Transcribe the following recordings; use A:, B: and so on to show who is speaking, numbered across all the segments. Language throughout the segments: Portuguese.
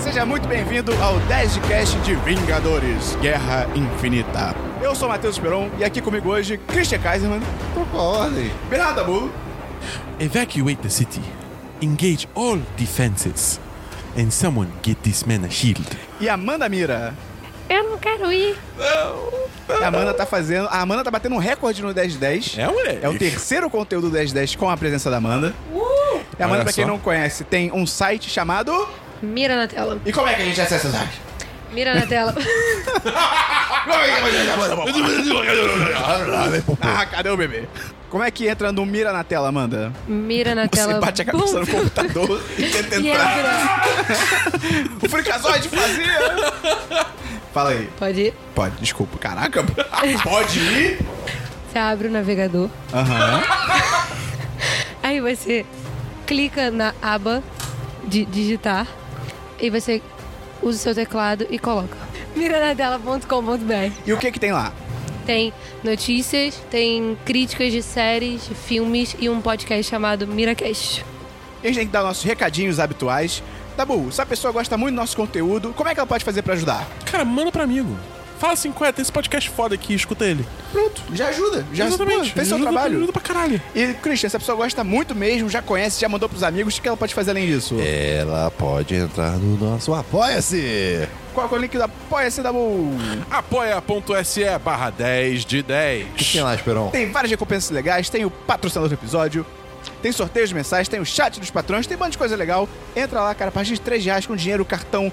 A: seja muito bem-vindo ao 10 de cast de Vingadores Guerra Infinita. Eu sou Matheus Esperon e aqui comigo hoje Christian Kaiserman,
B: Por qual ordem?
A: Bernardo Dabu
C: Evacuate the city. Engage all defenses. And someone get this man a shield.
A: e Amanda Mira.
D: Eu não quero ir.
A: A Amanda tá fazendo. A Amanda tá batendo um recorde no 10 de 10.
C: É, moleque.
A: É o terceiro conteúdo do 10 de 10 com a presença da Amanda.
D: Uh!
A: E a Amanda,
C: Olha
A: pra quem
C: só.
A: não conhece, tem um site chamado.
D: Mira na tela.
A: E como é que a gente acessa o site? é
D: Mira na tela.
A: Ah, cadê o bebê? Como é que entra no Mira na tela, Amanda?
D: Mira na
A: Você
D: tela.
A: bate a cabeça no
D: Bum.
A: computador e tenta
D: E
A: entrar.
D: entra.
A: O Frikazoide fazia! Fala aí.
D: Pode ir.
A: Pode, desculpa. Caraca, pode ir?
D: Você abre o navegador.
A: Aham.
D: Aí você clica na aba de digitar. E você usa o seu teclado e coloca. Miranadela.com.br
A: E o que que tem lá?
D: Tem notícias, tem críticas de séries, de filmes e um podcast chamado Miracast.
A: A gente tem que dar nossos recadinhos habituais. Dabu, se a pessoa gosta muito do nosso conteúdo, como é que ela pode fazer pra ajudar?
C: Cara, manda pra amigo. Fala assim, ué, tem esse podcast foda aqui, escuta ele.
A: Pronto, já ajuda. Já pô, fez seu
C: Ajuda-
A: trabalho.
C: Ajuda pra caralho.
A: E, Christian, se a pessoa gosta muito mesmo, já conhece, já mandou pros amigos, o que ela pode fazer além disso?
B: Ela pode
A: Tá
B: entrar no nosso Apoia-se!
A: Qual que é o link do Apoia-se Dabu?
C: Apoia.se barra 10 de 10.
B: O que tem lá, Esperon?
A: Tem várias recompensas legais, tem o patrocinador do episódio, tem sorteios mensais, tem o chat dos patrões, tem um monte de coisa legal. Entra lá, cara, a partir de 3 reais com dinheiro, cartão,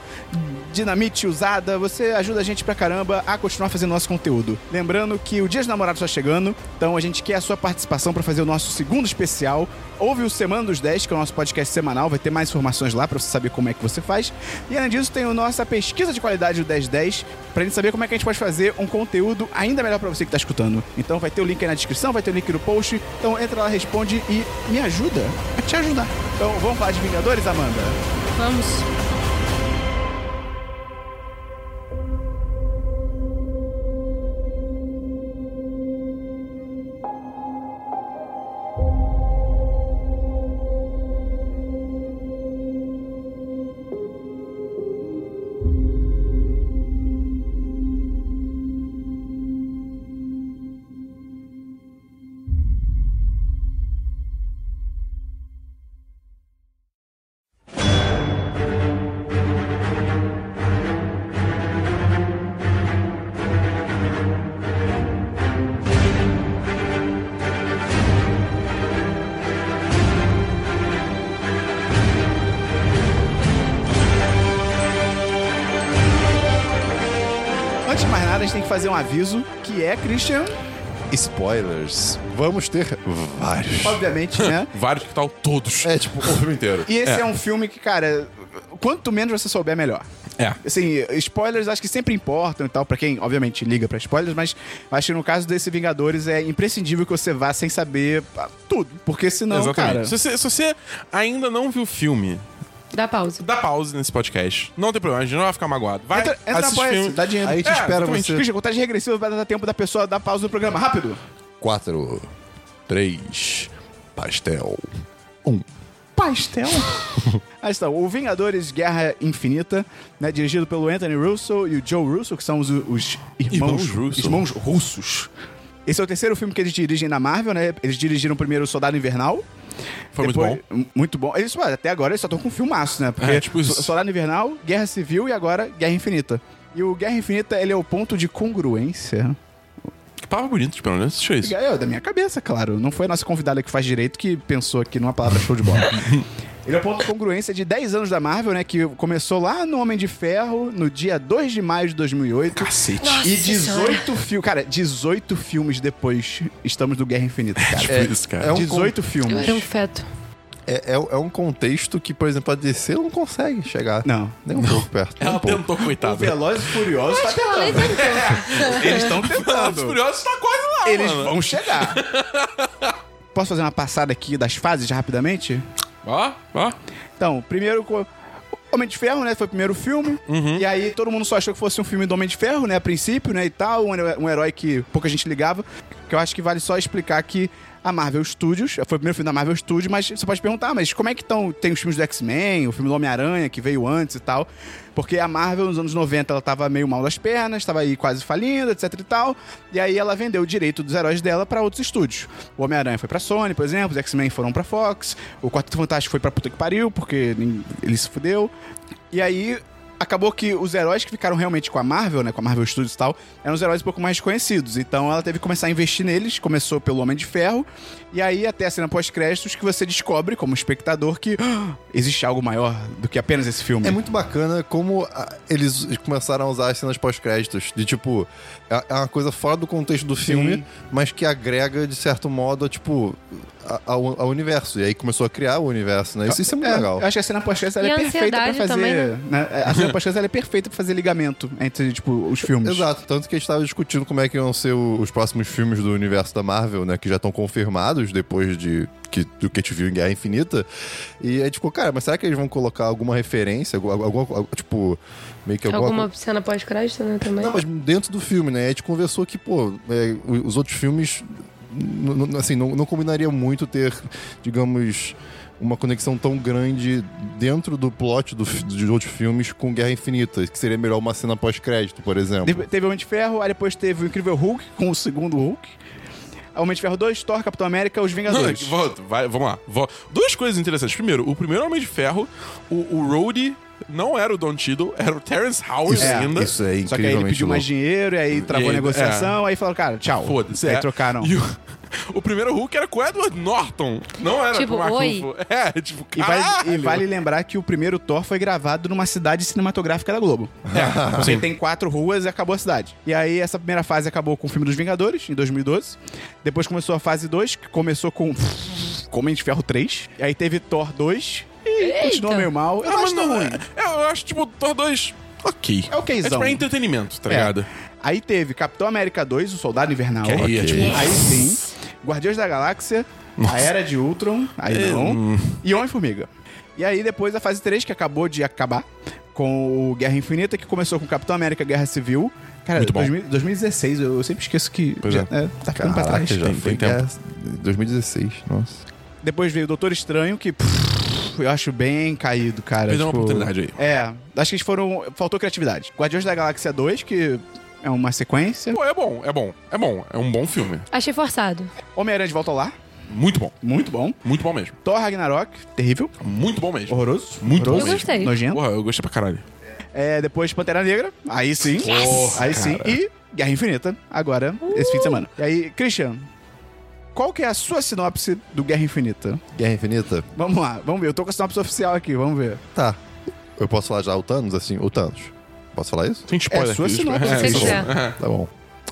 A: dinamite usada, você ajuda a gente pra caramba a continuar fazendo nosso conteúdo. Lembrando que o Dia dos Namorados tá chegando, então a gente quer a sua participação pra fazer o nosso segundo especial. Ouve o Semana dos 10, que é o nosso podcast semanal, vai ter mais informações lá pra você saber como é que você faz. E além disso, tem a nossa pesquisa de qualidade do 1010, pra gente saber como é que a gente pode fazer um conteúdo ainda melhor pra você que tá escutando. Então vai ter o link aí na descrição, vai ter o link no post. Então entra lá, responde e me ajuda a te ajudar. Então vamos falar de Vingadores, Amanda?
D: Vamos.
A: Antes de mais nada, a gente tem que fazer um aviso, que é, Christian,
B: Spoilers. Vamos ter vários.
A: obviamente, né?
C: Vários que tal, todos.
B: É tipo o filme inteiro.
A: E esse é.
C: É.
A: um filme que, cara, quanto menos você souber, melhor.
C: É.
A: Assim, spoilers acho que sempre importam e tal, pra quem, obviamente, liga pra spoilers, mas acho que no caso desse Vingadores é imprescindível que você vá sem saber ah, tudo, porque senão, cara...
C: Se, você, se você ainda não viu o filme,
D: Dá pausa.
C: dá pause nesse podcast. Não tem problema, a gente não vai ficar magoado. Vai,
A: Entra, entra na
C: assiste
A: apoia
C: filme. É,
A: dá dinheiro. É,
B: Aí te espera
C: exatamente.
B: você.
A: Christian, contagem regressiva vai dar tempo da pessoa dar pausa no programa. Rápido!
B: 4, 3, pastel.
A: Pastel! Aí está, o Vingadores Guerra Infinita, né, dirigido pelo Anthony Russo e o Joe Russo, que são os, os irmãos,
C: Irmãos Russo.
A: irmãos russos. Esse é o terceiro filme que eles dirigem na Marvel, né? Eles dirigiram primeiro o Soldado Invernal.
C: Foi muito
A: depois- m- Muito bom. Eles, ué, até agora eles só estão com filmaço, né? Porque
C: É, tipo isso.
A: So- Soldado Invernal, Guerra Civil e agora Guerra Infinita. E o Guerra Infinita, ele é o ponto de congruência.
C: Que papo bonito, tipo, não assistiu isso.
A: É, da minha cabeça, claro. Não foi a nossa convidada que faz direito que pensou aqui numa palavra show de bola. Ele é o ponto de congruência de 10 anos da Marvel, né? Que começou lá no Homem de Ferro, no dia 2 de maio de 2008.
C: Cacete.
A: E
D: Senhora.
A: 18 filmes. Cara, 18 filmes depois estamos no Guerra Infinita, cara.
C: Tipo isso, cara.
B: é um
A: 18
D: Eu
A: filmes.
D: era um feto.
B: É, é, é um contexto que, por exemplo, a DC não consegue chegar.
A: Não. É
B: Nem um pouco perto.
C: é
B: Nem
C: Ela
B: um pouco.
C: tentou,
A: O
C: coitada.
A: Velozes e Furiosos tá
D: Falei
A: tentando.
D: tanto.
A: Eles estão
C: Os
A: tentando.
C: Furiosos tá quase lá,
A: tá Eles
C: mano.
A: vão chegar. Posso fazer uma passada aqui das fases rapidamente?
C: Ó, ó.
A: Então, primeiro. co- Homem de Ferro, né? Foi o primeiro filme. E aí todo mundo só achou que fosse um filme do Homem de Ferro, né? A princípio, né? E tal. Um, hero- um herói que pouca gente ligava. Que eu acho que vale só explicar que. A a Marvel Studios. Foi o primeiro filme da Marvel Studios, mas você pode perguntar, mas como é que estão? Tem os filmes do X-Men, o filme do Homem-Aranha, que veio antes e tal. Porque a Marvel, nos anos 90, ela tava meio mal das pernas, tava aí quase falindo, etc e tal. E aí ela vendeu o direito dos heróis dela pra outros estúdios. O Homem-Aranha foi pra Sony, por exemplo, os X-Men foram pra Fox, o Quarteto Fantástico foi pra puta que pariu, porque nin- ele se fudeu. E aí acabou que os heróis que ficaram realmente com a Marvel, né, com a Marvel Studios e tal, eram os heróis um pouco mais desconhecidos. Então ela teve que começar a investir neles, começou pelo Homem de Ferro, e aí até a cena pós-créditos que você descobre como espectador que "Ah, existe algo maior do que apenas esse filme.
B: É muito bacana como ah, eles começaram a usar as cenas pós-créditos. De tipo, é é uma coisa fora do contexto do filme, mas que agrega, de certo modo, tipo, a- ao, ao universo. E aí começou a criar o universo, né? Isso, isso é muito
A: É,
B: legal.
A: Eu acho que a cena pós-créditos ela
D: E
A: é
D: a
A: perfeita pra
D: ansiedade
A: fazer,
D: também, né?
A: né? A cena pós-créditos ela é perfeita pra fazer ligamento entre tipo os filmes.
B: Exato, tanto que a gente tava discutindo como é que iam ser o- os próximos filmes do universo da Marvel, né? Que já estão confirmados depois de que, do que a gente viu em Guerra Infinita. E a gente ficou, cara, mas será que eles vão colocar alguma referência? alguma- alguma tipo, meio que alguma,
D: Alguma cena pós-crédito, né, também?
B: Não, mas dentro do filme, né? A gente conversou que, pô, é, o- os outros filmes, n- n- assim, não, não combinaria muito ter, digamos, uma conexão tão grande dentro do plot do, fi- de outros filmes com Guerra Infinita, que seria melhor uma cena pós-crédito, por exemplo.
A: Teve- Teve o Homem de Ferro, aí depois teve o Incrível Hulk com o segundo Hulk. Homem de Ferro 2, Thor, Capitão América, Os Vingadores.
C: Volta, vai, vamos lá. Vo- Duas coisas interessantes. Primeiro, o primeiro Homem de Ferro, o, o Rhodey não era o Don Cheadle, era o Terence Howard ainda.
B: Isso é
A: Só que aí ele
B: incrivelmente
A: pediu mais
B: louco. é.
A: dinheiro, e aí travou
C: E
A: a
C: aí,
A: negociação, aí falaram, cara, tchau.
C: Foda-se.
A: Aí
C: é.
A: trocaram.
C: E o, o primeiro Hulk era com o Edward Norton. Não era
D: Tipo,
C: com o Mark
D: oi.
C: Ruffalo. É, tipo,
A: E vale,
C: caralho.
A: e vale lembrar que o primeiro Thor foi gravado numa cidade cinematográfica da Globo.
C: É,
A: Porque tem quatro ruas e acabou a cidade. E aí essa primeira fase acabou com o filme dos Vingadores, em 2012. Depois começou a fase 2, que começou com Homem de Ferro 3. E aí teve Thor 2, e continuou meio mal. Eu
C: Ah, mas
A: acho tão
C: não,
A: ruim.
C: é, eu acho, tipo, Thor 2. Ok.
A: É okzão.
C: É tipo, é entretenimento, tá
A: É.
C: ligado?
A: Aí teve Capitão América 2, o Soldado Invernal.
C: Que aí, é, tipo,
A: Aí sim. Guardiões da Galáxia, a Era de Ultron, aí não.
C: hum.
A: E Homem-Formiga. E aí depois a fase 3, que acabou de acabar, com o Guerra Infinita, que começou com Capitão América Guerra Civil. Cara,
C: Muito bom.
A: 2000 2016, eu eu sempre esqueço que
C: Pois
A: já-
C: é.
A: é, tá ficando pra
B: Caraca,
A: trás. é.
B: já
C: Tem-
B: foi
C: tem tempo.
B: Guerra- 2016, nossa.
A: Depois veio o Doutor Estranho, que pff, eu acho bem caído, cara.
C: Perdeu uma
A: tipo,
C: oportunidade aí.
A: É, acho que eles foram... Faltou criatividade. Guardiões da Galáxia 2, que é uma sequência.
C: Pô, é bom, é bom, é bom. É um bom filme.
D: Achei forçado.
A: Homem-Aranha de Volta ao Lar,
C: Muito bom.
A: muito bom.
C: Muito bom mesmo.
A: Thor Ragnarok, terrível.
C: Muito bom mesmo.
A: Horroroso.
C: Muito bom
A: horroroso,
C: mesmo.
D: Eu gostei.
A: Nojento.
C: Porra, eu gostei pra caralho.
A: É, depois Pantera Negra. Aí sim.
C: Porra,
A: aí sim.
C: cara.
A: E Guerra Infinita, agora, esse fim de semana. E aí, Christian, qual que é a sua sinopse do Guerra Infinita?
B: Guerra Infinita?
A: Vamos lá, vamos ver. Eu tô com a sinopse oficial aqui, vamos ver.
B: Tá. Eu posso falar já o Thanos, assim? O Thanos. Posso falar isso?
C: Tem spoiler.
A: É, sua
C: aqui,
A: sinopse,
C: tipo,
A: se
C: é,
D: você
C: tá bom.
B: Tá bom.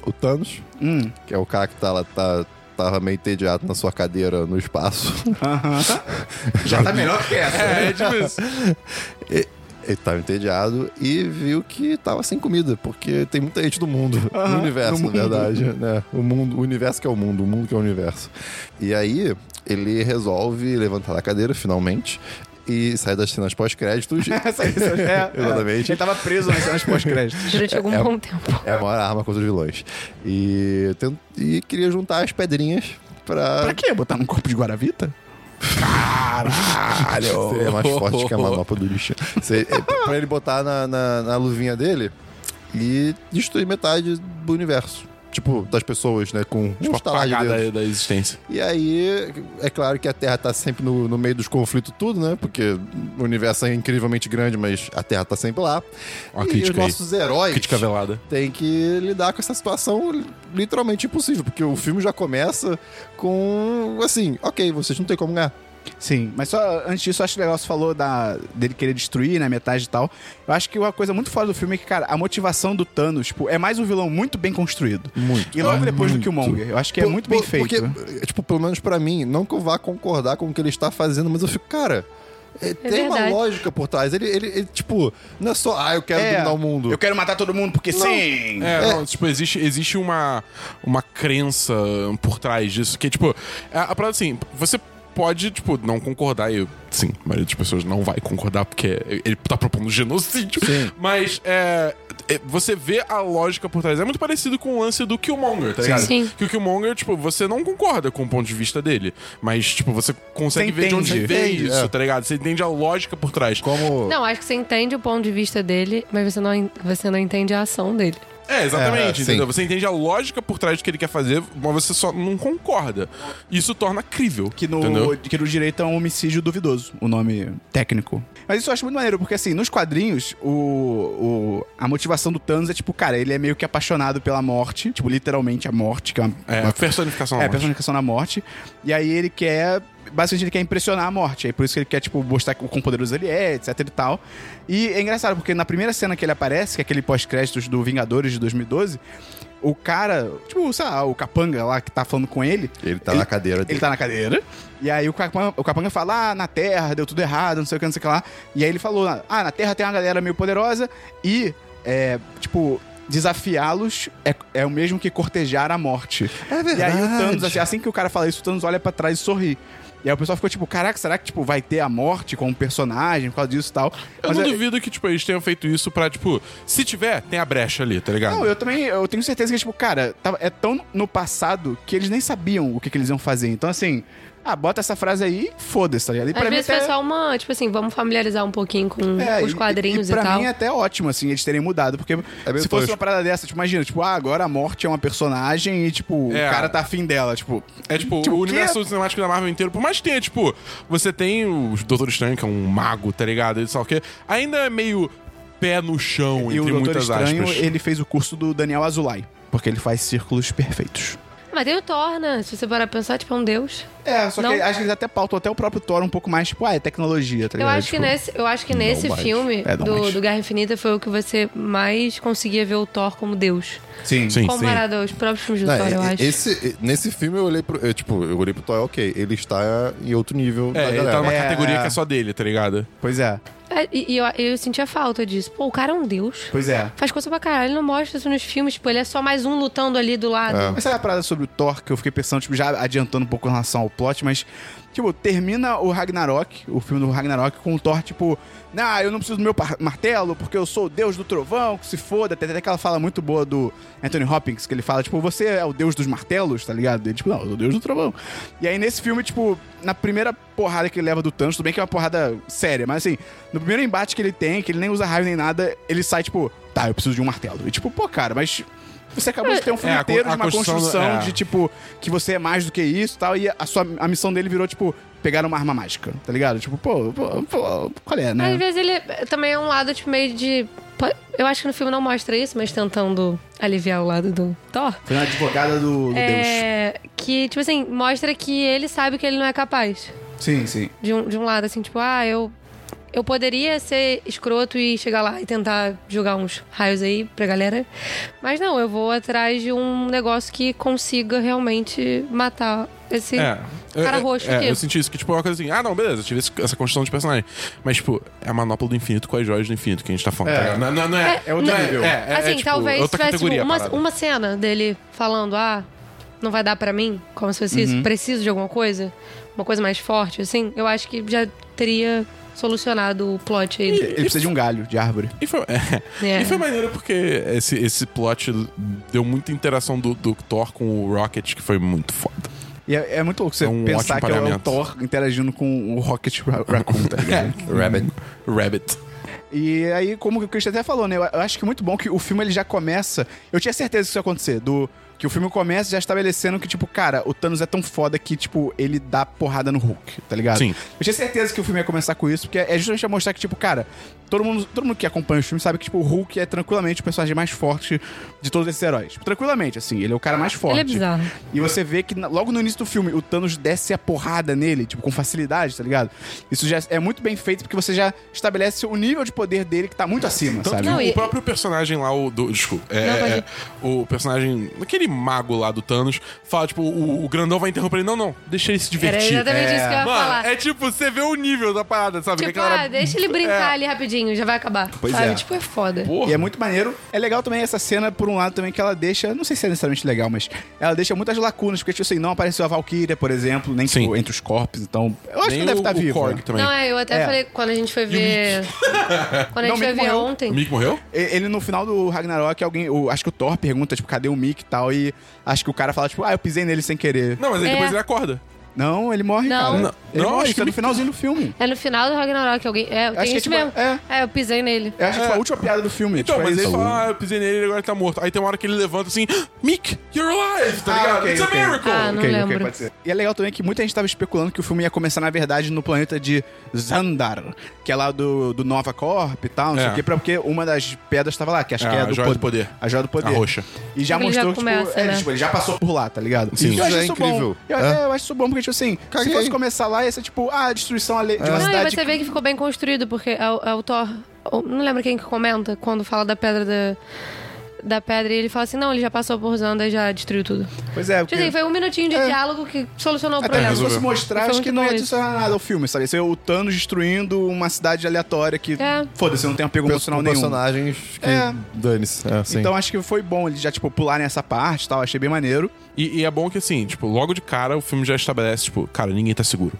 B: O Thanos,
A: Hum.
B: que é o cara que tá lá, tá, tava meio entediado na sua cadeira no espaço.
A: Aham. Já tá melhor que essa.
C: É, é tipo isso.
B: Ele tava entediado e viu que tava sem comida, porque tem muita gente do mundo, no universo,
A: no
B: na verdade, né? O mundo, o universo que é o mundo, o mundo que é o universo. E aí, ele resolve levantar da cadeira, finalmente, e sai das cenas pós-créditos.
A: Essa- essa- é, é.
B: Exatamente.
A: Ele tava preso nas cenas pós-crédito.
D: Durante algum
B: é-
D: bom tempo.
B: É a maior arma contra os vilões. E, tent- e queria juntar as pedrinhas pra.
A: Pra quê? Botar num copo de Guaravita?
B: Caralho! Seria é mais forte que a manopla do lixo. Se- é, pra ele botar na, na, na luvinha dele e destruir metade do universo. Tipo, das pessoas, né? Com um
C: Tipo,
B: estalar de
C: apagada
B: dedos.
C: da existência.
B: E aí, é claro que a Terra tá sempre no, no meio dos conflitos tudo, né? Porque o universo é incrivelmente grande, mas a Terra tá sempre lá.
C: Uma
B: e os
C: crítica aí.
B: nossos heróis
C: Crítica velada.
B: tem que lidar com essa situação literalmente impossível, porque o filme já começa com assim, ok, vocês não tem como ganhar.
A: Sim, mas só antes disso, eu acho legal você falou da, dele querer destruir, né, metade e tal. Eu acho que uma coisa muito fora do filme é que, cara, a motivação do Thanos, tipo, é mais um vilão muito bem construído.
B: Muito.
A: E logo depois do Killmonger. Eu acho que é
B: Por-
A: muito bem
B: por-
A: feito. né?
B: Porque, tipo, pelo menos pra mim, não que eu vá concordar com o que ele está fazendo, mas eu fico, cara. é, tem uma
D: verdade.
B: lógica por trás. Ele, ele, ele, tipo, não é só, ah, eu quero
A: É,
B: dominar o mundo.
A: Eu quero matar todo mundo porque sim!
C: É, não, tipo, existe, existe uma, uma crença por trás disso, que é tipo, a, a parada assim, você pode, tipo, não concordar. E, sim, a maioria das pessoas não vai concordar porque ele tá propondo genocídio.
B: Sim.
C: Mas é, é, você vê a lógica por trás. É muito parecido com o lance do Killmonger, tá ligado?
D: Sim.
C: Que o Killmonger, tipo, você não concorda com o ponto de vista dele. Mas, tipo, você consegue
A: Você
C: ver de onde
A: entende.
C: vem
B: Entende,
C: isso,
B: é.
C: tá ligado? Você entende a lógica por trás.
B: Como.
D: Não, acho que você entende o ponto de vista dele, mas você não, en- você não entende a ação dele.
C: É, exatamente,
B: É,
C: entendeu?
B: sim.
C: Você entende a lógica por trás do que ele quer fazer, mas você só não concorda. Isso torna crível.
A: Que
C: entendeu?
A: no, que no direito é um homicídio duvidoso, o nome técnico. Mas isso eu acho muito maneiro, porque assim, nos quadrinhos, o, o- a motivação do Thanos é tipo, cara, ele é meio que apaixonado pela morte, tipo, literalmente a morte, que é uma,
C: É,
A: uma-
C: a personificação.
A: é,
C: da
A: a
C: morte.
A: personificação da morte. E aí ele quer. Basicamente, ele quer impressionar a morte. É por isso que ele quer, tipo, mostrar o quão poderoso ele é, etc e tal. E é engraçado, porque na primeira cena que ele aparece, que é aquele pós-créditos do Vingadores de 2012, o cara, tipo, sei lá, o capanga lá que tá falando com ele,
B: Ele tá
A: Ele-
B: na cadeira
A: ele
B: dele.
A: tá na cadeira. E aí o Capanga, o Capanga fala, ah, na Terra deu tudo errado, não sei o que, não sei o que lá. E aí ele falou, ah, na Terra tem uma galera meio poderosa e, é, tipo, desafiá-los é, é o mesmo que cortejar a morte.
B: É
A: E aí o Thanos,
B: verdade.
A: assim, assim que o cara fala isso, o Thanos olha pra trás e sorri. E aí o pessoal ficou tipo, caraca, será que tipo, vai ter a morte como personagem por causa disso e tal?
C: Eu
A: Mas
C: não
A: é-
C: duvido que, tipo, eles tenham feito isso pra, tipo, se tiver, tem a brecha ali, tá ligado?
A: Não, eu também, eu tenho certeza que, tipo, cara, tava- é tão no passado que eles nem sabiam o que, que eles iam fazer. Então, assim, ah, bota essa frase aí, foda-se, tá ligado? E
D: Às vezes
A: até-
D: foi só uma, tipo assim, vamos familiarizar um pouquinho com
A: É,
D: os
A: e-
D: quadrinhos
A: e,
D: e,
A: pra
D: tal.
A: mim é até ótimo, assim, eles terem mudado. Porque
B: meio
A: se fosse
B: tosco.
A: uma parada dessa, tipo, imagina, tipo, ah, agora a morte é uma personagem e, tipo,
C: É.
A: o cara tá afim dela, tipo.
C: É tipo,
A: Tipo,
C: o
A: que-
C: universo cinemático da Marvel inteiro, por mais que tenha, tipo, você tem o Doutor Estranho, que é um mago, tá ligado? E só que ainda é meio pé no chão,
A: e o
C: entre
A: Doutor
C: muitas
A: Estranho,
C: aspas.
A: ele fez o curso do Daniel Azulay. Porque ele faz círculos perfeitos.
D: Mas tem o Thor, né? Se você parar pra pensar, tipo, é um deus.
A: É, só
D: Não.
A: que acho que eles até pautam até o próprio Thor um pouco mais, tipo, ah, é tecnologia, tá
D: Eu
A: ligado?
D: acho, que é
A: Tipo,
D: nesse, eu acho que nesse
C: mais.
D: filme
A: É, não
D: do,
A: mais.
D: do Guerra Infinita foi o que você mais conseguia ver o Thor como Deus.
A: Sim.
C: Sim, sim.
D: Comparado aos próprios filmes do
B: Não,
D: Thor, eu
B: e-
D: acho.
B: esse, é, nesse filme eu olhei pro. Eu, tipo, eu olhei pro Toy, ok. Ele está em outro nível da
C: É, ele
B: galera.
C: tá numa
A: É,
C: categoria
A: é.
C: que é só dele, tá ligado?
A: Pois é,
D: É, E, e eu, eu sentia falta disso. Pô, o cara é um deus.
A: pois é.
D: Faz coisa pra caralho, ele não mostra isso nos filmes. Tipo, ele é só mais um lutando ali do lado.
B: É.
A: Mas sabe a parada sobre o Thor que eu fiquei pensando, tipo, já adiantando um pouco em relação ao plot, mas, tipo, termina o Ragnarok, o filme do Ragnarok, com o Thor, tipo, ah, eu não preciso do meu par- martelo, porque eu sou o deus do trovão, que se foda. Tem até aquela fala muito boa do Anthony Hopkins, que ele fala, tipo, você é o deus dos martelos, tá ligado? Ele, tipo, não, eu sou o deus do trovão. E aí, nesse filme, tipo, na primeira porrada que ele leva do Thanos, tudo bem que é uma porrada séria, mas assim, no primeiro embate que ele tem, que ele nem usa raio nem nada, ele sai, tipo, tá, eu preciso de um martelo. E tipo, pô, cara, mas. Você acabou de ter um filme
C: É, a co-
A: inteiro de
C: a
A: uma
C: construção-
A: construção,
C: é.
A: de tipo, que você é mais do que isso e tal, e a, sua, a missão dele virou, tipo, pegar uma arma mágica, tá ligado? Tipo, pô, pô, pô qual é,
D: Mas,
A: né?
D: Às vezes ele é, também é um lado, tipo, meio de. pô, Eu acho que no filme não mostra isso, mas tentando aliviar o lado do Thor.
A: Foi uma advogada do, do
D: É. Que, tipo assim, mostra que ele sabe que ele não é capaz.
A: Deus. Sim, sim.
D: De um, de um lado, assim, tipo, ah, eu. Eu poderia ser escroto e chegar lá e tentar jogar uns raios aí pra galera. Mas não, eu vou atrás de um negócio que consiga realmente matar esse.
C: É.
D: Cara
C: Eu-
D: roxo
C: é,
D: aqui.
C: Eu senti isso, que tipo, é uma coisa assim, ah, não, beleza, eu tive esse- essa construção de personagem. Mas, tipo, é a manopla do infinito com as joias do infinito que a gente tá falando.
A: É.
C: tá ligado? Não, não, não é.
A: É outro
C: não
A: nível.
C: É, é, é,
D: assim,
C: tipo,
D: talvez
C: outra
D: tivesse um
C: categoria, a
D: uma,
C: parada.
D: uma cena dele falando, ah, não vai dar pra mim, como se fosse
C: Uhum.
D: isso, preciso de alguma coisa, uma coisa mais forte, assim, eu acho que já teria solucionado o plot aí.
A: Ele precisa de um galho de árvore.
C: E foi, é.
D: É.
C: E foi maneiro porque esse, esse plot deu muita interação do, do Thor com o Rocket, que foi muito foda.
A: E é, é muito louco você
C: É um
A: pensar
C: ótimo
A: que é o
C: pagamento.
A: Thor interagindo com o Rocket Ra- Raccoon, tá ligado?
B: Rabbit.
C: Rabbit.
A: E aí, como o Christian até falou, né? Eu eu acho que é muito bom que o filme ele já começa. Eu tinha certeza que isso ia acontecer. Do, que o filme começa já estabelecendo que, tipo, cara, o Thanos é tão foda que, tipo, ele dá porrada no Hulk, tá ligado?
C: Sim.
A: Eu tinha certeza que o filme ia começar com isso, porque é justamente pra mostrar que, tipo, cara, todo mundo, todo mundo que acompanha o filme sabe que, tipo, o Hulk é tranquilamente o personagem mais forte de todos esses heróis. Tipo, tranquilamente, assim, ele é o cara mais forte.
D: Ele é bizarro.
A: E você vê que na- logo no início do filme o Thanos desce a porrada nele, tipo, com facilidade, tá ligado? Isso já é muito bem feito porque você já estabelece o nível de poder dele que tá muito acima,
C: Tanto
A: sabe?
C: que
D: Não,
C: o
D: e-
C: próprio personagem lá, o do. Desculpa. É,
D: Não, pode ir.
C: é, o personagem. Aquele aquele mago lá do Thanos fala, tipo, o, o grandão vai interromper ele. Não, não, deixa ele se
D: Era
C: divertir.
D: exatamente isso que eu ia
C: Mano,
D: falar.
C: é tipo, você vê o nível da parada, sabe? Que
D: Tipo,
C: aquela- É.
D: ah, deixa ele brincar ali rapidinho, já vai acabar.
A: Pois
D: sabe?
A: é.
D: Tipo, é foda.
C: Porra.
A: E é muito maneiro. É legal também essa cena, por um lado, também, que ela deixa. Não sei se é necessariamente legal, mas ela deixa muitas lacunas, porque, tipo assim, não apareceu a Valkyria, por exemplo, nem
C: Sim.
A: tipo, entre os corpos, então. Eu acho
C: Nem
A: que deve
C: o-
A: estar
C: o
A: vivo.
C: Korg também.
D: Não, é, eu até
A: É.
D: falei quando a gente foi ver. quando a
A: Não,
D: gente foi
A: Mick
D: ver
A: morreu.
C: O
D: ontem.
C: Mick morreu?
A: E- Ele no final do Ragnarok, alguém. o- acho que o Thor pergunta, tipo, cadê o Mick e tal? E acho que o cara fala, tipo, ah, eu pisei nele sem querer.
C: Não, mas aí
D: É.
C: depois ele acorda.
A: Não, ele morre,
D: Não.
A: cara.
C: Não.
A: Ele
C: Não,
A: morre,
C: acho
A: isso é
C: que-
A: no finalzinho do filme.
D: É no final do Ragnarok, alguém. É, tem
A: Acho que é
D: isso
A: tipo-
D: mesmo.
A: é.
D: eu pisei nele.
A: Eu acho que tipo, a última piada do filme.
C: É. Então,
A: tipo, é
C: mas
A: isso.
C: ele fala, ah, eu pisei nele e agora ele tá morto. Aí tem uma hora que ele levanta assim, Mick, you're alive, tá
A: Ah,
C: ligado?
A: ok,
C: It's
A: ok.
C: a miracle.
D: Ah,
A: Ok,
D: não
A: ok,
D: lembro.
A: pode ser. E é legal também que muita gente tava especulando que o filme ia começar, na verdade, no planeta de Zandar, que é lá do, do Nova Corp e tal, não sei
C: É.
A: o quê, pra- porque uma das pedras tava lá, que acho
C: É,
A: que é
C: a
A: do,
C: joia do poder.
A: A joia do poder.
C: A roxa.
A: E já
D: Ele já
A: mostrou que, tipo,
D: começa,
A: é,
D: né?
A: tipo, ele já passou por lá, tá ligado?
B: Sim.
A: eu acho
B: Isso é
A: isso
B: incrível.
A: Bom. Eu,
B: É.
A: eu acho isso bom, porque, tipo assim,
B: Caguei.
A: se fosse começar lá, ia ser tipo, ah, a destruição
C: É.
A: ale- de uma
D: Não, e
A: cidade.
D: você vê que ficou bem construído, porque é o, é o Thor. ou- Não lembro quem que comenta quando fala da pedra da. Da pedra, e ele fala assim: não, ele já passou por Zanda e já destruiu tudo.
A: Pois é,
D: Tipo
A: porque...
D: assim, foi um minutinho de diálogo que solucionou o
A: É. Até
D: problema.
A: porque se fosse mostrar,
D: Foi
A: acho
D: muito
A: que não
D: bom
A: ia
D: isso.
A: adicionar nada ao filme, sabe? Ia ser o Thanos destruindo uma cidade aleatória que,
D: É.
A: foda-se, não tem apego emocional
B: Com
A: nenhum.
B: personagens que
A: É.
B: dane-se. É, sim.
A: Então acho que foi bom eles já, tipo, pularem essa parte e tal. Achei bem maneiro.
C: E, e é bom que assim, tipo, logo de cara o filme já estabelece, tipo, cara, ninguém tá seguro.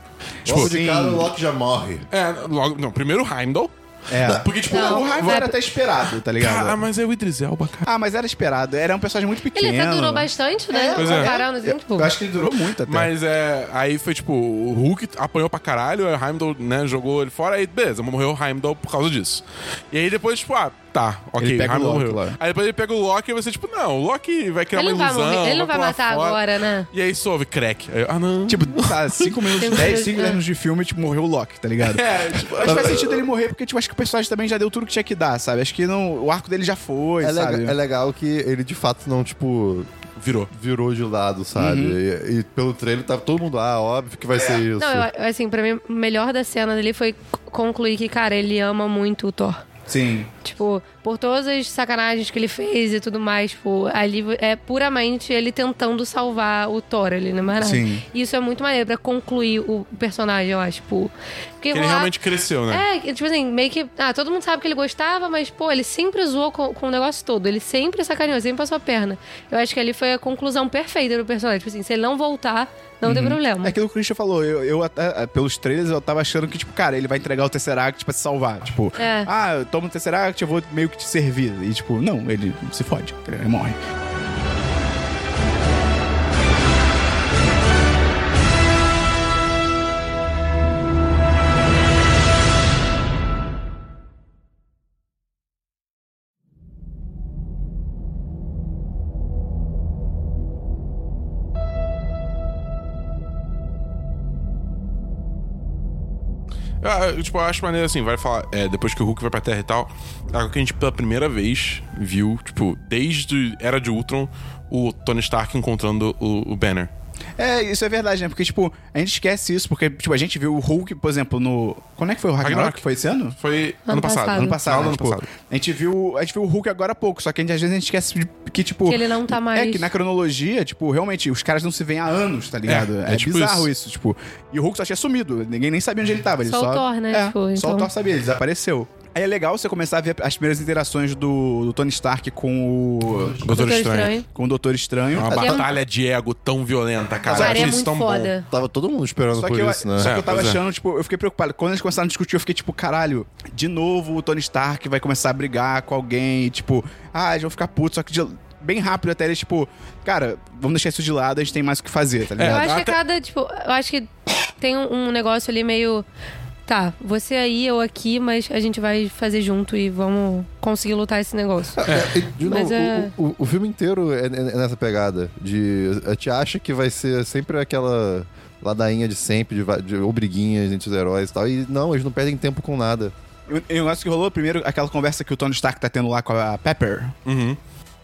C: Tipo,
B: Logo de
A: sim.
B: cara, Então, o Loki já morre.
C: é, logo, não, primeiro o Heimdall.
A: É.
C: Porque, tipo,
D: Não. né?
A: O Raimon era até esperado, tá ligado?
C: Cara, mas é o Idris Elba, cara.
A: Ah, mas era esperado. Era um personagem muito pequeno.
D: Ele até durou bastante, né?
C: Pois é.
D: Comparando, assim, tipo,
A: Eu acho que ele durou muito até.
C: Mas é. Aí foi tipo, o Hulk apanhou pra caralho, aí o Heimdall, né, jogou ele fora, aí beleza, morreu o Heimdall por causa disso. E aí depois, tipo, ah, tá, ok,
A: Ele pega o
C: Heimdall
A: Loki
C: morreu.
A: lá.
C: Aí depois ele pega o Loki e você, tipo, não, o Loki vai
A: é
C: criar
D: ele não
C: uma
D: vai
C: ilusão.
D: morrer, ele não vai
C: pular
D: matar
C: fora.
D: agora, né?
C: E aí soube, crack. Aí eu, ah, não.
A: Tipo, tá, 5 minutos,
D: Tem
A: 10,
D: que-
A: 5
D: é.
A: minutos de filme, tipo, morreu o Loki, tá ligado?
C: é, tipo,
A: Acho que faz sentido ele morrer, porque, tipo, acho que o personagem também já deu tudo que tinha que dar, sabe? Acho que não, o arco dele já foi,
B: É,
A: sabe?
B: lega- é legal que ele de fato não, tipo,
C: virou.
B: virou de lado, sabe?
D: Uhum.
B: E, e pelo trailer tava todo mundo, ah, óbvio
A: É.
B: que vai ser isso.
D: Não, eu- eu, assim, pra mim, o melhor da cena dele foi c- concluir que, cara, ele ama muito o Thor.
A: Sim.
D: Tipo, por todas as sacanagens que ele fez e tudo mais, tipo, ali é puramente ele tentando salvar o Thor ali, né? Mas nada.
A: Sim.
D: Isso é muito maneiro pra concluir o personagem, eu acho, tipo.
C: Que
D: Porque
C: ele
D: rolar-
C: realmente cresceu, né?
D: É, que, tipo assim, meio que. Ah, todo mundo sabe que ele gostava, mas, pô, ele sempre zoou com, com o negócio todo. Ele sempre sacaneou, sempre passou a perna. Eu acho que ali foi a conclusão perfeita do personagem. Tipo assim, se ele não voltar, não
C: Uhum.
D: tem problema.
A: É aquilo que o Christian falou, eu, eu até, é, pelos trailers, eu tava achando que, tipo, cara, ele vai entregar o Tesseract pra se salvar. Tipo,
D: É.
A: ah, eu tomo o Tesseract, eu vou meio que te servir. E, tipo, não, ele se fode, ele morre.
C: Ah, eu, tipo, eu acho maneiro assim, vai falar, é, depois que o Hulk vai pra Terra e tal, é algo que a gente pela primeira vez viu, tipo, desde Era de Ultron, o Tony Stark encontrando o, o Banner.
A: É, isso é verdade, né? Porque, tipo, a gente esquece isso, porque, tipo, a gente viu o Hulk, por exemplo, no. Quando é que foi o Ragnarok?
C: Ragnarok.
A: Foi esse ano?
C: Foi
D: Ano
C: ano, passado.
D: passado.
A: Ano passado,
C: Final
A: né?
C: do
A: Tipo,
C: ano passado.
A: A gente viu. A gente viu o Hulk agora há pouco, só que a gente, às vezes a gente esquece de- que, tipo.
D: Que ele não tá mais.
A: É que na cronologia, tipo, realmente, os caras não se veem há anos, tá ligado?
C: É,
A: É,
C: é tipo
A: bizarro isso. tipo. E o Hulk só tinha sumido, ninguém nem sabia onde ele tava. Ele
D: Só
A: só,
D: o Thor, né?
A: É,
D: Tipo,
A: só
D: então-
A: o Thor sabia, ele desapareceu. Aí é legal você começar a ver as primeiras interações do, do Tony Stark com o.
C: Doutor Estranho. Ah,
A: com o Doutor Estranho.
C: Uma
D: E é um-
C: batalha de ego tão violenta, cara.
D: Cara,
C: Eu
D: é
C: achei isso
D: muito
C: tão bom.
D: foda.
B: Tava todo mundo esperando
A: Só
B: por
A: que, eu,
B: isso, né?
A: só que
C: É,
A: eu tava
C: pois é.
A: achando, tipo, eu fiquei preocupado. Quando eles começaram a discutir, eu fiquei tipo, caralho, de novo o Tony Stark vai começar a brigar com alguém, e, tipo, ah, eles vão ficar putos, só que de- bem rápido até eles, tipo, cara, vamos deixar isso de lado, a gente tem mais o que fazer, tá
D: Eu
A: ligado?
D: acho que
C: até-
D: cada, tipo, eu acho que tem um, um negócio ali meio. Tá, você aí, eu aqui, mas a gente vai fazer junto e vamos conseguir lutar esse negócio.
B: É, e, de novo,
D: Mas é-
B: o, o- o filme inteiro é, é- é nessa pegada. De, a gente acha que vai ser sempre aquela ladainha de sempre, de, va- de obriguinhas entre os heróis e tal. E não, eles não perdem tempo com nada.
A: E e o negócio que rolou, primeiro, aquela conversa que o Tony Stark tá tendo lá com a Pepper.
C: Uhum.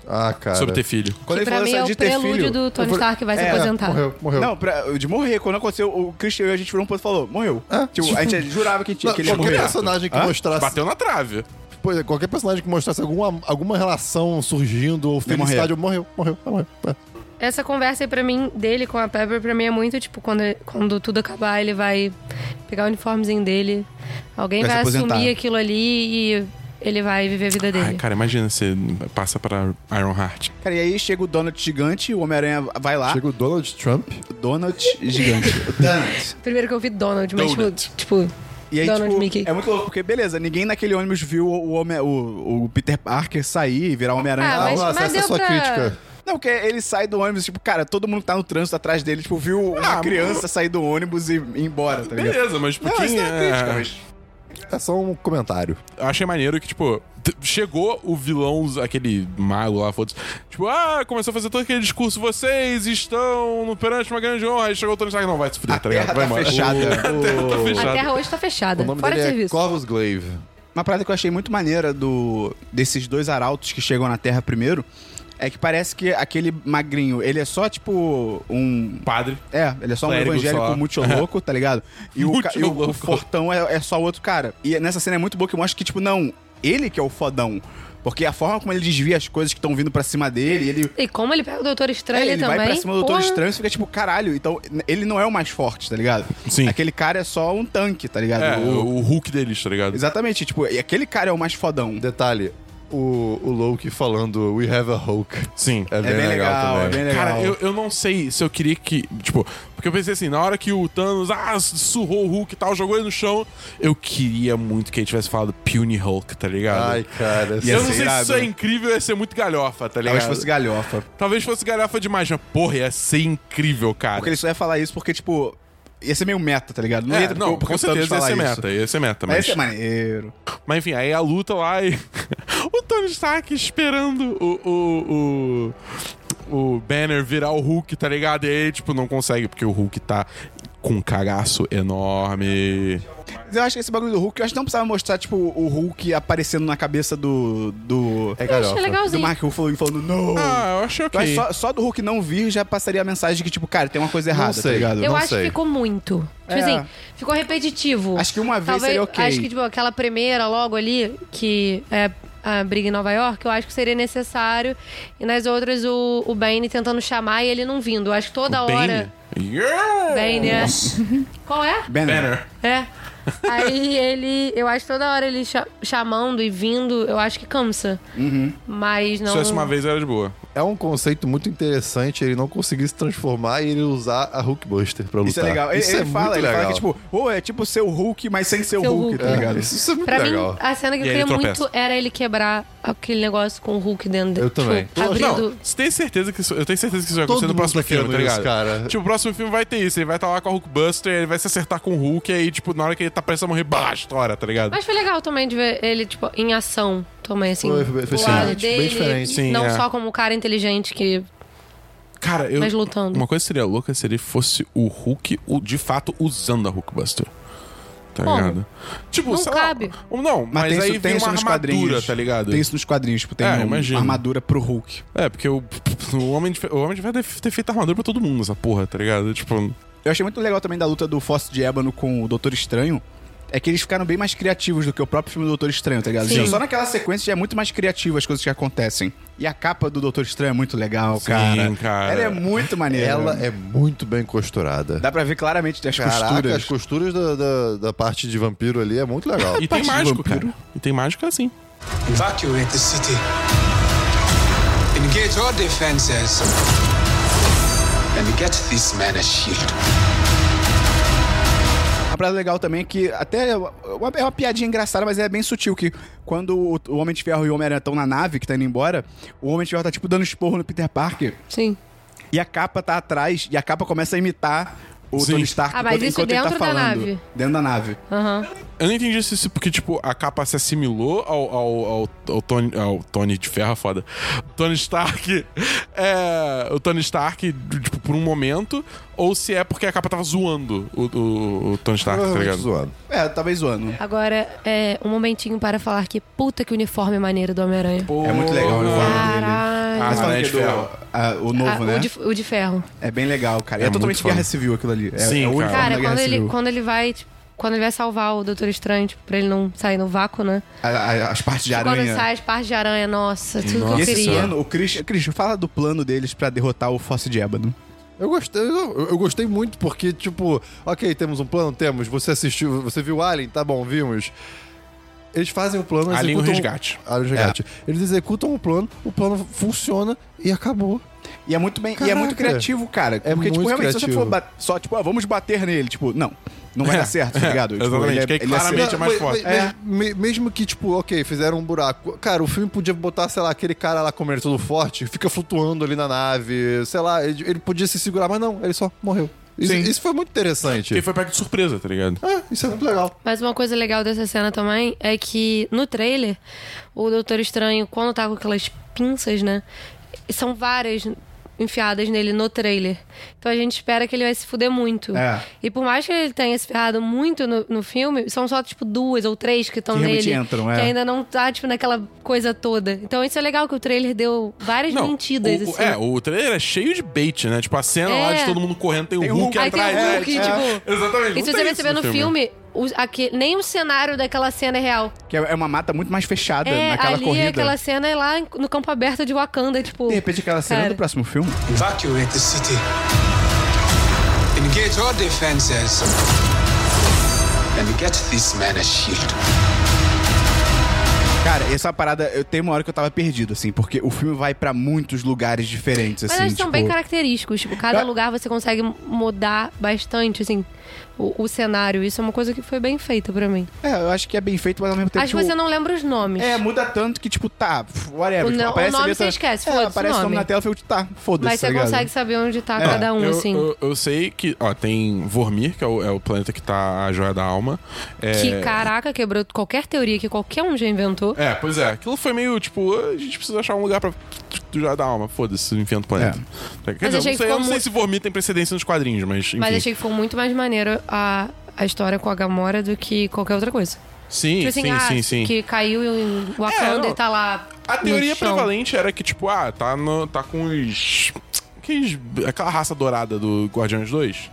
B: Ah, cara.
C: Sobre ter filho.
A: Quando
D: que pra mim é o prelúdio do Tony
B: vou-
D: Stark que vai se
A: É,
D: aposentar.
B: Morreu, morreu.
A: Não, pra, de morrer. Quando aconteceu, o Christian e eu, a gente virou um ponto e falou, morreu.
B: Ah.
A: Tipo, a gente jurava que, tinha-
B: Não,
A: que ele ia
B: qualquer
A: morrer.
B: personagem que
A: Hã?
B: mostrasse.
C: Bateu na trave.
B: Pois é, qualquer personagem que mostrasse alguma, alguma relação surgindo ou
A: Ia
B: felicidade, morreu, morreu, morreu. É.
D: Essa conversa aí pra mim, dele com a Pepper, pra mim é muito tipo, quando, quando tudo acabar, ele vai pegar o uniformezinho dele. Alguém
A: Vai se
D: vai,
A: aposentar.
D: assumir aquilo ali e ele vai viver a vida dele.
C: Ai, cara, imagina você passa pra Ironheart.
A: Cara, e aí chega o Donald gigante, o Homem-Aranha vai
C: Ah.
A: lá.
B: Chega o Donald Trump.
A: Donald gigante. O Donald.
D: Primeiro que eu vi Donald, mas
C: Donut.
D: tipo, tipo.
A: E aí,
D: Donald
A: tipo,
D: Mickey.
A: é muito louco, porque beleza, ninguém naquele ônibus viu o, homem, o, o Peter Parker sair e virar Homem-Aranha
D: Ah,
A: lá.
D: mas-
B: Nossa,
D: mas
B: essa é a
D: deu
B: sua
D: pra-
B: crítica.
A: Não, porque ele sai do ônibus, tipo, cara, todo mundo que tá no trânsito atrás dele, tipo, viu uma
C: Ah,
A: criança sair do ônibus e ir embora, tá ligado?
C: Beleza, mas tipo,
A: Não,
C: quem
A: isso não é crítica,
C: é-
A: mas-
B: É só um comentário.
C: Eu achei maneiro que, tipo, t- chegou o vilão, aquele mago lá, foda-se. Tipo, ah, começou a fazer todo aquele discurso, vocês estão no perante uma grande honra. Aí chegou o Tony Stark, não, vai se fuder, tá ligado?
A: terra
C: vai
A: tá
C: embora.
A: fechada.
C: O- tá
D: A
C: fechada.
D: terra hoje tá fechada.
B: O nome
D: Fora de
B: dele é
D: serviço.
B: Corvus Glaive.
A: Uma parada que eu achei muito maneira do desses dois arautos que chegam na Terra primeiro é que parece que aquele magrinho, ele é só tipo um.
C: Padre.
A: É, ele é só um
C: Clérigo
A: evangélico
C: só.
A: muito louco, tá ligado? E, o, ca- e o- o
C: Multilouco.
A: fortão é, é só o outro cara. E nessa cena é muito boa que mostra que, tipo, não, ele que é o fodão. Porque a forma como ele desvia as coisas que estão vindo pra cima dele, ele
D: E como ele pega o Doutor Estranho
A: É, ele
D: também.
A: vai pra cima do Doutor
D: porra.
A: Estranho e fica tipo, caralho, então n- ele não é o mais forte, tá ligado?
C: Sim.
A: Aquele cara é só um tanque, tá ligado?
C: É,
A: O-
C: o Hulk deles, tá ligado?
A: Exatamente, tipo, e aquele cara é o mais fodão.
B: Detalhe, o, o Loki falando We have a Hulk.
C: Sim.
B: É bem,
A: bem legal,
B: legal,
A: é
B: também.
A: bem
C: Cara,
A: legal.
C: eu, eu não sei se eu queria que. Tipo, porque eu pensei assim, na hora que o Thanos ah, surrou o Hulk e tal, jogou ele no chão, eu queria muito que ele tivesse falado Puny Hulk, tá ligado?
B: Ai, cara.
C: eu
A: ser
C: não sei se
A: irado. né?
C: isso é incrível, ia ser muito galhofa, tá ligado?
A: Talvez fosse galhofa.
C: Talvez fosse galhofa demais, mas porra, ia ser incrível, cara.
A: Porque ele só ia falar isso porque, tipo, ia ser meio meta, tá ligado?
C: É,
A: ia ter
C: não,
A: por que
C: com
A: o Thanos
C: certeza ia
A: falar
C: ser
A: isso.
C: meta, ia ser meta,
A: Mas
C: mas...
A: ia ser maneiro.
C: Mas enfim, aí a luta lá e. o Tony Stark esperando o. o, o... o Banner virar o Hulk, tá ligado? E aí, tipo, não consegue, porque o Hulk tá com um cagaço enorme.
A: Mas eu acho que esse bagulho do Hulk, eu acho que não precisava mostrar, tipo, o Hulk aparecendo na cabeça do. do.
B: É
D: Eu achei
B: galhofa.
A: do
D: legalzinho.
A: Mark Ruffalo falando,
B: Oh.
A: não!
C: Ah, eu achei ok.
A: Mas só, só do Hulk não vir já passaria a mensagem de que, tipo, cara, tem uma coisa errada, tá
B: sei.
A: ligado?
B: Eu
D: Eu
B: não
D: acho
B: sei.
D: que ficou muito. Tipo
A: É.
D: assim, ficou repetitivo.
A: Acho que uma vez seria ok.
D: Acho que, tipo, aquela primeira logo ali, que é a briga em Nova York, eu acho que seria necessário. E nas outras, o, o Bane tentando chamar e ele não vindo. Eu acho que toda
C: O
D: hora.
C: Bane? Yeah!
D: Bane, é. Qual é?
A: Banner.
C: Banner.
D: É. Aí ele. Eu acho que toda hora ele cha- chamando e vindo, eu acho que cansa. Mas não.
C: Se fosse uma vez, era de boa.
B: É um conceito muito interessante ele não conseguir se transformar e ele usar a Hulkbuster pra lutar.
A: Isso é legal. Ele,
B: Isso
A: ele
B: é
A: fala,
B: muito
A: ele fala
B: legal.
A: que, tipo, ou é tipo ser o Hulk, mas sem ser o
D: Ser o
A: Hulk,
D: Hulk.
A: tá
B: É,
A: ligado?
B: isso, isso é muito
D: Pra
B: legal.
D: mim, a cena que eu
C: E aí ele
D: queria muito
C: tropeça.
D: era ele quebrar aquele negócio com o Hulk dentro
B: Eu
D: tipo,
B: também.
D: abrindo.
C: Não, você tem certeza que isso, eu tenho certeza que isso vai
B: Todo
C: acontecer no
B: mundo
C: próximo
B: tá
C: filme, tá
B: querendo isso,
C: ligado?
B: cara.
C: Tipo, o próximo filme vai ter isso. Ele vai estar lá com a Hulkbuster, ele vai se acertar com o Hulk, e aí, tipo, na hora que ele tá prestes a morrer, bah, estoura, tá ligado?
D: Mas foi legal também de ver ele, tipo, em ação também, assim.
B: Foi- foi- foi
D: o lado
B: diferente, bem
D: dele,
B: diferente.
C: Sim,
D: não
C: é.
D: só como o cara inteligente que.
C: Cara, eu.
D: Mas lutando.
C: Uma coisa que seria louca se ele fosse o Hulk, o, de fato, usando a Hulkbuster. Tá
D: Como?
C: ligado? Tipo,
D: Não
C: sei
D: cabe.
C: Lá, ou não, mas,
A: tem
C: aí
A: isso,
C: vem
A: tem isso
C: uma
A: nos
C: armadura,
A: quadrinhos.
C: tá ligado?
A: Tem isso nos quadrinhos, tipo, tem
C: É,
A: um-
C: imagino.
A: uma armadura pro Hulk.
C: É, porque o, o Homem de Fe- o Homem de Ferro deve ter feito armadura pra todo mundo, essa porra, tá ligado? Tipo,
A: Eu achei muito legal também da luta do Fosse de Ébano com o Doutor Estranho. É que eles ficaram bem mais criativos do que o próprio filme do Doutor Estranho, tá ligado?
D: Sim.
A: Só naquela sequência já é muito mais criativo as coisas que acontecem. E a capa do Doutor Estranho é muito legal,
C: Sim,
A: cara.
C: cara.
A: Ela é muito maneira.
B: Ela é muito bem costurada.
A: Dá pra ver claramente as
B: Caraca,
A: costuras.
B: as costuras da, da, da parte de vampiro ali é muito legal.
C: e tem mágico, cara. E tem mágico assim.
E: Evacuate the city. Engage all defenses. And get this man a shield.
A: A parada legal também é que até é uma, é uma piadinha engraçada, mas é bem sutil que quando o, o Homem de Ferro e o Homem-Aranha estão na nave que tá indo embora, o Homem de Ferro tá tipo dando esporro no Peter Parker
D: Sim.
A: e a capa tá atrás e a capa começa a imitar o
C: Sim.
A: Tony Stark
D: Ah, mas
A: enquanto,
D: isso
A: enquanto ele tá
D: dentro da
A: falando.
D: nave.
A: Dentro da nave.
D: Aham.
C: Eu não entendi se isso porque, tipo, a capa se assimilou ao, ao, ao, ao Tony. Ao Tony de ferro, é foda. Tony Stark. É, o Tony Stark, tipo, por um momento. Ou se é porque a capa tava zoando o, o- o Tony Stark, tá
B: Provavelmente
C: ligado?
B: zoando.
A: É, talvez zoando.
D: Agora, é um momentinho para falar que puta que uniforme maneiro do Homem-Aranha.
A: É muito legal o
D: Ah,
A: uniforme dele.
D: Caralho.
A: Mas
C: Ah,
A: falando
C: Aranha
A: que
C: de
A: do,
C: Ferro.
A: ah, o novo,
D: Ah,
A: né?
D: o, de, o de ferro.
A: É bem legal, cara. É,
C: É
A: totalmente
C: muito foda.
A: guerra civil aquilo ali. É,
C: Sim,
A: é o
C: cara.
A: uniforme
D: Cara,
A: da guerra
D: quando ele,
A: civil.
D: quando ele vai tipo, quando ele vai salvar o Doutor Estranho, tipo, pra ele não sair no vácuo, né?
A: A- a- as partes de
D: Quando
A: aranha.
D: sai as partes de aranha, nossa, tudo que
C: Nossa
D: eu
A: Esse
D: queria.
C: Senhora.
A: plano, o Christian, Christian, fala do plano deles pra derrotar o Fosse de Ébano.
B: Eu gostei, eu, eu gostei muito porque, tipo, ok, temos um plano, temos. Você assistiu, você viu Alien? Tá bom, vimos. Eles fazem o plano,
C: Alien o
B: executam-
C: resgate. É.
B: Alien o resgate. Eles executam o plano, o plano funciona e acabou.
A: E é muito bem, e é
B: Caraca.
A: muito criativo, cara.
B: É
A: porque, tipo,
B: muito
A: realmente, se você for
B: criativo.
A: ba- só, tipo, ah, vamos bater nele, tipo, não. Não vai dar certo, tá ligado? Tipo,
C: É. exatamente,
A: ele
C: que
A: ele acerta-
C: claramente é mais
B: mas-
C: forte.
B: mas- me- mesmo que, tipo, ok, fizeram um buraco. Cara, o filme podia botar, sei lá, aquele cara lá comendo todo forte, fica flutuando ali na nave, sei lá, ele, ele podia se segurar, mas não, ele só morreu. Isso,
A: Sim.
B: isso foi muito interessante.
C: Porque foi pego de surpresa, tá ligado?
B: Ah, isso é muito legal.
D: Mas uma coisa legal dessa cena também é que no trailer, o Doutor Estranho, quando tá com aquelas pinças, né? São várias enfiadas nele no trailer. Então a gente espera que ele vai se fuder muito.
A: É.
D: E por mais que ele tenha se ferrado muito no, no filme, são só, tipo, duas ou três que estão
A: Que realmente
D: nele.
A: entram, é.
D: Que ainda não tá, tipo, naquela coisa toda. Então isso é legal que o trailer deu várias mentiras.
C: o, o-
D: assim.
C: é, o trailer é cheio de bait, né? Tipo, a cena lá
D: É.
C: de todo mundo correndo, tem o
A: Tem o Hulk.
C: Hulk
A: é.
D: Aí tem
C: atrás,
D: o Hulk,
C: né?
D: é tipo...
C: Exatamente.
D: E
C: não
D: se você
C: tem
D: perceber no filme, os- aque- nem o cenário daquela cena é real.
A: Que é é uma mata muito mais fechada
D: É,
A: naquela
D: ali
A: corrida.
D: aquela cena é lá em- no campo aberto de Wakanda, tipo.
A: De repente, aquela cena
D: cara.
A: do próximo filme.
E: Evacuate the city. Engage all defenses. And get this man a shield.
A: Cara, essa parada, eu tenho uma hora que eu tava perdido, assim, porque o filme vai pra muitos lugares diferentes,
D: Mas
A: assim.
D: eles
A: tipo,
D: são bem característicos, tipo, cada
A: Tá.
D: lugar você consegue mudar bastante, assim, o, o cenário. Isso é uma coisa que foi bem feita pra mim.
A: É, eu acho que é bem feito, mas ao mesmo tempo.
D: Acho que
A: tipo,
D: você não lembra os nomes.
A: É, muda tanto que, tipo, tá, f- whatever.
D: O
A: tipo,
D: não- o
A: aparece
D: nome
A: ali,
D: você
A: tá-
D: esquece,
A: é,
D: foda-se
A: aparece
D: o
A: o nome
D: nome.
A: na tela, eu fico, tá, foda-se,
D: mas
A: tá
D: você
A: ligado?
D: consegue saber onde tá
A: É,
D: cada um,
C: eu,
D: assim.
C: eu, eu sei que, ó, tem Vormir, que é o, é o planeta que tá a joia da alma. É,
D: Que caraca, quebrou qualquer teoria que qualquer um já inventou.
C: É, pois é. Aquilo foi meio tipo, a gente precisa achar um lugar pra joia da alma. Foda-se, inventa o planeta. Tá, Quer dizer, eu não
D: achei que
C: sei, eu
D: ficou
C: não sei
D: muito-
C: se Vormir tem precedência nos quadrinhos, mas enfim.
D: Mas achei que ficou muito mais maneiro a, a história com a Gamora do que qualquer outra coisa.
C: Sim,
D: Tipo assim,
C: sim,
D: ah,
C: sim, sim.
D: que caiu em Wakanda
C: É,
D: e tá lá.
C: A teoria
D: no chão.
C: prevalente era que, tipo, ah, tá, no- tá com os. aqueles- aquela raça dourada do Guardiões 2.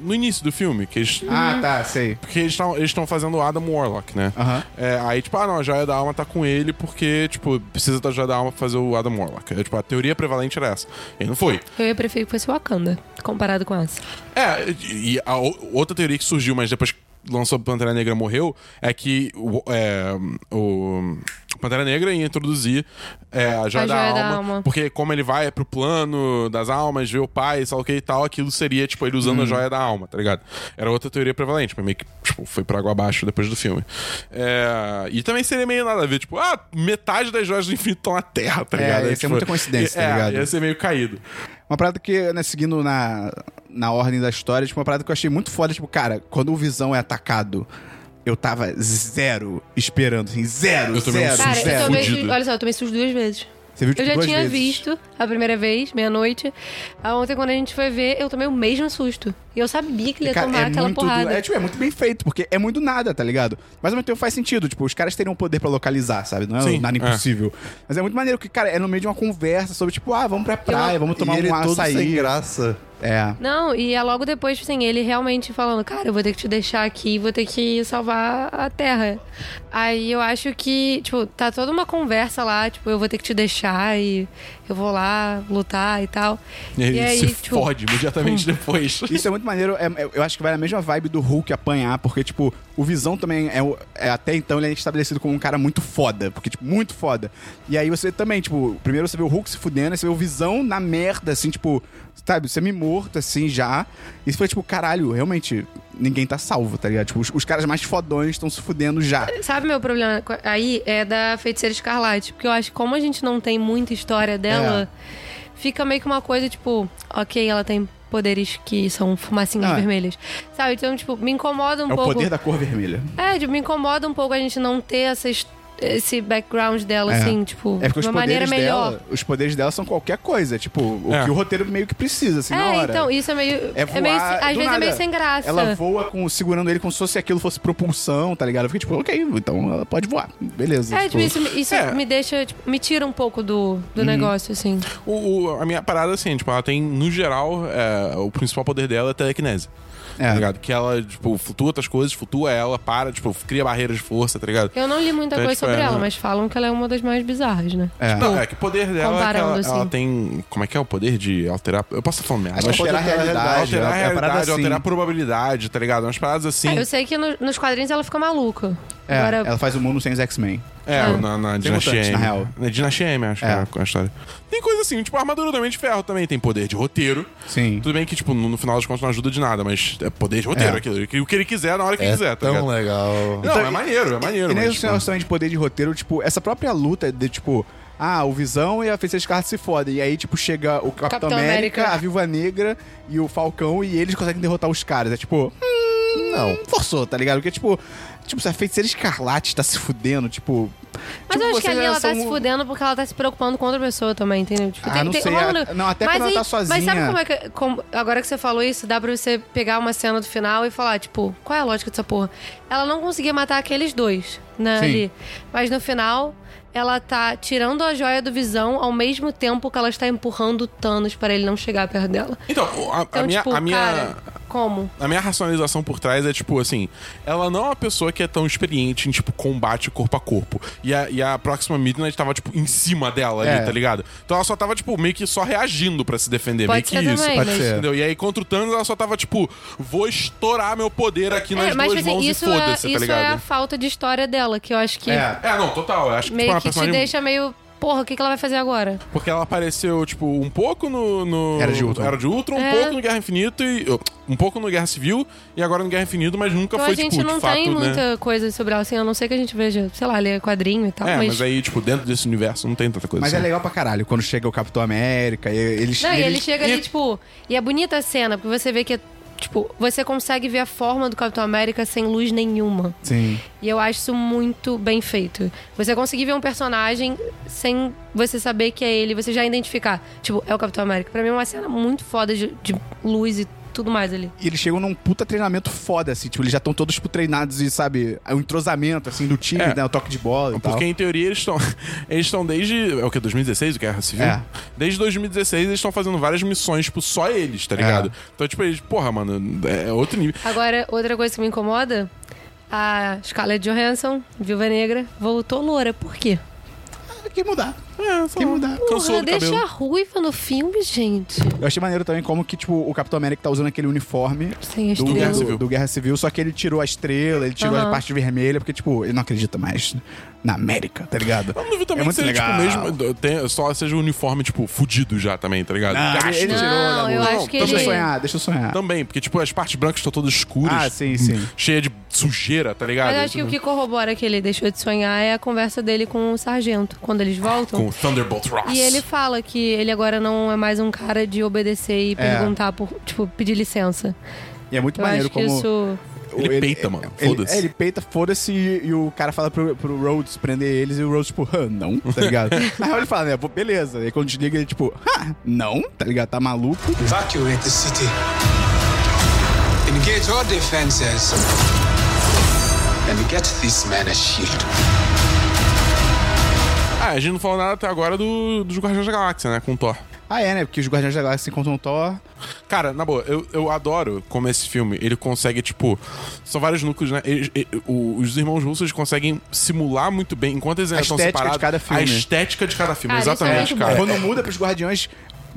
C: No início do filme, que eles.
A: Ah, tá, sei.
C: Porque eles estão eles tão fazendo o Adam Warlock, né?
A: Aham.
C: É, aí, tipo, ah, não, a Joia da Alma tá com ele porque, tipo, precisa da Joia da Alma pra fazer o Adam Warlock. É, tipo, a teoria prevalente era essa. E não foi.
D: Eu ia preferir que fosse Wakanda, comparado com essa.
C: É, e a o- outra teoria que surgiu, mas depois que lançou Pantera Negra morreu, é que o, é, o Pantera Negra ia introduzir é, a joia,
D: A
C: da,
D: joia da
C: alma,
D: alma.
C: Porque como ele vai pro plano das almas, vê o pai, sabe o que e tal, aquilo seria, tipo, ele
A: Uhum.
C: usando a joia da alma, tá ligado? Era outra teoria prevalente, mas meio que tipo, foi pra água abaixo depois do filme. É, e também seria meio nada a ver, tipo, ah, metade das joias do infinito estão na Terra, tá
A: É,
C: ligado?
A: ia ser
C: tipo,
A: muita coincidência,
C: é,
A: tá ligado?
C: Ia ser meio caído.
A: Uma parada que, né, seguindo na, na ordem da história, tipo, uma parada que eu achei muito foda, tipo, cara, quando o Visão é atacado, eu tava zero esperando, assim, zero,
C: Eu tomei
A: zero,
C: um susto
D: Cara, eu
A: zero.
D: tomei.
C: Fudido.
D: Olha só, eu tomei susto duas vezes.
A: Você viu, tipo,
D: Eu já
A: duas
D: tinha
A: vezes.
D: visto a primeira vez, meia-noite. Ah, Ontem, quando a gente foi ver, eu tomei o mesmo susto. E eu sabia que ele ia
A: Cara,
D: tomar aquela
A: muito do-
D: porrada.
A: é, tipo, é muito bem feito, porque é muito nada, tá ligado? Mas ao mesmo tempo faz sentido, tipo, os caras teriam um poder pra localizar, sabe? Não é
C: Sim,
A: nada
C: é.
A: impossível. Mas é muito maneiro que, cara, é no meio de uma conversa sobre, tipo, ah, vamos pra praia, vamos tomar
B: e ele é
A: um
B: todo sem
A: açaí.
B: graça.
A: É.
D: Não, e é logo depois, assim, ele realmente falando, cara, eu vou ter que te deixar aqui, vou ter que salvar a Terra. Aí eu acho que, tipo, tá toda uma conversa lá, tipo, eu vou ter que te deixar e eu vou lá lutar e tipo, tal.
C: E, ele se fode imediatamente depois.
A: Isso é muito maneiro. é- é- eu acho que vai na mesma vibe do Hulk apanhar, porque, tipo, o Visão também é, o- é, até então ele é estabelecido como um cara muito foda. Porque, tipo, muito foda. E aí você também, tipo, primeiro você vê o Hulk se fudendo, aí você vê o Visão na merda, assim, tipo, sabe, você me morto, assim, já. E você foi, tipo, caralho, realmente, ninguém tá salvo, tá ligado? Tipo, os, os caras mais fodões estão se fudendo já.
D: Sabe meu problema co- aí? É da Feiticeira Escarlate. Porque eu acho que como a gente não tem muita história dela,
A: É.
D: fica meio que uma coisa, tipo, ok, ela tem poderes que são fumacinhas
A: Ah, é.
D: vermelhas. Sabe? Então, tipo, me incomoda um
A: é o
D: pouco.
A: poder da cor vermelha.
D: É, tipo, me incomoda um pouco a gente não ter essa, his- esse background dela,
A: É.
D: assim, tipo,
A: É porque
D: de
A: os
D: uma maneira
A: poderes
D: melhor.
A: dela, os poderes dela são qualquer coisa, tipo, o
C: É.
A: que o roteiro meio que precisa, assim, na
D: é,
A: hora.
D: então, isso é meio.
A: É voar,
D: meio
A: do
D: às vezes
A: nada.
D: é meio sem graça.
A: Ela voa com, segurando ele como se fosse aquilo fosse propulsão, tá ligado? Eu fiquei tipo, ok, então ela pode voar. Beleza.
D: É,
A: tipo, Uhum.
D: tipo, isso, isso
C: É.
D: me deixa, tipo, me tira um pouco do, do negócio, assim.
C: O- o- a minha parada, assim, tipo, ela tem, no geral, é, o principal poder dela é telecinese.
A: É.
C: Tá ligado? Que ela, tipo, flutua outras coisas, flutua ela, para, tipo, cria barreiras de força, tá ligado?
D: Eu não li muita
C: Então,
D: coisa
C: tipo,
D: sobre
C: é,
D: ela,
C: não-
D: mas falam que ela é uma das mais bizarras, né?
A: É.
C: Não, é que o poder dela é que
D: Comparando,
C: ela,
D: assim.
C: ela tem. Como é que é o poder de alterar. Eu posso estar falando merda.
A: Acho que
C: mas-
A: alterar a realidade.
C: alterar a
A: é uma parada
C: realidade, alterar a
A: assim.
C: probabilidade, tá ligado? Umas paradas assim.
D: É, eu sei que no- nos quadrinhos ela fica maluca.
A: É,
D: Agora,
A: ela faz o mundo sem os X-Men.
C: É,
D: Ah.
C: na, na Dinastia
A: mutantes,
C: M.
A: na real.
C: Na Dinastia M, acho
A: É.
C: que é a história. Tem coisa assim, tipo, a armadura do Homem de Ferro também tem poder de roteiro.
A: Sim.
C: Tudo bem que, tipo, no, no final das contas não ajuda de nada, mas é poder de roteiro,
A: É.
C: aquilo. que- O que ele quiser, na hora que
B: É
C: ele quiser, tá
B: tão
C: ligado?
B: legal.
C: Não, é maneiro, é
A: Então,
C: maneiro.
A: E nem assim,
C: mas,
A: esse
C: tipo,
A: negócio também de poder de roteiro, tipo, essa própria luta de, tipo, ah, o Visão e a Feiticeira Escarlate se fodem. E aí, tipo, chega o Capitão,
D: Capitão
A: América,
D: América.
A: a Viúva Negra e o Falcão e eles conseguem derrotar os caras. É tipo, hum, não, forçou, tá ligado? Porque, tipo, tipo, se a Feiticeira Escarlate tá se fudendo, tipo...
D: Mas
A: tipo,
D: eu acho que
A: vocês
D: ali ela tá
A: são-
D: se fudendo porque ela tá se preocupando com outra pessoa também, entendeu? Tipo,
A: Ah, não sei,
D: rolando-
A: a- não, até quando ela tá sozinha.
D: Mas sabe como é que. como- agora que você falou isso, dá pra você pegar uma cena do final e falar, tipo, qual é a lógica dessa porra? Ela não conseguia matar aqueles dois, né?
A: Sim.
D: Ali. Mas no final. Ela tá tirando a joia do Visão ao mesmo tempo que ela está empurrando o Thanos para ele não chegar perto dela.
C: Então, a, a
D: Então,
C: minha.
D: tipo,
C: a minha...
D: cara, como?
C: A minha racionalização por trás é, tipo, assim, ela não é uma pessoa que é tão experiente em, tipo, combate corpo a corpo. E a, e a próxima Midnight tava, tipo, em cima dela
A: É.
C: ali, tá ligado? Então ela só tava, tipo, meio que só reagindo pra se defender,
D: Pode
C: É meio que
D: ser
C: isso.
D: também, né?
A: pode
D: mas- é,
A: ser.
C: Entendeu? E aí, contra o Thanos, ela só tava, tipo, vou estourar meu poder aqui nas
D: mas
C: duas
D: assim,
C: mãos
D: isso,
C: e foda-se,
D: é,
C: tá
D: isso é a
C: ligado?
D: falta de história dela, que eu acho que
A: É.
C: É, não, total. Eu acho que, tipo, é
D: meio
C: uma
D: que te
C: personagem...
D: deixa meio. Porra, o que, que ela vai fazer agora?
C: Porque ela apareceu, tipo, um pouco no... no-
A: Era de Ultron.
C: Era de Ultron, um
D: É.
C: pouco no Guerra Infinito e... Um pouco no Guerra Civil e agora no Guerra Infinito, mas nunca
D: Então
C: foi,
D: a gente
C: tipo,
D: não
C: de fato,
D: tem
C: né?
D: muita coisa sobre ela, assim, a não ser que a gente veja, sei lá, ler quadrinho e tal.
C: É, mas...
D: mas...
C: aí, tipo, dentro desse universo não tem tanta coisa.
A: Mas é
C: assim.
A: legal pra caralho, quando chega o Capitão América e eles...
D: Não, e
A: eles-
D: ele chega ali, tipo. E é bonita a cena, porque você vê que é. Tipo, você consegue ver a forma do Capitão América sem luz nenhuma.
A: Sim.
D: E eu acho isso muito bem feito. Você conseguir ver um personagem sem você saber que é ele, você já identificar. Tipo, é o Capitão América. Pra mim é uma cena muito foda de, de luz e tudo mais ali.
A: E eles chegam num puta treinamento foda, assim. Tipo, eles já estão todos, tipo, treinados e, sabe, o entrosamento, assim, do time,
C: É.
A: né? O toque de bola e tal.
C: Porque, em teoria, eles estão eles estão desde... É o que? 2016, o Guerra Civil?
A: É.
C: Desde 2016, eles estão fazendo várias missões, tipo, só eles, tá ligado?
A: É.
C: Então, tipo, eles... Porra, mano, é outro nível.
D: Agora, outra coisa que me incomoda, a Scarlett Johansson, Viúva Negra, voltou loura. Por quê?
A: Tem que mudar.
C: É,
A: Tem que mudar.
C: Cansou
D: Porra,
C: do
D: deixa
C: cabelo.
D: a ruiva no filme, gente.
A: Eu achei maneiro também como que, tipo, o Capitão América tá usando aquele uniforme do,
D: Sem
A: Guerra
D: estrela.
C: Guerra
A: Civil.
C: Civil.
A: do Guerra Civil, só que ele tirou a estrela, ele tirou a
D: Aham.
A: parte vermelha, porque, tipo, ele não acredita mais na América, tá ligado?
C: Eu não duvido
A: é
C: também que
A: muito
C: seja,
A: legal.
C: tipo, mesmo... tem- só seja um uniforme, tipo, fudido já também, tá ligado?
A: Não,
C: Gasto.
A: ele, Ah, ele
D: Não,
A: tirou. da
D: eu
A: lua.
D: acho que
A: Deixa eu
D: ele-
A: sonhar, deixa eu sonhar.
C: Também, porque, tipo, as partes brancas estão todas escuras.
A: Ah, sim, sim.
C: Cheia de sujeira, tá ligado?
D: Mas eu acho que o que corrobora que ele deixou de sonhar é a conversa dele com o sargento, quando eles voltam.
C: Com o Thunderbolt Ross.
D: E ele fala que ele agora não é mais um cara de obedecer
A: É.
D: e perguntar por, tipo, pedir licença.
A: E é muito
D: Eu
A: maneiro
D: acho que
A: como.
D: isso.
A: o-
C: Ele peita, mano.
A: ele-
C: Foda-se.
A: é, Ele, peita, foda-se, e, e o cara fala pro, pro Rhodes prender eles, e o Rhodes, tipo, hã, não, tá ligado? Aí ele fala, né, pô, beleza. Aí quando desliga, ele, tipo, hã, não, tá ligado? Tá maluco.
E: Evacuate the city. Engage all defenses. And get this man a shield.
C: Ah, a gente não falou nada até agora do, dos Guardiões da Galáxia, né? Com o Thor.
A: Ah, é, né? Porque os Guardiões da Galáxia se encontram o Thor.
C: Cara, na boa, eu, eu adoro como esse filme, ele consegue, tipo... São vários núcleos, né? Eles- e- o- os irmãos russos conseguem simular muito bem, enquanto eles
A: A
C: ainda estão
A: estética de
C: separados...
A: cada filme.
C: A estética de cada filme,
D: Cara, isso é
C: exatamente,
D: muito
C: cara.
D: bom.
A: tipo, Quando muda pros Guardiões,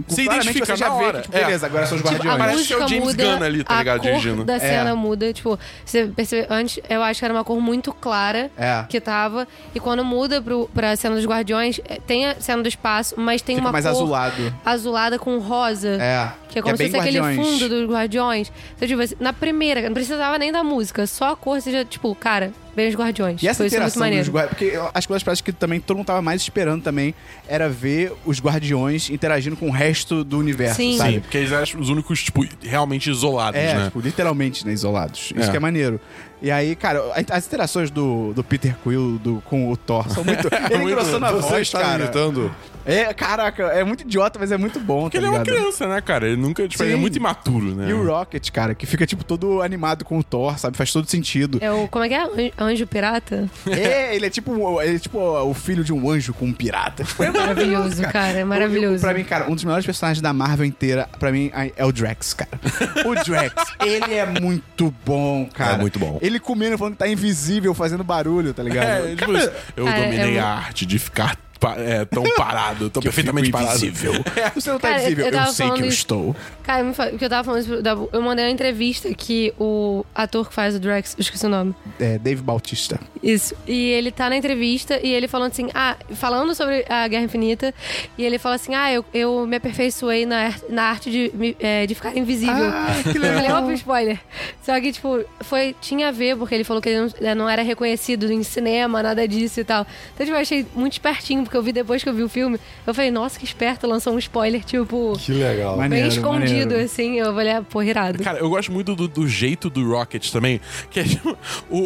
C: Se
A: claramente
C: identifica
A: você já
C: na
A: vê
C: hora,
A: que, tipo,
C: é.
A: beleza, agora são os
D: Tipo, a
A: Guardiões.
C: Parece que é o
D: música
C: James
D: muda,
C: Gunn ali, tá ligado,
D: A cor
C: dirigindo.
D: da cena
A: É.
D: muda, tipo, você percebeu, antes eu acho que era uma cor muito clara
A: É.
D: que tava, e quando muda pro, pra cena dos Guardiões, é, tem a cena do espaço, mas tem
A: Fica
D: uma
A: mais
D: cor
A: azulado.
D: azulada com rosa.
A: É,
D: Que é como
A: que é bem
D: se fosse aquele
A: Guardiões.
D: fundo dos Guardiões. Então, tipo, assim, na primeira, não precisava nem da música, só a cor, você já, tipo, cara, Bem os guardiões.
A: E essa
D: Foi isso é muito
A: interação dos
D: maneiro.
A: guardiões. Porque eu acho que uma das práticas que também todo mundo tava mais esperando também era ver os guardiões interagindo com o resto do universo, sabe?
C: Sim,
D: Sim.
C: Tipo assim, porque eles eram os únicos, tipo, realmente isolados,
A: É,
C: né?
A: tipo, literalmente, né? Isolados. Isso
C: É.
A: que é maneiro. E aí, cara, a- as interações do, do Peter Quill do- com o Thor são muito. Ele engrossando a
B: Você
A: voz,
B: está
A: cara.
B: gritando.
A: É, caraca, é muito idiota, mas é muito bom. tá
C: Porque ele é uma
A: ligado?
C: criança, né, cara? Ele nunca, tipo, ele é
A: Sim.
C: muito imaturo, né?
A: E o Rocket, cara, que fica, tipo, todo animado com o Thor, sabe? Faz todo sentido.
D: É o. Como é que é? Anjo- Anjo pirata?
A: É, ele é tipo, um- ele é tipo o filho de um anjo com um pirata. Tipo, é
D: Maravilhoso, cara. É
A: Eu-
D: maravilhoso.
A: Pra mim, cara, um dos melhores personagens da Marvel inteira, pra mim, é o Drax, cara. O Drax, ele é muito bom, cara.
B: É muito bom.
A: Ele comendo, falando que tá invisível, fazendo barulho, tá ligado?
C: É, tipo, eu
D: Cara,
C: dominei
D: eu-
C: a arte de ficar pa- é, tão parado, tão perfeitamente
A: fico
C: parado.
A: invisível. Você não tá
D: Cara, eu-
A: invisível.
D: eu
A: Eu,
D: tava
A: sei que
D: falando
A: eu
D: isso.
A: estou.
D: Cara, me fala- porque eu tava falando isso pro Dabu. Eu mandei uma entrevista que o ator que faz o Drax, eu esqueci o nome.
A: É, Dave Bautista.
D: Isso. E ele tá na entrevista e ele falando assim, ah, falando sobre a Guerra Infinita, e ele fala assim, ah, eu, eu me aperfeiçoei na, ar- na arte de, me- é, de ficar invisível.
A: Ah, que
D: Eu falei,
A: legal.
D: óbvio, spoiler. Só que, tipo, foi, tinha a ver, porque ele falou que ele não, é, não era reconhecido em cinema, nada disso e tal. Então, tipo, eu achei muito espertinho, porque eu vi depois que eu vi o filme, eu falei, nossa, que esperto, lançou um spoiler, tipo,
B: Que legal.
A: Mas-
D: bem
A: maneiro,
D: escondido,
A: maneiro.
D: assim. Eu falei, ah, pô, irado.
C: Cara, eu gosto muito do, do jeito do Rocket também, que é tipo, o,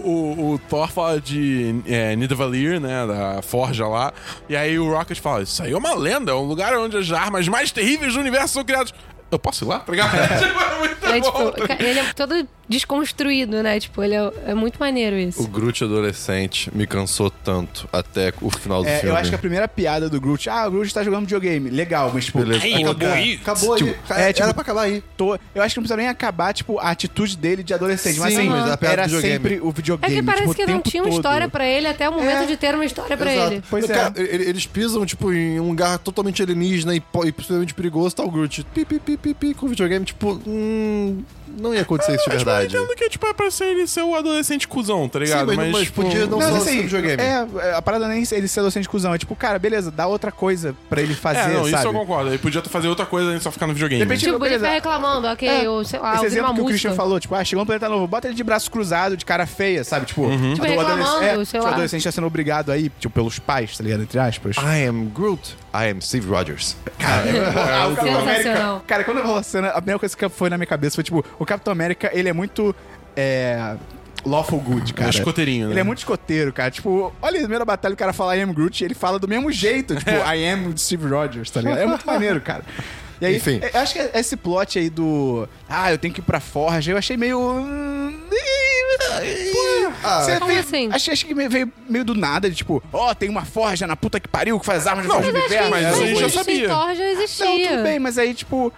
C: o, o Thor fala de é, Nidavellir, né, da forja lá, e aí o Rocket fala, isso aí é uma lenda, é um lugar onde as armas mais terríveis do universo são criadas. Eu posso ir lá? Tá ligado? Tipo, é muito
D: É,
C: bom,
D: tipo,
C: tá ligado?
D: ca- ele é todo desconstruído, né? Tipo, ele é, é muito maneiro isso.
F: O Groot adolescente me cansou tanto até o final do
A: É,
F: filme.
A: eu acho que a primeira piada do Groot, ah, o Groot tá jogando videogame. Legal, mas tipo,
B: Beleza.
A: aí, acabou aí.
B: Acabou aí.
A: É, tipo-
B: Era pra acabar aí.
A: Tô- Eu acho que não precisa nem acabar, tipo, a atitude dele de adolescente. mas
B: Sim,
A: assim,
B: mas a piada
A: era
B: do videogame.
A: sempre o
D: É
A: videogame.
D: que parece
A: tipo, o
D: que não
A: tempo
D: tinha uma
A: todo.
D: história pra ele até o momento
B: É.
D: de ter uma história pra
B: Exato.
D: ele.
A: Pois
B: Não,
A: é.
B: cara, ele- eles pisam, tipo, em um lugar totalmente alienígena e, po- e possivelmente perigoso, tá o Groot pi, pi, pi, pi, pi, com videogame, tipo, hum, não ia acontecer isso de
C: Mas, tipo,
B: verdade.
C: Eu entendo que tipo, é pra ser ele ser o adolescente cuzão, tá
B: Sim,
C: ligado?
B: mas, mas
C: tipo,
B: podia não,
A: Não,
B: ser
A: mas
B: só
A: assim,
B: videogame.
A: É, é, a parada nem é ele ser docente de cuzão. É tipo, cara, beleza, dá outra coisa pra ele fazer,
C: É, não, isso
A: sabe?
C: eu concordo. Ele podia fazer outra coisa além de só ficar no videogame.
A: Depende-
D: Tipo, ele
A: beleza.
D: fica reclamando, ok,
A: É.
D: ou sei lá,
A: Esse
D: ouvindo
A: exemplo
D: uma
A: que o Christian
D: música.
A: falou, tipo, ah, chegou um planeta novo, bota ele de braço cruzado, de cara feia, sabe? Tipo,
C: Uhum.
D: Tipo,
A: o adolescente-
D: reclamando,
A: é,
D: sei
A: tipo,
D: lá. Ah,
A: o adolescente tá sendo obrigado aí, tipo, pelos pais, tá ligado? Entre aspas.
B: I am Groot, I am Steve Rogers.
A: Ah, o Capitão
D: Sensacional.
A: América. Cara, quando eu rolou a cena, a primeira coisa que foi na minha cabeça foi tipo: o Capitão América, ele é muito. É. Lawful good, cara.
C: escoteirinho, né?
A: Ele é muito escoteiro, cara. Tipo, olha, na primeira batalha o cara fala I am Groot e ele fala do mesmo jeito. Tipo,
C: É.
A: I am Steve Rogers, tá ligado? É muito maneiro, cara. E aí,
B: Enfim.
A: eu acho que é esse plot aí do. Ah, eu tenho que ir pra Forja, eu achei meio. hum,
C: Ah.
A: Você
D: Como
A: veio-
D: assim?
A: Achei, achei que me- veio meio do nada, de tipo, ó, tem uma forja na puta que pariu que faz armas de
C: Não,
A: forja do
C: mas
A: inverno.
C: mas
A: Essas
C: isso aí já
A: coisas.
C: sabia.
D: Thor já
A: Não,
D: existia.
A: tudo bem, mas aí, tipo.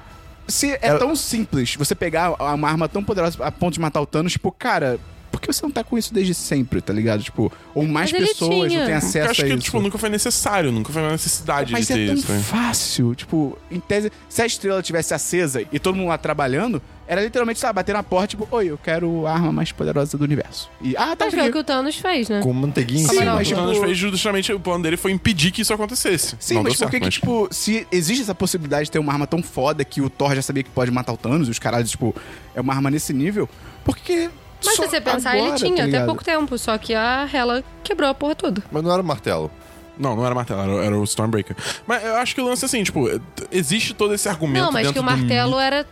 A: Se é tão simples você pegar uma arma tão poderosa a ponto de matar o Thanos, tipo, cara, por que você não tá com isso desde sempre, tá ligado? Tipo, ou mais
D: Mas ele
A: pessoas
D: tinha.
A: não têm
C: Eu
A: acesso
C: acho
A: a
C: que
A: isso.
C: tipo, nunca foi necessário, nunca foi uma necessidade
A: Mas
C: de
A: é
C: ter
A: tão
C: isso. né?
A: fácil. Tipo, em tese, se a estrela tivesse acesa e todo mundo lá trabalhando, era literalmente, sabe, bater na porta, tipo, oi, eu quero a arma mais poderosa do universo. E, ah, tá
D: Mas foi o
A: aqui.
D: que o Thanos fez, né?
B: Com manteiguinha em
D: Sim,
B: cima.
A: mas-
C: O Thanos
A: Tipo-
C: fez justamente o plano dele foi impedir que isso acontecesse.
A: Sim,
C: Não
A: mas
C: deu
A: por
C: certo,
A: que, que,
C: mas-
A: tipo, se existe essa possibilidade de ter uma arma tão foda que o Thor já sabia que pode matar o Thanos, e os caralhos, tipo, é uma arma nesse nível? Porque.
D: Mas
A: só
D: se você pensar,
A: agora,
D: ele tinha
A: tá
D: até
A: ligado?
D: pouco tempo, só que a Hela quebrou a porra toda.
B: Mas não era o martelo.
C: Não, não era martelo, era, era o Stormbreaker. Mas eu acho que o lance é assim, tipo, existe todo esse argumento
D: Não, mas que
C: dentro
D: o
C: do
D: martelo era.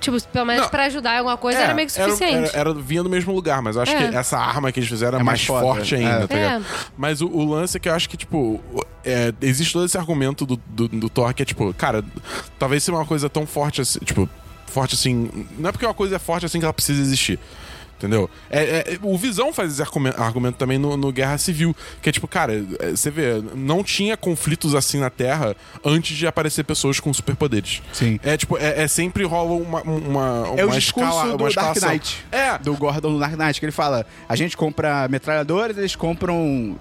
D: Tipo, pelo menos
C: Não.
D: pra ajudar em alguma
A: É,
D: coisa era meio que suficiente.
C: É, Era, era- vinha do mesmo lugar, mas eu acho
D: É.
C: que essa arma que eles fizeram é,
A: mais foda,
C: mais forte
A: é.
C: ainda, tá
D: É.
C: ligado? Mas o, o lance é que eu acho que, tipo, o- é, existe todo esse argumento do, do, do Thor que é, tipo, cara, talvez seja uma coisa tão forte assim, tipo, forte assim. Não é porque uma coisa é forte assim que ela precisa existir. Entendeu? É, é, o Visão faz esse argumen- argumento também no, no Guerra Civil. Que é tipo, cara, é, você vê, não tinha conflitos assim na Terra antes de aparecer pessoas com superpoderes.
A: Sim.
C: É tipo, é, é sempre rola uma, uma,
A: É o
C: uma
A: discurso
C: escala-
A: do
C: uma
A: Dark
C: escalação.
A: Knight.
C: É,
A: Do Gordon do Dark Knight, que ele fala: a gente compra metralhadoras, eles compram.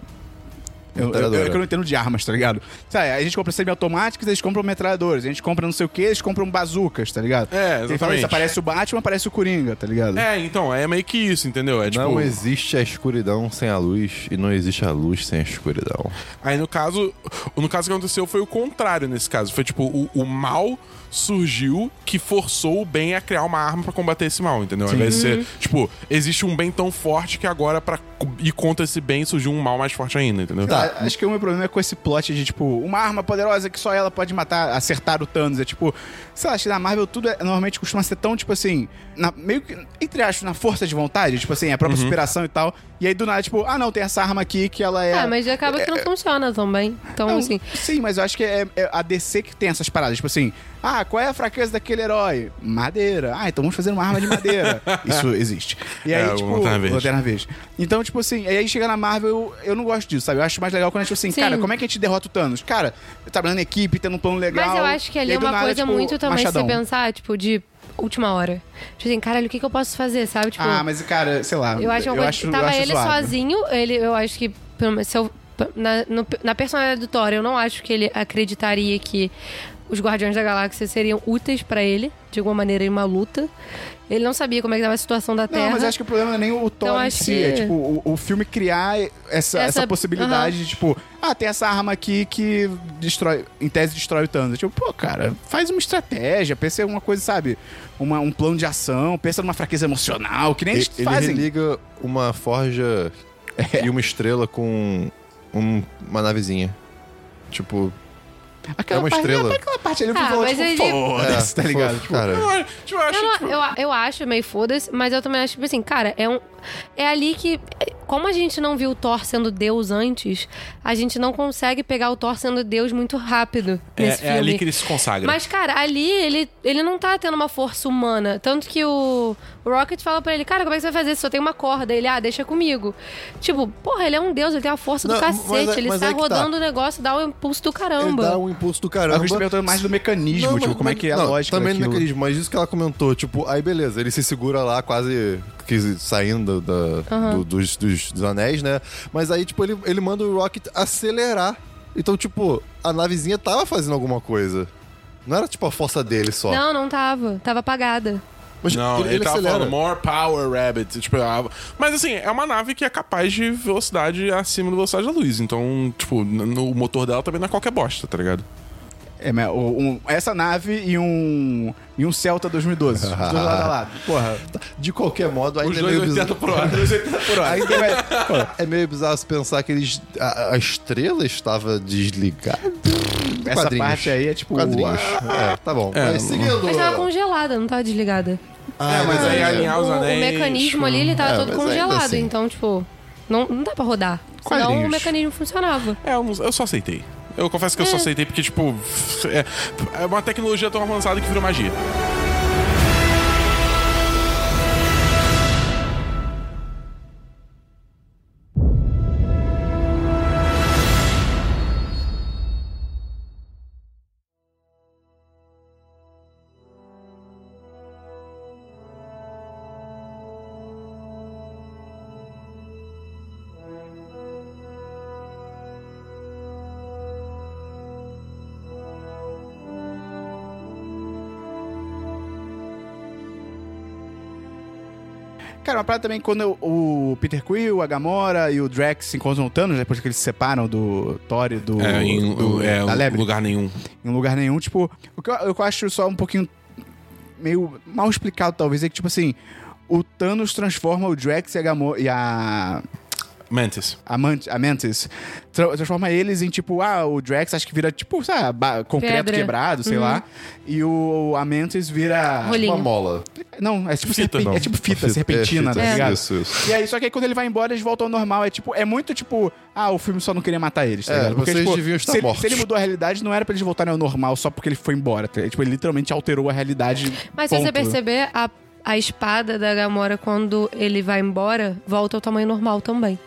A: Eu, eu, eu, é que eu não entendo de armas, tá ligado? Sabe, a gente compra semiautomáticas, eles compram metralhadoras. A gente compra não sei o que, eles compram bazucas, tá ligado?
C: É,
A: Ele fala isso,
C: exatamente.
A: aparece o Batman, aparece o Coringa, tá ligado?
C: É, então, é meio que isso, entendeu? É tipo.
F: Não existe a escuridão sem a luz e não existe a luz sem a escuridão.
C: Aí no caso, no caso que aconteceu foi o contrário nesse caso. Foi tipo, o, o mal surgiu que forçou o bem a criar uma arma pra combater esse mal, entendeu? Ao invés de ser,
A: Uhum.
C: tipo, existe um bem tão forte que agora pra co- ir contra esse bem surgiu um mal mais forte ainda, entendeu? Tipo,
D: Tá.
A: A- Acho que o meu problema é com esse plot de, tipo, uma arma poderosa que só ela pode matar, acertar o Thanos. É tipo, sei lá, acho que na Marvel tudo é- normalmente costuma ser tão, tipo assim, na- meio que, entre aspas, na força de vontade, tipo assim, a própria superação e tal. E aí do nada, tipo, ah não, tem essa arma aqui que ela é.
D: Ah, mas acaba que não funciona também. Então,
A: Não,
D: assim.
A: Sim, mas eu acho que é, é a DC que tem essas paradas. Tipo assim, ah, qual é a fraqueza daquele herói? Madeira. Ah, então vamos fazer uma arma de madeira. Isso existe. E aí,
C: É, o
A: tipo,
C: Lanterna Verde.
A: Lanterna Verde. Então, tipo assim, aí chega na Marvel, eu, eu não gosto disso, sabe? Eu acho mais legal quando a gente, tipo assim,
D: Sim.
A: cara, como é que a gente derrota o Thanos? Cara, trabalhando em equipe, tendo um plano legal.
D: Mas eu acho que
A: E
D: ali é
A: aí, do
D: uma
A: nada,
D: coisa
A: tipo,
D: muito também
A: machadão.
D: se pensar, tipo, de última hora. Tipo assim, caralho, o que, que eu posso fazer, sabe? Tipo,
A: Ah, mas, cara, sei lá.
D: eu acho uma coisa.
A: eu
D: tava
A: acho
D: ele
A: zoado.
D: sozinho, ele, eu acho que. pelo menos, Se eu, na, no- na personalidade do Thor, eu não acho que ele acreditaria que os Guardiões da Galáxia seriam úteis pra ele, de alguma maneira, em uma luta. Ele não sabia como é que tava a situação da Terra.
A: Não, mas eu acho que o problema não é nem o Thor
D: Então,
A: em
D: acho
A: si,
D: que-
A: é tipo o, o filme criar essa, essa,
D: Essa-
A: possibilidade de tipo, ah, tem essa arma aqui que destrói, em tese destrói o Thanos. Tipo, pô, cara, faz uma estratégia, pensa em alguma coisa, sabe? Uma- um plano de ação, pensa numa fraqueza emocional, que nem eles
F: ele
A: fazem. É.
F: religa uma forja e uma estrela com um- uma navezinha. Tipo,
A: Aquela
F: é uma
A: parte,
F: estrela.
A: Aquela parte ali, eu
D: Ah,
A: falou,
D: mas
A: tipo,
D: ele-
A: foda-se,
F: é,
A: tá ligado?
F: fofo,
A: Tipo,
F: cara.
C: Eu acho- tipo, eu acho,
D: Eu,
C: tipo,
D: não, eu, eu acho meio foda-se, mas eu também acho, tipo assim, cara, é um. É ali que. é, Como a gente não viu o Thor sendo Deus antes, a gente não consegue pegar o Thor sendo Deus muito rápido
C: é,
D: nesse
C: é
D: filme.
C: ali que ele se consagra.
D: Mas, cara, ali ele, ele não tá tendo uma força humana. Tanto que o, o Rocket fala pra ele, cara, como é que você vai fazer? se Só tem uma corda. Ele, ah, deixa comigo. Tipo, porra, ele é um deus, ele tem a força do
F: Não, mas
D: cacete.
F: é-
D: ele
F: mas
D: sai
F: é que tá.
D: rodando o negócio, dá o impulso do
B: Ele
D: caramba.
B: dá um impulso do caramba.
A: eu gosto de perguntar mais do mecanismo,
F: Não,
A: tipo,
F: mas-
A: como é
F: mas-
A: que é a
F: não,
A: lógica
F: Também
A: daquilo.
F: não é que ele- mas isso que ela comentou, tipo, aí beleza, ele se segura lá quase que saindo da, do- dos, dos- dos anéis, né? Mas aí, tipo, ele, ele manda o Rocket acelerar. Então, tipo, a navezinha tava fazendo alguma coisa. Não era, tipo, a força dele só.
D: Não, não tava. Tava apagada.
F: Mas
C: Não, ele, tava falando more power, Rabbit. Tipo, ah, mas assim, é uma nave que é capaz de velocidade acima da velocidade da luz. Então, tipo, n- no, o motor dela também não é qualquer bosta, tá ligado?
A: É, mas o- um- essa nave e um, e um Celta 2012, os dois lado a lado. Porra,
F: De qualquer modo, ainda
C: Os
F: é
C: dois
F: meio
C: 80
F: bizarro.
C: por hora.
A: por hora.
F: Ainda é, pô, é meio bizarro se pensar que eles, a, a estrela estava desligada.
A: Essa
F: Quadrinhos.
A: parte aí é tipo.
F: Quadrinhos.
A: ah,
F: É, tá bom.
C: É,
F: Mas seguindo.
D: Mas tava congelada, não tava desligada.
C: É, mas aí
F: é.
C: alinhar os
D: o, o
C: anéis.
D: mecanismo ali, ele tava
F: É,
D: todo
F: mas ainda
D: congelado.
F: assim.
D: Então, tipo, não, não dá pra rodar. Senão o
F: Quadrinhos.
D: mecanismo funcionava.
C: É, eu, não- eu só aceitei. Eu confesso que eu só aceitei porque, tipo, é, é uma tecnologia tão avançada que virou magia.
A: Cara, uma parada também quando eu- o Peter Quill, a Gamora e o Drax se encontram no Thanos, né, depois que eles se separam do Thor e do.
C: é, em
A: do-
C: é,
A: da Lebre,
C: lugar nenhum.
A: em lugar nenhum. Tipo, o que eu, eu acho só um pouquinho. meio mal explicado, talvez, é que, tipo assim. O Thanos transforma o Drax e a Gamora. E a.
C: Mantis.
A: A, Mant- a Mantis. tra- transforma eles em tipo, ah, o Drax acho que vira tipo, sabe, ba- concreto
D: Pedra. Uhum.
A: quebrado, sei lá. E o, a Mantis vira.
D: Rolinho.
F: Uma mola.
A: Não, é tipo
C: Fita,
A: serpen-
C: não.
A: É tipo fita,
F: Fita-
A: serpentina,
F: é,
A: tá
F: fita,
A: ligado?
F: isso, isso.
A: E aí, só que aí quando ele vai embora, eles voltam ao normal. É tipo, é muito tipo, ah, o filme só não queria matar eles, tá
F: É,
A: ligado?
F: vocês
A: tipo,
F: deviam estar
A: se, ele-
F: mortos.
A: se ele mudou a realidade, não era pra eles voltarem ao normal só porque ele foi embora. tá ligado? Tipo, ele literalmente alterou a realidade.
D: Mas se
A: ponto. né?
D: você perceber, a, a espada da Gamora, quando ele vai embora, volta ao tamanho normal também.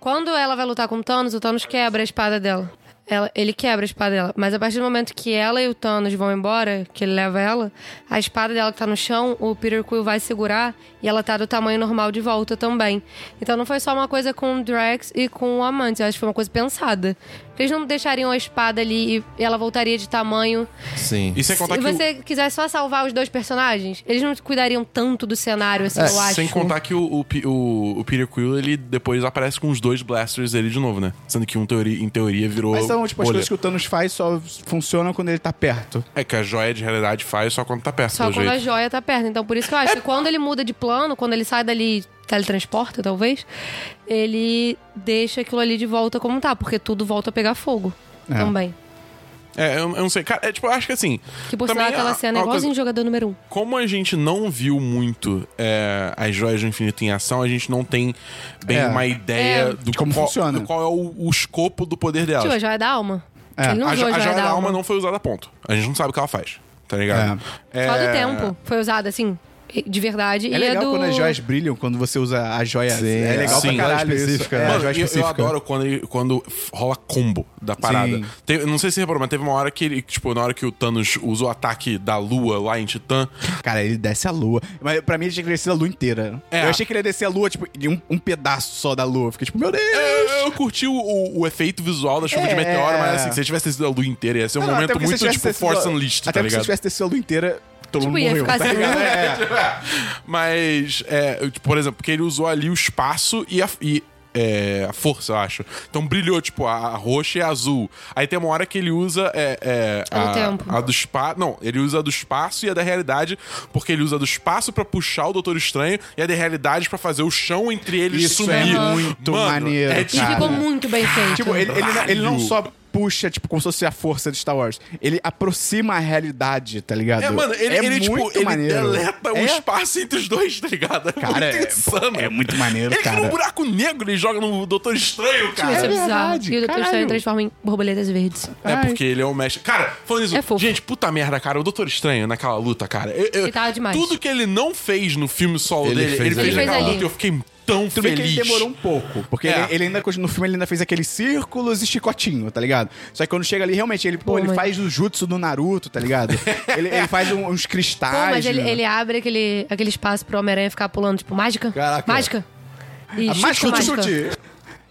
D: Quando ela vai lutar com o Thanos, o Thanos quebra a espada dela. ela- ele quebra a espada dela. Mas a partir do momento que ela e o Thanos vão embora, que ele leva ela, a espada dela que tá no chão, o Peter Quill vai segurar e ela tá do tamanho normal de volta também. Então não foi só uma coisa com o Drax e com o Amante, eu acho que foi uma coisa pensada. Porque eles não deixariam a espada ali e ela voltaria de tamanho.
F: Sim.
C: E sem contar
D: Se
C: que o-
D: você quiser só salvar os dois personagens, eles não cuidariam tanto do cenário, assim, eu acho.
C: É, Sem contar que o, o P- o- o Peter Quill, ele depois aparece com os dois blasters dele de novo, né? Sendo que um teori- em teoria virou.
A: Mas são, tipo, as
C: bolha.
A: coisas que o Thanos faz só funcionam quando ele tá perto.
C: É que a joia de realidade faz só quando tá perto,
D: Só
C: pelo
D: quando a
C: jeito.
D: joia tá perto. Então, por isso que eu acho que quando ele muda de plano, quando ele sai dali, teletransporta, talvez, ele deixa aquilo ali de volta como tá, porque tudo volta a pegar fogo
A: É.
D: também.
C: É, eu, eu não sei. Cara, é tipo, eu acho que assim.
D: Que por
C: também
D: sinal, aquela
C: a-
D: cena é
C: a coisa-
D: igualzinho jogador número um.
C: Como a gente não viu muito é, as joias do infinito em ação, a gente não tem bem
A: É.
C: uma ideia
D: É.
C: do
A: Como
C: qual,
A: funciona.
C: do qual é o, o escopo do poder delas.
D: Tio, a joia da alma.
A: É.
D: Ele não
C: a, jo-
D: usou
C: a
D: a joia, da alma.
C: não foi usada, ponto. A gente não sabe o que ela faz, tá ligado? É.
D: Só do tempo foi usada, assim, de verdade.
A: É
D: e
A: legal
D: é do...
A: quando as joias brilham, quando você usa a joia.
F: Sim,
A: é legal
C: sim.
A: pra caralho isso.
F: Específica,
A: É,
F: né?
A: a
C: Mano,
A: joia
C: eu- eu,
A: específica.
C: adoro quando, ele- quando f- rola combo da parada.
A: Sim.
C: Teve- não sei se você reparou, mas teve uma hora que ele, tipo, na hora que o Thanos usou o ataque da lua lá em Titã,
A: Cara, ele desce a lua. Mas pra mim ele tinha que descer a lua inteira.
C: É.
A: Eu achei que ele ia descer a lua, tipo, de um, um pedaço só da lua. Eu Fiquei tipo, meu Deus!
F: É,
C: eu, eu curti o, o- o efeito visual da chuva
A: É.
C: de meteoro, mas assim, se ele tivesse sido a lua inteira, ia ser um
A: Não, não, até
C: momento
A: porque se
C: muito,
A: tivesse
C: tipo,
A: descido
C: Force
A: a-
C: Unleashed,
A: Até
C: tá
A: porque se
C: ligado?
A: tivesse descido a lua inteira, todo
D: Tipo,
A: mundo
D: ia
A: morreu.
D: ficar
A: tá
D: assim,
A: ligado?
D: né?
A: É.
C: Mas, é, eu, tipo, por exemplo, porque ele usou ali o espaço e a. e, é, a força, eu acho. Então brilhou, tipo, a, a roxa e a azul. Aí tem uma hora que ele usa. É, é,
D: A do tempo.
C: a do espaço. Não, ele usa a do espaço e a da realidade, porque ele usa a do espaço pra puxar o Doutor Estranho e a da realidade pra fazer o chão entre eles
A: Isso
C: sumir.
A: é muito
C: Mano,
A: maneiro,
C: É
D: E
C: tipo,
A: cara.
D: ficou muito bem feito.
A: Tipo, ele, ele, não- ele não só puxa, tipo, como se fosse a força de Star Wars. Ele aproxima a realidade, tá ligado?
C: É, mano, ele,
A: é
C: ele, tipo,
A: muito
C: ele
A: maneiro.
C: deleta o
A: É?
C: espaço entre os dois, tá ligado? É
A: Cara,
C: muito
A: é-
C: insano.
A: é muito maneiro,
C: ele Ele
A: cara.
C: um buraco negro, ele joga no Doutor Estranho,
D: Tio,
C: cara.
D: isso é,
A: é
D: bizarro.
A: verdade,
D: e o Doutor
A: caralho.
D: Estranho transforma em borboletas verdes.
C: É porque ele é o mestre. Cara, falando isso.
D: É fofo.
C: gente, puta merda, cara. O Doutor Estranho naquela luta, cara. Eu, eu-
D: Ele tava demais.
C: Tudo que ele não fez no filme solo
F: Ele
C: dele,
F: fez
C: ele fez
D: ali.
C: naquela
D: Ele fez
C: luta e eu fiquei tão
A: Tudo bem
C: feliz.
A: que ele demorou um pouco, porque
C: É.
A: ele, ele ainda continua no filme, ele ainda fez aqueles círculos e chicotinho, tá ligado? Só que quando chega ali, realmente, ele, pô,
D: Pô,
A: ele
D: mas-
A: faz o jutsu do Naruto, tá ligado? ele, ele faz um- uns cristais.
D: Pô, mas ele,
A: né?
D: ele abre aquele, aquele espaço pro Homem-Aranha ficar pulando, tipo, mágica?
F: Caraca.
D: Mágica? E
A: A mágica do
D: mágica.
A: chute.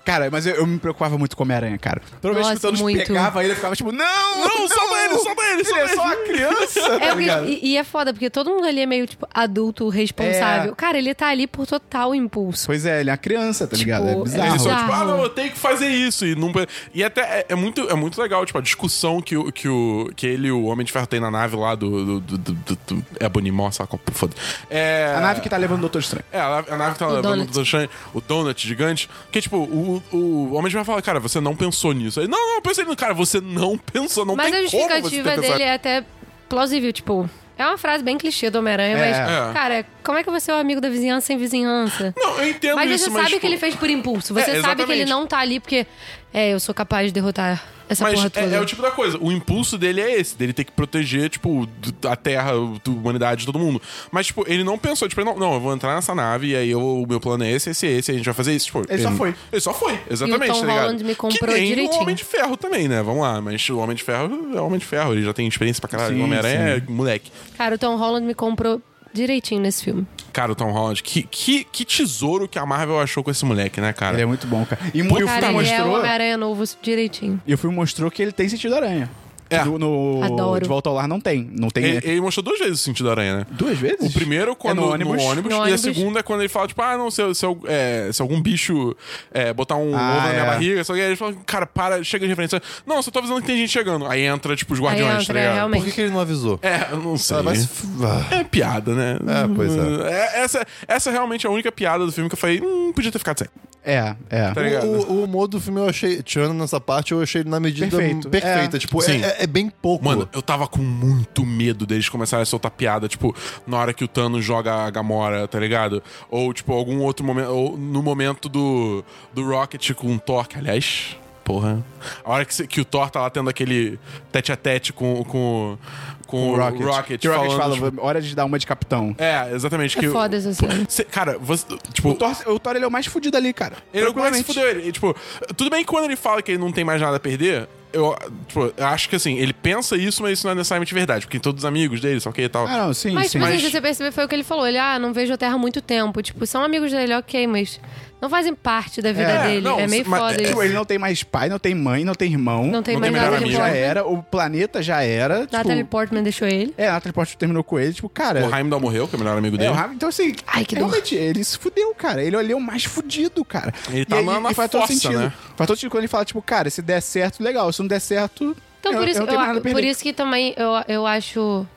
A: Cara, mas eu, eu me preocupava muito com o Homem-Aranha, cara. Toda vez que o
D: Nossa,
A: Thanos
D: muito.
A: pegava ele, eu ficava tipo, não!
C: Não, salva ele, salva ele,
A: Ele
C: salva
A: é só uma criança,
D: É,
A: tá
D: porque-
A: ligado?
D: e, e é foda, porque todo mundo ali é meio, tipo, adulto, responsável.
A: É.
D: Cara, ele tá ali por total impulso.
A: Pois é, ele é uma criança, tá ligado? É
D: Tipo,
A: bizarro.
C: Eles são tipo, ah,
D: Bizarro.
C: não, eu tenho que fazer isso. E, não... e até é, é muito, é muito legal, tipo, a discussão que, o- que, o, que ele e o Homem de Ferro tem na nave lá do. do, do, do, do, do é Ebony Maw, saca? Pô, Foda. É...
A: A nave que tá levando o Doutor Estranho.
C: É, a nave, a nave que tá levando o
D: donut.
C: Doutor Estranho, o Donut gigante. Que, tipo, o, o homem vai falar, cara, você não pensou nisso. Aí, não, não, eu pensei nisso. Cara, você não pensou, não
D: Mas
C: tem
D: a justificativa
C: como você ter
D: dele é até plausível, tipo. É uma frase bem clichê do
A: É.
D: Homem-Aranha, mas,
C: É.
D: cara, como é que você é o amigo da vizinhança sem vizinhança?
C: Não, eu entendo
D: mas
C: isso,
D: você
C: mas...
D: sabe
C: tipo,
D: que ele fez por impulso. Você
C: É,
D: sabe que ele
C: exatamente.
D: não tá ali porque, é, eu sou capaz de derrotar essa
C: Mas
D: porra
C: é-
D: toda.
C: é, o tipo da coisa. O impulso dele é esse, dele ter que proteger, tipo, d- a terra, o- a humanidade, todo mundo. Mas, tipo, ele não pensou, tipo, não, não, eu vou entrar nessa nave e aí eu- o meu plano é esse, esse, esse, a gente vai fazer isso. Tipo, ele,
A: só foi.
C: Ele só foi, exatamente,
D: E o Tom
C: tá ligado?
D: Holland me comprou
C: que nem
D: direitinho.
C: o Homem de Ferro também, né? Vamos lá, mas o Homem de Ferro é o Homem de Ferro, ele já tem experiência pra caralho.
A: Sim,
C: o Homem-Aranha é moleque.
D: Cara, o Tom Holland me comprou direitinho nesse filme.
C: Cara, o Tom Holland, que, que, que tesouro que a Marvel achou com esse moleque, né, cara?
A: Ele é muito bom, cara. E muito o
D: Cara,
A: filme
D: ele é o
A: mostrou.
D: Homem-Aranha novo direitinho.
A: E o filme mostrou que ele tem sentido aranha.
C: É.
A: No, no-
D: Adoro.
A: De volta ao lar não tem. Não tem.
C: Ele- ele mostrou duas vezes o sentido da aranha, né?
A: Duas vezes?
C: O primeiro quando
A: É
C: no ônibus,
D: No
C: e a
D: ônibus.
C: segunda é quando ele fala, tipo, ah, não, se, eu- se, eu- é, se algum bicho é, botar um
A: Ah,
C: ovo na minha
A: é.
C: barriga, só que aí ele fala, cara, para, chega de referência. Não, só tô avisando que tem gente chegando. Aí entra, tipo, os guardiões,
D: Aí
C: tá
D: entra, é,
C: ligado?
D: realmente.
F: Por que, que ele não avisou?
C: É, eu não sei.
F: Ah, vai se f- ah.
C: É piada, né?
F: É, pois é.
C: essa, essa é realmente a única piada do filme que eu falei, hum, podia ter ficado sem.
A: É, é.
C: Tá ligado?
F: O, o humor do filme eu achei, tirando nessa parte, eu achei na medida
A: Perfeito.
F: perfeita.
A: É.
F: Tipo,
C: Sim.
F: é, é bem pouco.
C: Mano, eu tava com muito medo deles começarem a soltar piada, tipo, na hora que o Thanos joga a Gamora, tá ligado? Ou, tipo, algum outro momento. Ou no momento do, do Rocket com o Thor, que, aliás. Porra. A hora que, se- que o Thor tá lá tendo aquele tete a tete com, com, com o Rocket.
A: Que o Rocket
C: falando,
A: fala,
C: tipo-
A: hora de dar uma de capitão.
C: é, exatamente. que
D: É
C: o-
D: foda essa cena.
C: Cê- cara, você. Tipo,
A: O Thor, o Thor, ele é o mais fudido ali, cara.
C: ele é o que mais se
A: Tranquilamente.
C: fudeu ele. E, tipo, tudo bem que quando ele fala que ele não tem mais nada a perder, eu, tipo, eu acho que assim, ele pensa isso, mas isso não é necessariamente verdade, porque todos os amigos dele, só que e tal.
A: Ah, não, sim,
D: Mas,
A: sim.
D: tipo assim,
C: Mas-
D: se você perceber, foi o que ele falou. Ele, ah, não vejo a Terra há muito tempo. Tipo, são amigos dele, ok, mas não fazem parte da vida
A: É,
D: dele.
C: não,
D: é meio
C: mas-
D: foda
C: é,
A: Tipo,
D: isso.
A: ele não tem mais pai, não tem mãe, não tem irmão.
D: Não tem
C: não
D: mais
C: tem melhor
D: nada
A: nada
D: de
C: amigo.
A: já
D: plano.
A: era, o planeta já era.
D: Natalie
A: Tipo,
D: Portman deixou ele.
A: é, a teleporte terminou com ele, tipo, cara.
C: O Heimdall morreu, que é o melhor amigo
A: É,
C: dele.
A: o Rafa, então assim,
D: Ai, que dor.
A: realmente, ele se fudeu, cara. Ele olhou mais fudido, cara.
C: Ele tá na- na
A: faz todo
C: fossa,
A: sentido.
C: né?
A: Faz todo sentido quando ele fala, tipo, cara, se der certo, legal. Se não der certo,
D: Então,
A: eu,
D: por, isso,
A: eu não tenho nada a
D: eu,
A: perder.
D: por isso que também eu, eu acho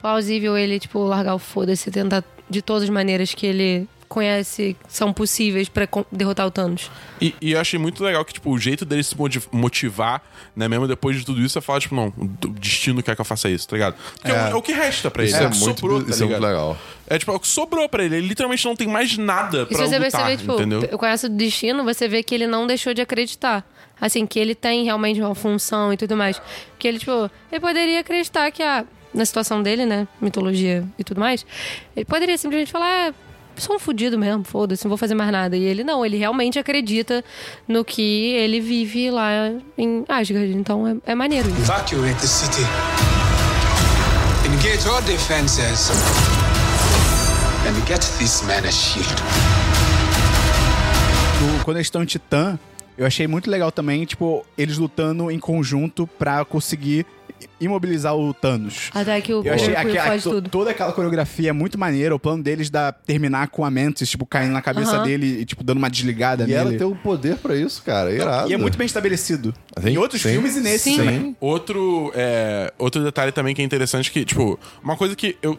D: plausível ele, tipo, largar o foda-se e tentar de todas as maneiras que ele conhece são possíveis pra con- derrotar o Thanos.
C: E, e eu achei muito legal que, tipo, o jeito dele se modi- motivar, né, mesmo depois de tudo isso, é falar, tipo, não, o destino quer que eu faça isso, tá ligado? Porque é, o, é o que resta pra ele.
B: Isso
C: é,
B: é,
C: o que
B: muito,
C: sobrou, tá
B: isso é muito
C: ligado?
B: legal.
C: É tipo, é o que sobrou pra ele. Ele literalmente não tem mais nada
D: E
C: pra
D: se você
C: lutar,
D: perceber, tipo,
C: entendeu?
D: eu conheço o destino, você vê que ele não deixou de acreditar. Assim, que ele tem realmente uma função e tudo mais. Porque ele, tipo, ele poderia acreditar que a. Na situação dele, né? Mitologia e tudo mais. Ele poderia simplesmente falar. "Ah, Sou um fudido mesmo, foda-se, não vou fazer mais nada. E ele não, ele realmente acredita no que ele vive lá em Asgard. Então é, é maneiro isso.
E: Evacuate the city. Engage all defenses. And get this man a shield.
A: No- quando eles estão em Titã, eu achei muito legal também, tipo, eles lutando em conjunto pra conseguir imobilizar o Thanos.
D: Até que o
A: Eu achei
D: Cui
A: aque-
D: faz
A: to-
D: tudo.
A: toda aquela coreografia é muito maneira. O plano deles da terminar com a Mantis, tipo, caindo na cabeça
D: Aham.
A: dele e, tipo, dando uma desligada
B: E
A: nele.
B: ela
F: um
B: tem o poder pra isso, cara. É irado.
A: E é muito bem estabelecido.
B: Sim,
A: em outros
B: sim.
A: filmes né? e nesse
D: Sim.
A: também.
C: Outro, é, outro detalhe também que é interessante que, tipo, uma coisa que eu.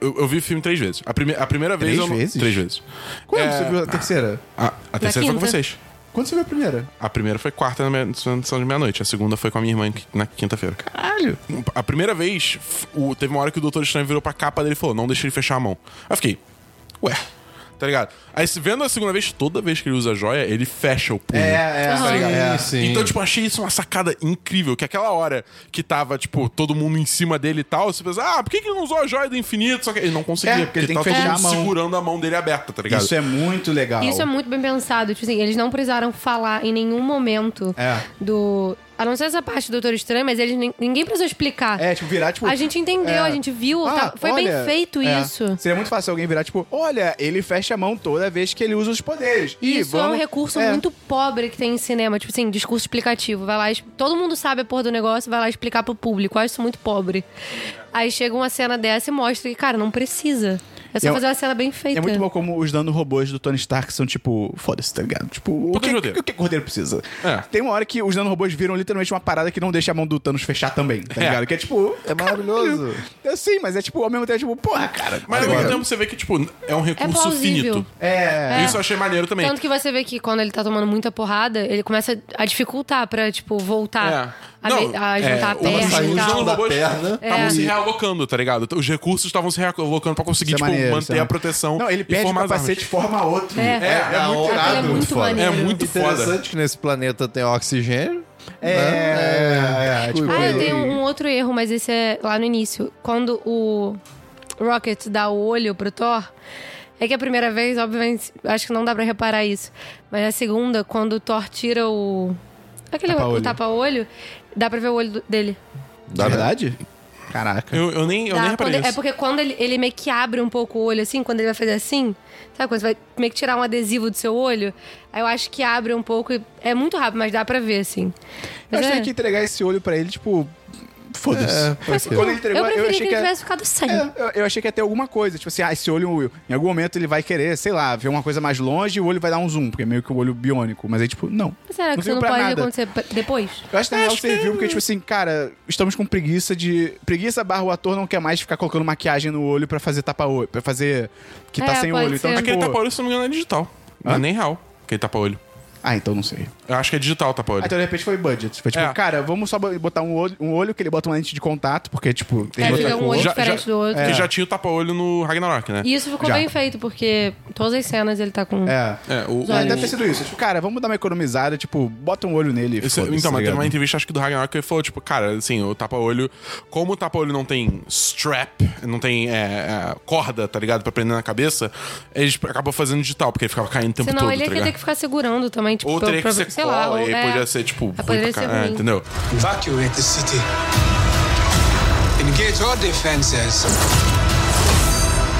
C: Eu, eu vi o filme três vezes. A, prime, a primeira vez.
A: Três
C: eu não-
A: vezes?
C: Três vezes.
A: Quando
C: É,
A: você viu a terceira?
C: A, a terceira foi com
D: quinta?
C: vocês.
A: Quando você viu a primeira?
C: A primeira foi quarta na minha- na edição de meia-noite. A segunda foi com a minha irmã que- na quinta-feira.
A: Caralho.
C: A primeira vez, f- o- teve uma hora que o Doutor Estranho virou pra capa dele e falou: Não deixa ele fechar a mão. Aí eu fiquei, ué, tá ligado? Aí se vendo a segunda vez, toda vez que ele usa a joia, ele fecha o punho.
A: É, é.
D: Aham.
B: É, sim.
C: Então, tipo, achei isso uma sacada incrível. Que aquela hora que tava, tipo, todo mundo em cima dele e tal, você pensa, ah, por que, que ele não usou a joia do infinito? Só que ele não conseguia,
A: É, porque
C: porque ele
A: ele tem
C: tava
A: que
C: todo
A: fechar
C: mundo
A: a mão.
C: segurando a mão dele aberta, tá ligado?
A: Isso é muito legal.
D: Isso é muito bem pensado. Tipo assim, eles não precisaram falar em nenhum momento
A: É.
D: do. A não ser essa parte do Doutor Estranho, mas eles, nin- ninguém precisou explicar.
A: É, tipo, virar, tipo...
D: a gente entendeu,
A: é.
D: a gente viu.
A: Ah,
D: tá- Foi
A: olha,
D: bem feito
A: é.
D: isso.
A: Seria muito fácil alguém virar, tipo, olha, ele fecha a mão toda vez que ele usa os poderes. Ih,
D: Isso é
A: vamos-
D: um recurso
A: É.
D: muito pobre que tem em cinema. Tipo assim, discurso explicativo. Vai lá, es- todo mundo sabe a porra do negócio, vai lá explicar pro público. Eu acho isso muito pobre. Aí chega uma cena dessa e mostra que, cara, não precisa. É só
A: É um-
D: fazer uma cena bem feita.
A: É muito bom como os danos robôs do Tony Stark são tipo, foda-se, tá ligado? Tipo, o
C: Por que
A: que, o
C: roteiro?
A: que, o que o roteiro precisa?
C: É.
A: Tem uma hora que os danos robôs viram literalmente uma parada que não deixa a mão do Thanos fechar também, tá
C: É.
A: ligado? Que é tipo.
B: É maravilhoso.
A: É sim, mas é tipo, ao mesmo tempo, tipo, porra, cara.
C: Mas ao mesmo
B: Agora-
C: tempo você vê que, tipo, é um
D: É
C: recurso
D: plausível.
C: finito.
A: É.
C: Isso eu achei maneiro também.
D: Tanto que você vê que quando ele tá tomando muita porrada, ele começa a dificultar pra, tipo, voltar
C: É.
D: a,
C: Não,
D: me- a
C: é,
D: juntar a
C: o-
D: perna
B: saiu
D: e
C: os
D: tal. É.
B: de um
C: danos
B: da
C: robôs
B: perna.
C: Estavam se realocando, tá ligado? Os recursos estavam se realocando pra
A: Isso
C: conseguir,
A: é
C: tipo,
A: maneiro, isso é
C: manter a
A: maneiro.
C: proteção.
A: Não, ele
C: e
A: perde o
C: formar as armas.
A: capacete e forma outro.
D: É.
C: É, é
B: Da
C: muito
B: hora.
C: irado.
D: Aquilo é muito
B: foda.
C: É
D: maneiro.
C: muito foda.
B: Interessante que nesse planeta tem oxigênio.
A: É, é, é, tipo,
D: Ah, eu
A: ele-
D: tenho um outro erro, mas esse é lá no início. Quando o Rocket dá o olho pro Thor, é que a primeira vez, obviamente, acho que não dá pra reparar isso. Mas a segunda, quando o Thor tira o. Aquele
A: Tapa-olho.
D: o tapa-olho, dá pra ver o olho do- dele.
A: Na É verdade? Caraca.
C: Eu, eu nem, eu
D: Dá,
C: nem
D: quando-
C: reparei
D: é
C: nisso.
D: porque quando ele, ele meio que abre um pouco o olho, assim, quando ele vai fazer assim, sabe? Quando você vai meio que tirar um adesivo do seu olho, aí eu acho que abre um pouco e é muito rápido, mas dá pra ver, assim.
A: Eu
D: Mas
A: acho que
D: é,
A: tem que entregar esse olho pra ele, tipo. Foda-se.
B: pode ser.
A: Quando ele
D: eu
A: entregou, eu,
D: preferia que
A: achei
D: ele
A: que. era-
D: tivesse ficado sem.
A: É, eu, eu achei que ia ter alguma coisa. Tipo assim, ah, esse olho, em algum momento ele vai querer, sei lá, ver uma coisa mais longe e o olho vai dar um zoom, porque é meio que o olho biônico. Mas aí, tipo, não.
D: Mas Será que
A: não
D: isso
A: serviu
D: não
A: pra
D: pode
A: nada.
D: acontecer p- depois?
A: Eu acho que na real serviu, porque, tipo assim, cara, estamos com preguiça de. Preguiça barra o ator não quer mais ficar colocando maquiagem no olho pra fazer tapa-olho, pra fazer. que tá
D: É,
A: sem
D: pode
A: olho. Então,
D: ser.
C: Aquele
A: tipo.
C: tapa-olho, se não me engano, é digital. Não é
A: Hã?
C: nem real. Aquele tapa-olho.
A: Ah, então não sei.
C: Eu acho que é digital o tapa-olho.
A: Ah, então, de repente, foi budget. Foi tipo,
C: É.
A: cara, vamos só botar um olho, um olho que ele bota uma lente de contato, porque, tipo, tem
D: É,
A: outra
D: fica um
A: cor.
D: olho
C: Já-
D: diferente
C: já-
D: do outro.
A: É.
C: Que já tinha o tapa-olho no Ragnarok, né?
D: E isso ficou
A: Já.
D: bem feito, porque todas as cenas ele tá com.
A: É.
C: É, o,
A: Ah,
C: o-
A: deve ter sido isso. Tipo, cara, vamos dar uma economizada, tipo, bota um olho nele.
C: Esse-
A: foda-se, tá
C: então, mas teve
A: ligado?
C: uma entrevista, acho que do Ragnarok, que ele falou, tipo, cara, assim, o tapa-olho... Como o tapa-olho não tem strap, não tem é, é, corda, tá ligado? Pra prender na cabeça, eles acabam tipo, fazendo digital, porque ele ficava caindo o tempo
D: Senão
C: todo,
D: ele
C: tá
D: ia
C: ligado?
D: ter que ficar segurando também, também, tipo,
C: Ou
D: pro-
C: teria que
D: pro-
C: ser
D: sei
C: cola,
D: lá, ou-
C: e aí
D: é.
C: podia ser, tipo,
D: Aí
C: ruim
D: poderia
C: pra
D: ser
C: caralho,
D: ruim.
C: entendeu?
E: Evacuate the city. Engage all defenses.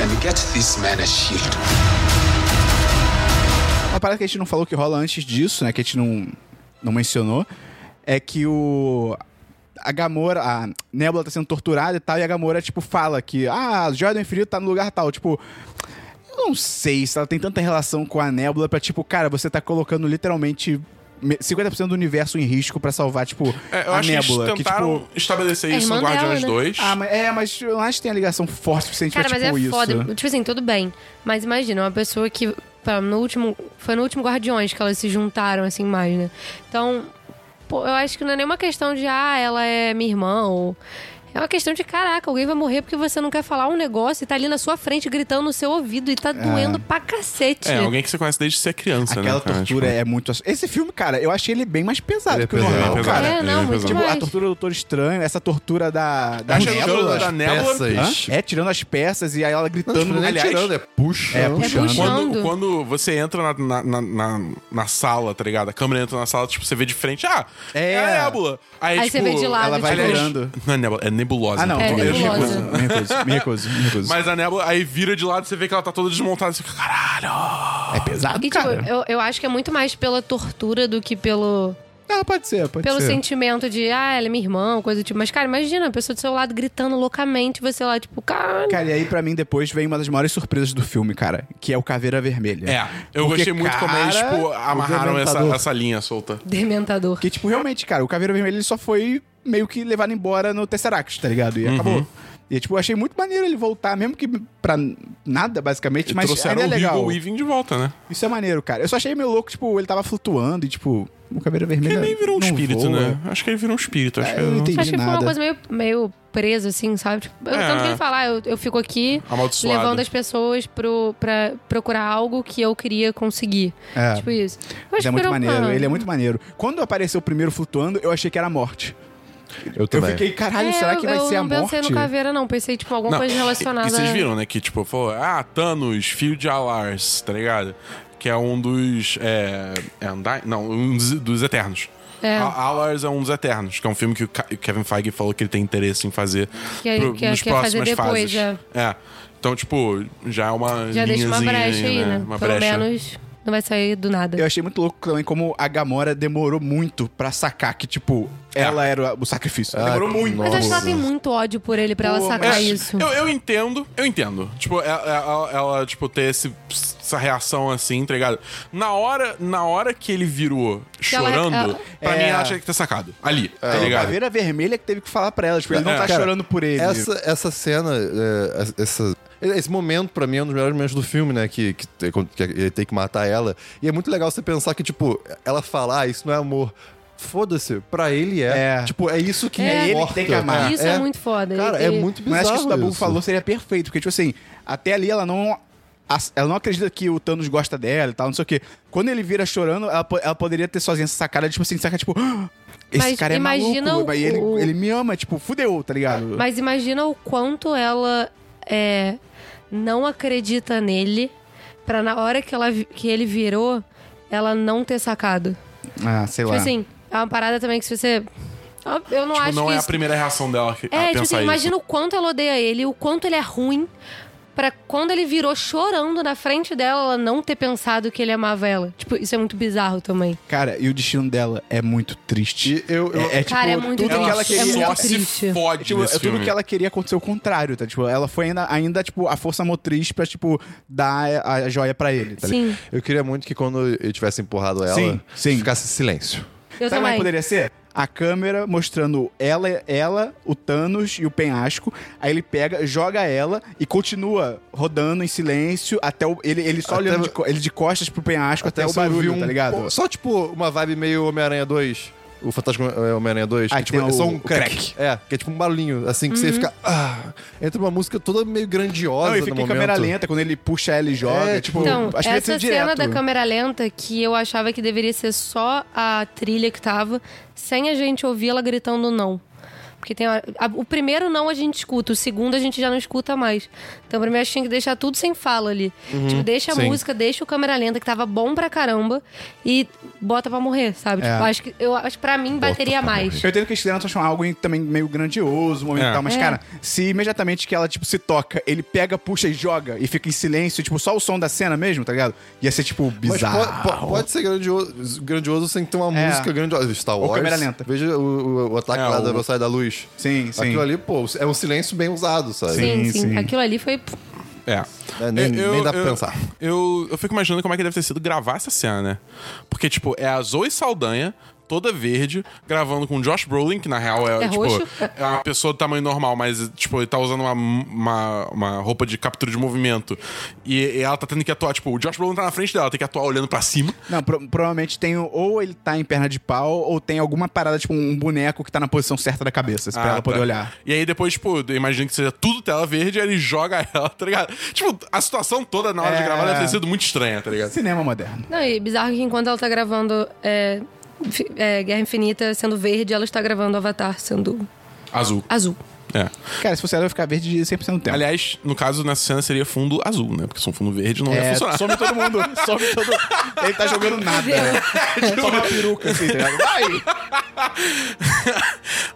E: And get this man a shield.
A: Uma parada que a gente não falou que rola antes disso, né? Que a gente não, não mencionou, é que o. A Gamora, a Nebula tá sendo torturada e tal, e a Gamora, tipo, fala que, ah, a Joia do Infinito tá no lugar tal. Tipo, eu não sei se ela tem tanta relação com a Nebula pra, tipo, cara, você tá colocando literalmente me- 50% do universo em risco pra salvar, tipo,
C: É, eu
A: a
C: acho
A: Nebula.
C: que
A: Que,
C: eles tentaram
A: tipo.
C: estabelecer
D: É
C: isso no
D: irmã dela,
C: Guardiões
D: né?
C: 2.
A: Ah, mas, é, mas eu não acho que tem a ligação forte o suficiente
D: Cara,
A: pra,
D: mas
A: tipo,
D: é
A: isso.
D: foda. Tipo assim, tudo bem. Mas imagina, uma pessoa que. pá, No último, foi no último Guardiões que elas se juntaram, assim, mais, né? Então, pô, eu acho que não é nenhuma questão de, ah, ela é minha irmã, ou. É uma questão de, caraca, alguém vai morrer porque você não quer falar um negócio e tá ali na sua frente gritando no seu ouvido
A: É.
D: e tá doendo pra cacete.
C: É, alguém que você conhece desde ser criança, né?
A: Aquela
C: cara?
A: tortura
C: Tipo,
A: é muito. ass- Esse filme, cara, eu achei ele bem mais pesado
B: Ele é
A: que o
B: pesado,
A: normal,
C: é pesado.
A: cara.
D: É, não,
C: É,
D: muito
C: tipo,
A: Tipo, a
D: mais.
A: tortura do Doutor Estranho, essa tortura da. da
C: Eu acho que
A: Nebula.
C: Tá a da Nebula-
A: Hã?
B: peças.
A: É, tirando as peças e aí ela gritando.
B: Não, não é
A: tá aliás,
B: tirando, é puxando.
A: É, puxando.
D: puxando.
C: Quando,
D: Puxando.
C: quando você entra na, na, na, na- na sala, tá ligado? A câmera entra na sala, tipo, você vê de frente, ah, é,
A: É.
C: a Nebula. Aí,
D: Aí
C: tipo,
D: você vê de lado,
A: ela vai
D: tipo,
A: virando.
C: Não é Nebula, é Nebulosa.
A: Ah, não.
D: É,
A: eu me
D: nebulosa.
A: recuso, Me recuso, me recuso, me recuso.
C: Mas a Nebula, aí vira de lado, você vê que ela tá toda desmontada. Você fica, caralho.
A: é pesado,
D: E, tipo,
A: cara.
D: eu, eu acho que é muito mais pela tortura do que pelo.
A: Ah, pode ser, pode
D: pelo
A: ser.
D: sentimento de, ah, ela é minha irmã, coisa do tipo. Mas, cara, imagina a pessoa do seu lado gritando loucamente, você lá, tipo, cara.
A: Cara, e aí pra mim depois vem uma das maiores surpresas do filme, cara, que é o Caveira Vermelha.
C: É, eu
A: Porque,
C: gostei muito como eles,
A: cara,
C: tipo, amarraram essa,
B: Dementador.
C: essa linha solta.
D: Dementador.
A: Que, tipo, realmente, cara, o Caveira Vermelho ele só foi meio que levado embora no Tesseract, tá ligado?
C: Uhum.
A: E acabou. E, tipo, eu achei muito maneiro ele voltar, mesmo que pra nada, basicamente,
C: E
A: mas ainda
C: trouxeram
A: é
C: o
A: legal.
C: Regal Weaving de volta, né?
A: Isso é maneiro, cara. Eu só achei meio louco, tipo, ele tava flutuando e, tipo, o Caveira Vermelha.
C: Ele nem virou um
A: não
C: espírito,
A: voa.
C: né? Acho que ele virou um espírito. Acho
A: É,
C: que
A: eu não entendi
D: Acho que foi uma
A: nada.
D: coisa meio, meio presa, assim, sabe? Tipo, eu,
C: É.
D: Tanto que ele fala, ah, eu, eu fico aqui
C: Amaldiçoado.
D: levando as pessoas pro, pra procurar algo que eu queria conseguir.
A: É.
D: Tipo isso. Eu
A: Mas
D: acho
A: é
D: que
A: muito
D: era uma-
A: maneiro, ele é muito maneiro. Quando apareceu o primeiro flutuando, eu achei que era a morte.
B: Eu
A: Eu
B: também.
A: fiquei, caralho,
D: É,
A: será que vai
D: eu
A: ser a
D: não
A: morte?
D: pensei no caveira, não. Pensei, tipo, alguma
C: Não,
D: coisa relacionada.
C: E, e vocês viram, né? Que tipo, falou, ah, Thanos, filho de Alars, tá ligado? Que é um dos. É, é Undy- Não, um dos, dos Eternos.
D: É.
C: A- Alars é um dos Eternos, que é um filme que o Ca- o Kevin Feige falou que ele tem interesse em fazer
D: Que é- que é-
C: nas
D: que é fazer
C: próximas
D: depois,
C: fases. É. Então, tipo, já é uma.
D: Já deixa uma
C: linhazinha
D: brecha aí, né?
C: Uma
D: Pelo
C: brecha.
D: menos não vai sair do nada.
A: Eu achei muito louco também como a Gamora demorou muito pra sacar que, tipo,
C: É.
A: ela era o
C: Ah,
A: sacrifício. Ela demorou muito.
D: Mas eu acho que ela
B: Nossa.
D: tem muito ódio por ele pra ela
A: Pô,
D: sacar
C: É,
D: isso.
C: Eu, eu entendo, eu entendo. Tipo, ela, ela- ela, tipo, ter esse- essa reação assim, tá ligado? Na hora, na hora que ele virou
D: ela-
C: chorando,
D: ela-
C: pra
A: É.
C: mim ela tinha que ter sacado. Ali, tá
A: A
C: ligado?
A: É caveira vermelha que teve que falar pra ela, tipo, ele não
C: É.
A: tá
C: Cara,
A: chorando por ele.
B: Essa, essa cena, é, essa- esse momento, pra mim, é um dos melhores momentos do filme, né? Que, que, que ele tem que matar ela. E é muito legal você pensar que, tipo, ela falar, ah, isso não é amor. Foda-se, pra ele é.
A: É.
B: Tipo, é isso que
D: É ele que
B: importa.
A: tem que amar.
D: Isso é muito foda.
B: Cara,
D: Ele-
B: é muito bizarro
A: Mas acho que isso que o Dabu
B: isso.
A: falou seria perfeito, porque, tipo assim, até ali ela não. as- Ela não acredita que o Thanos gosta dela e tal, não sei o quê. Quando ele vira chorando, ela, po- ela poderia ter sozinha essa sacada, tipo assim, saca, tipo, "Ah, esse
D: Mas
A: cara é
D: imagina
A: maluco,
D: o-
A: mas ele,
D: o-
A: ele me ama, tipo, fudeu, tá ligado?
D: Mas imagina o quanto ela é, não acredita nele pra na hora que, ela, vi- que ele virou, ela não ter sacado.
A: ah, sei
D: Tipo
A: lá.
D: assim, é uma parada também que se você. Eu não
C: Tipo,
D: acho
C: não
D: que
C: é a
D: isso
C: primeira reação dela que,
A: Ah,
C: a
D: É, tipo
C: pensar
D: assim,
C: isso.
D: imagina o quanto ela odeia ele, o quanto ele é ruim. Pra quando ele virou chorando na frente dela, ela não ter pensado que ele amava ela. Tipo, isso é muito bizarro também.
A: Cara, e o destino dela é muito triste.
B: E eu- eu-
A: é, é,
D: Cara, é muito
A: tudo
C: ela
A: que ela
D: triste, é
A: queria.
D: muito
C: só se
D: triste.
C: fode
A: Tipo, é
C: nesse
A: tudo
C: filme.
A: que ela queria aconteceu o contrário, tá? Tipo, ela foi ainda, ainda tipo, a força motriz pra, tipo, dar a, a joia pra ele, tá ligado?
D: Sim,
B: Eu queria muito que quando eu tivesse empurrado ela,
A: Sim, sim.
B: ficasse silêncio.
A: Sabe como é
D: eu
A: que
D: também.
A: poderia ser? A câmera mostrando ela, ela, o Thanos e o penhasco. Aí ele pega, joga ela e continua rodando em silêncio até o, ele, ele só
B: Até-
A: olhando de, co- ele de costas pro penhasco até, o
B: você ouvir
A: barulho,
B: um-
A: tá ligado?
B: Só tipo uma vibe meio Homem-Aranha 2. O Fantástico é, Homem-Aranha 2.
A: Ah,
B: que, tipo,
A: tem
B: é só
A: o-
B: um
A: o crack.
B: crack. É, que é tipo um barulhinho, assim, que
D: Uhum.
B: você fica. Ah, entra uma música toda meio grandiosa.
A: Não, e
B: no
A: fica em
B: momento.
A: câmera lenta, quando ele puxa ela e joga.
B: É,
A: tipo, acho
D: Então,
A: que ia ser
D: essa cena
A: direto.
D: da câmera lenta, que eu achava que deveria ser só a trilha que tava, sem a gente ouvir ela gritando não. Porque tem hora- a- o primeiro não a gente escuta, o segundo a gente já não escuta mais. Então, pra mim, acho que tinha que deixar tudo sem fala ali.
A: Uhum.
D: tipo, deixa a
B: sim.
D: música, deixa o câmera lenta, que tava bom pra caramba, e bota pra morrer, sabe?
A: É.
D: Tipo, acho que eu acho que pra mim bateria mais.
A: Eu entendo que eles quiseram transformar algo em também meio grandioso, momental,
C: É.
A: mas,
D: É.
A: cara, se imediatamente que ela, tipo, se toca, ele pega, puxa e joga e fica em silêncio, tipo, só o som da cena mesmo, tá ligado? Ia ser, tipo,
B: Mas po-
A: bizarro.
B: po- pode ser grandioso, grandioso sem ter uma
A: É.
B: música grandiosa. Star
A: Ou
B: Wars.
A: câmera lenta.
B: Veja o, o- o ataque
C: É,
B: lá
C: o-
B: da velocidade da luz.
A: Sim, sim.
B: Aquilo ali, pô, é um silêncio bem usado, sabe?
D: Sim, sim,
A: Sim, sim.
D: Aquilo ali foi.
C: É.
B: É, nem-
C: Eu-
B: nem dá
C: eu-
B: pra pensar.
C: Eu, eu fico imaginando como é que deve ter sido gravar essa cena, né? Porque, tipo, é a Zoe Saldanha, toda verde, gravando com o Josh Brolin, que na real é,
D: É
C: tipo,
D: roxo.
C: é uma pessoa do tamanho normal, mas, tipo, ele tá usando uma, uma, uma roupa de captura de movimento. E, e ela tá tendo que atuar, tipo, o Josh Brolin tá na frente dela, tem que atuar olhando pra cima.
A: Não, pro- provavelmente tem o- ou ele tá em perna de pau, ou tem alguma parada, tipo, um boneco que tá na posição certa da cabeça, pra
C: Ah,
A: ela poder
C: tá.
A: olhar.
C: E aí depois, tipo, eu imagino que seja tudo tela verde, aí ele joga ela, tá ligado? Tipo, a situação toda na hora de
A: É.
C: gravar deve ter sido muito estranha, tá ligado?
A: Cinema moderno.
D: Não, e bizarro que enquanto ela tá gravando é, fi- é, Guerra Infinita sendo verde, ela está gravando Avatar sendo
C: Azul.
D: azul.
C: É.
A: Cara, se fosse ela, eu ia ficar verde de 100% do
D: É.
A: tempo.
C: Aliás, no caso, nessa cena seria fundo azul, né? Porque se um fundo verde não ia
A: É,
C: funcionar.
A: some todo mundo, some todo Ele tá jogando nada. Só uma peruca, assim, tá ligado? Vai!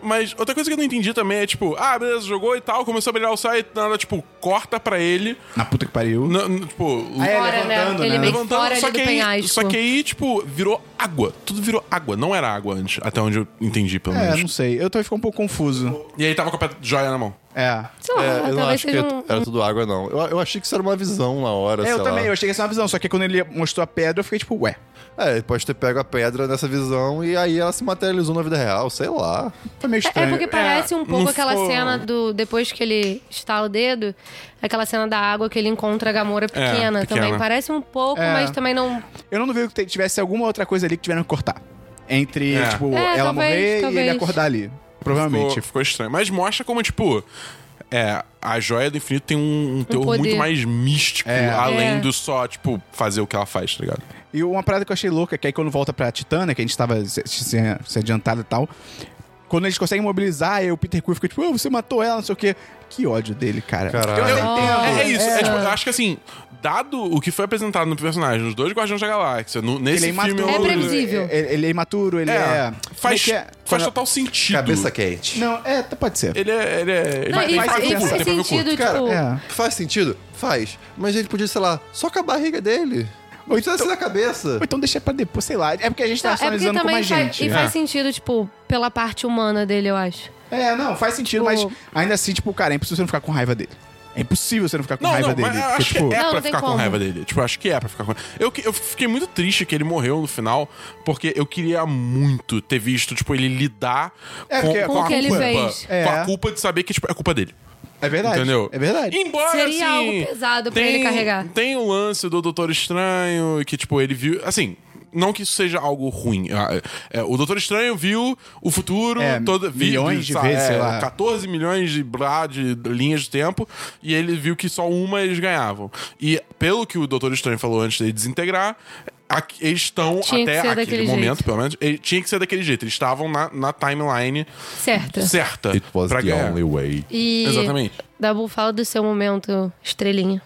C: Mas outra coisa que eu não entendi também é, tipo, ah, beleza, jogou e tal, começou a brilhar o site, nada, tipo, corta pra ele.
A: Na puta que pariu.
C: na- na- tipo,
A: Aí
D: Fora, né?
A: levantando,
D: Ele
A: né?
D: meio que fora ali
C: só
D: do
C: que, aí,
D: penhasco.
C: só que aí, tipo, virou água. Tudo virou água. Não era água antes, até onde eu entendi, pelo
A: É,
C: menos.
A: não sei. Eu também fico um pouco confuso.
C: E aí tava com a pe- joia na mão.
A: É.
D: Sei lá,
B: É, eu não
D: Ah, talvez
B: acho que
D: seja um.
B: era tudo água, não. Eu, eu achei que isso era uma visão na hora,
A: É,
B: sei
A: eu também,
B: lá.
A: eu achei que essa é uma visão, só que quando ele mostrou a pedra, eu fiquei tipo, ué.
B: É, ele pode ter pego a pedra nessa visão e aí ela se materializou na vida real, sei lá.
A: Foi meio
D: É
A: estranho.
D: porque parece um pouco
C: não
D: aquela
C: ficou-
D: cena do. Depois que ele estala o dedo, aquela cena da água que ele encontra a Gamora É, pequena,
C: pequena.
D: também. Parece um pouco,
A: É.
D: mas também não.
A: Eu não duvido que te- tivesse alguma outra coisa ali que tiveram que cortar. Entre,
C: É.
A: tipo,
D: É,
A: ela
D: talvez,
A: morrer e
D: talvez.
A: ele acordar ali. Provavelmente.
D: tipo.
C: Ficou, ficou estranho. Mas mostra como, tipo. É, a joia do infinito tem um, um teor
D: poder.
C: muito mais místico, além
D: É.
C: do só, tipo, fazer o que ela faz, tá ligado?
A: E uma parada que eu achei louca, que aí quando volta pra Titânia, que a gente tava se, se, se adiantado e tal, quando eles conseguem mobilizar, aí o Peter Quill fica tipo, "Ah, você matou ela, não sei o quê. Que ódio dele, cara.
B: Caralho.
A: Eu não entendo.
C: É, é isso. É, tipo, eu acho que assim, dado o que foi apresentado no personagem, os dois Guardiões da Galáxia, no- nesse
A: Ele é
C: filme.
A: imaturo.
D: É
C: eu-
D: previsível.
A: Ele, ele é imaturo, ele
C: É,
A: é... como é
C: faz,
A: que é?
C: faz
A: Quando-
C: total sentido.
B: quente.
A: Não, é, t- pode ser.
C: Ele é. Ele é ele
D: Não, e,
C: ele
D: e
A: faz
D: faz, né?
A: tempo,
C: ele pra ver o curto.
D: sentido,
B: Cara,
D: tipo.
A: É.
B: Faz sentido? Faz. Mas ele podia, sei lá, só com a barriga dele. Ou então assim na cabeça.
A: Ou então deixa pra depois, sei lá. É porque a gente tá
D: Não, é porque
A: racionalizando com
D: também
A: mais
D: faz,
A: gente.
D: e faz sentido, tipo, pela parte humana dele, eu acho.
A: É, não, faz sentido, mas
D: Tipo-
A: ainda assim, tipo, cara, é impossível você não ficar com raiva dele. É impossível você não ficar com
C: Não,
A: raiva
C: não,
A: dele.
C: mas
A: porque,
C: acho
A: tipo,
C: que é
D: Não, não
C: pra
D: tem
C: ficar com
D: como.
C: raiva dele. Tipo, acho que é pra ficar com eu, que- eu fiquei muito triste que ele morreu no final, porque eu queria muito ter visto, tipo, ele lidar
A: É,
C: com,
A: porque-
C: com
A: Com
C: a
A: o que
D: ele
C: culpa.
D: fez.
C: Com
A: É.
C: a culpa de saber que, tipo, é culpa dele.
A: é verdade.
C: Entendeu?
A: É verdade.
C: Embora,
D: Seria
C: assim,
D: algo pesado pra ele carregar.
C: Tem o lance do Doutor Estranho, que, tipo, ele viu... Assim, não que isso seja algo ruim. Ah, é, o Doutor Estranho viu o futuro...
A: É,
C: todo, vi-
A: milhões de vezes, sei lá.
C: 14 é, milhões de, blá, de linhas de tempo, e ele viu que só uma eles ganhavam. E, pelo que o Doutor Estranho falou antes de desintegrar... aqui- eles estão
D: Tinha que
C: até
D: ser
C: aquele
D: daquele
C: momento,
D: jeito.
C: pelo menos. ele- tinha que ser daquele jeito. Eles estavam na, na timeline
D: Certa.
C: certa.
B: It was
C: pra
B: the
C: ganhar.
B: only way.
D: E.
C: Exatamente.
D: Dabu, fala do seu momento estrelinha.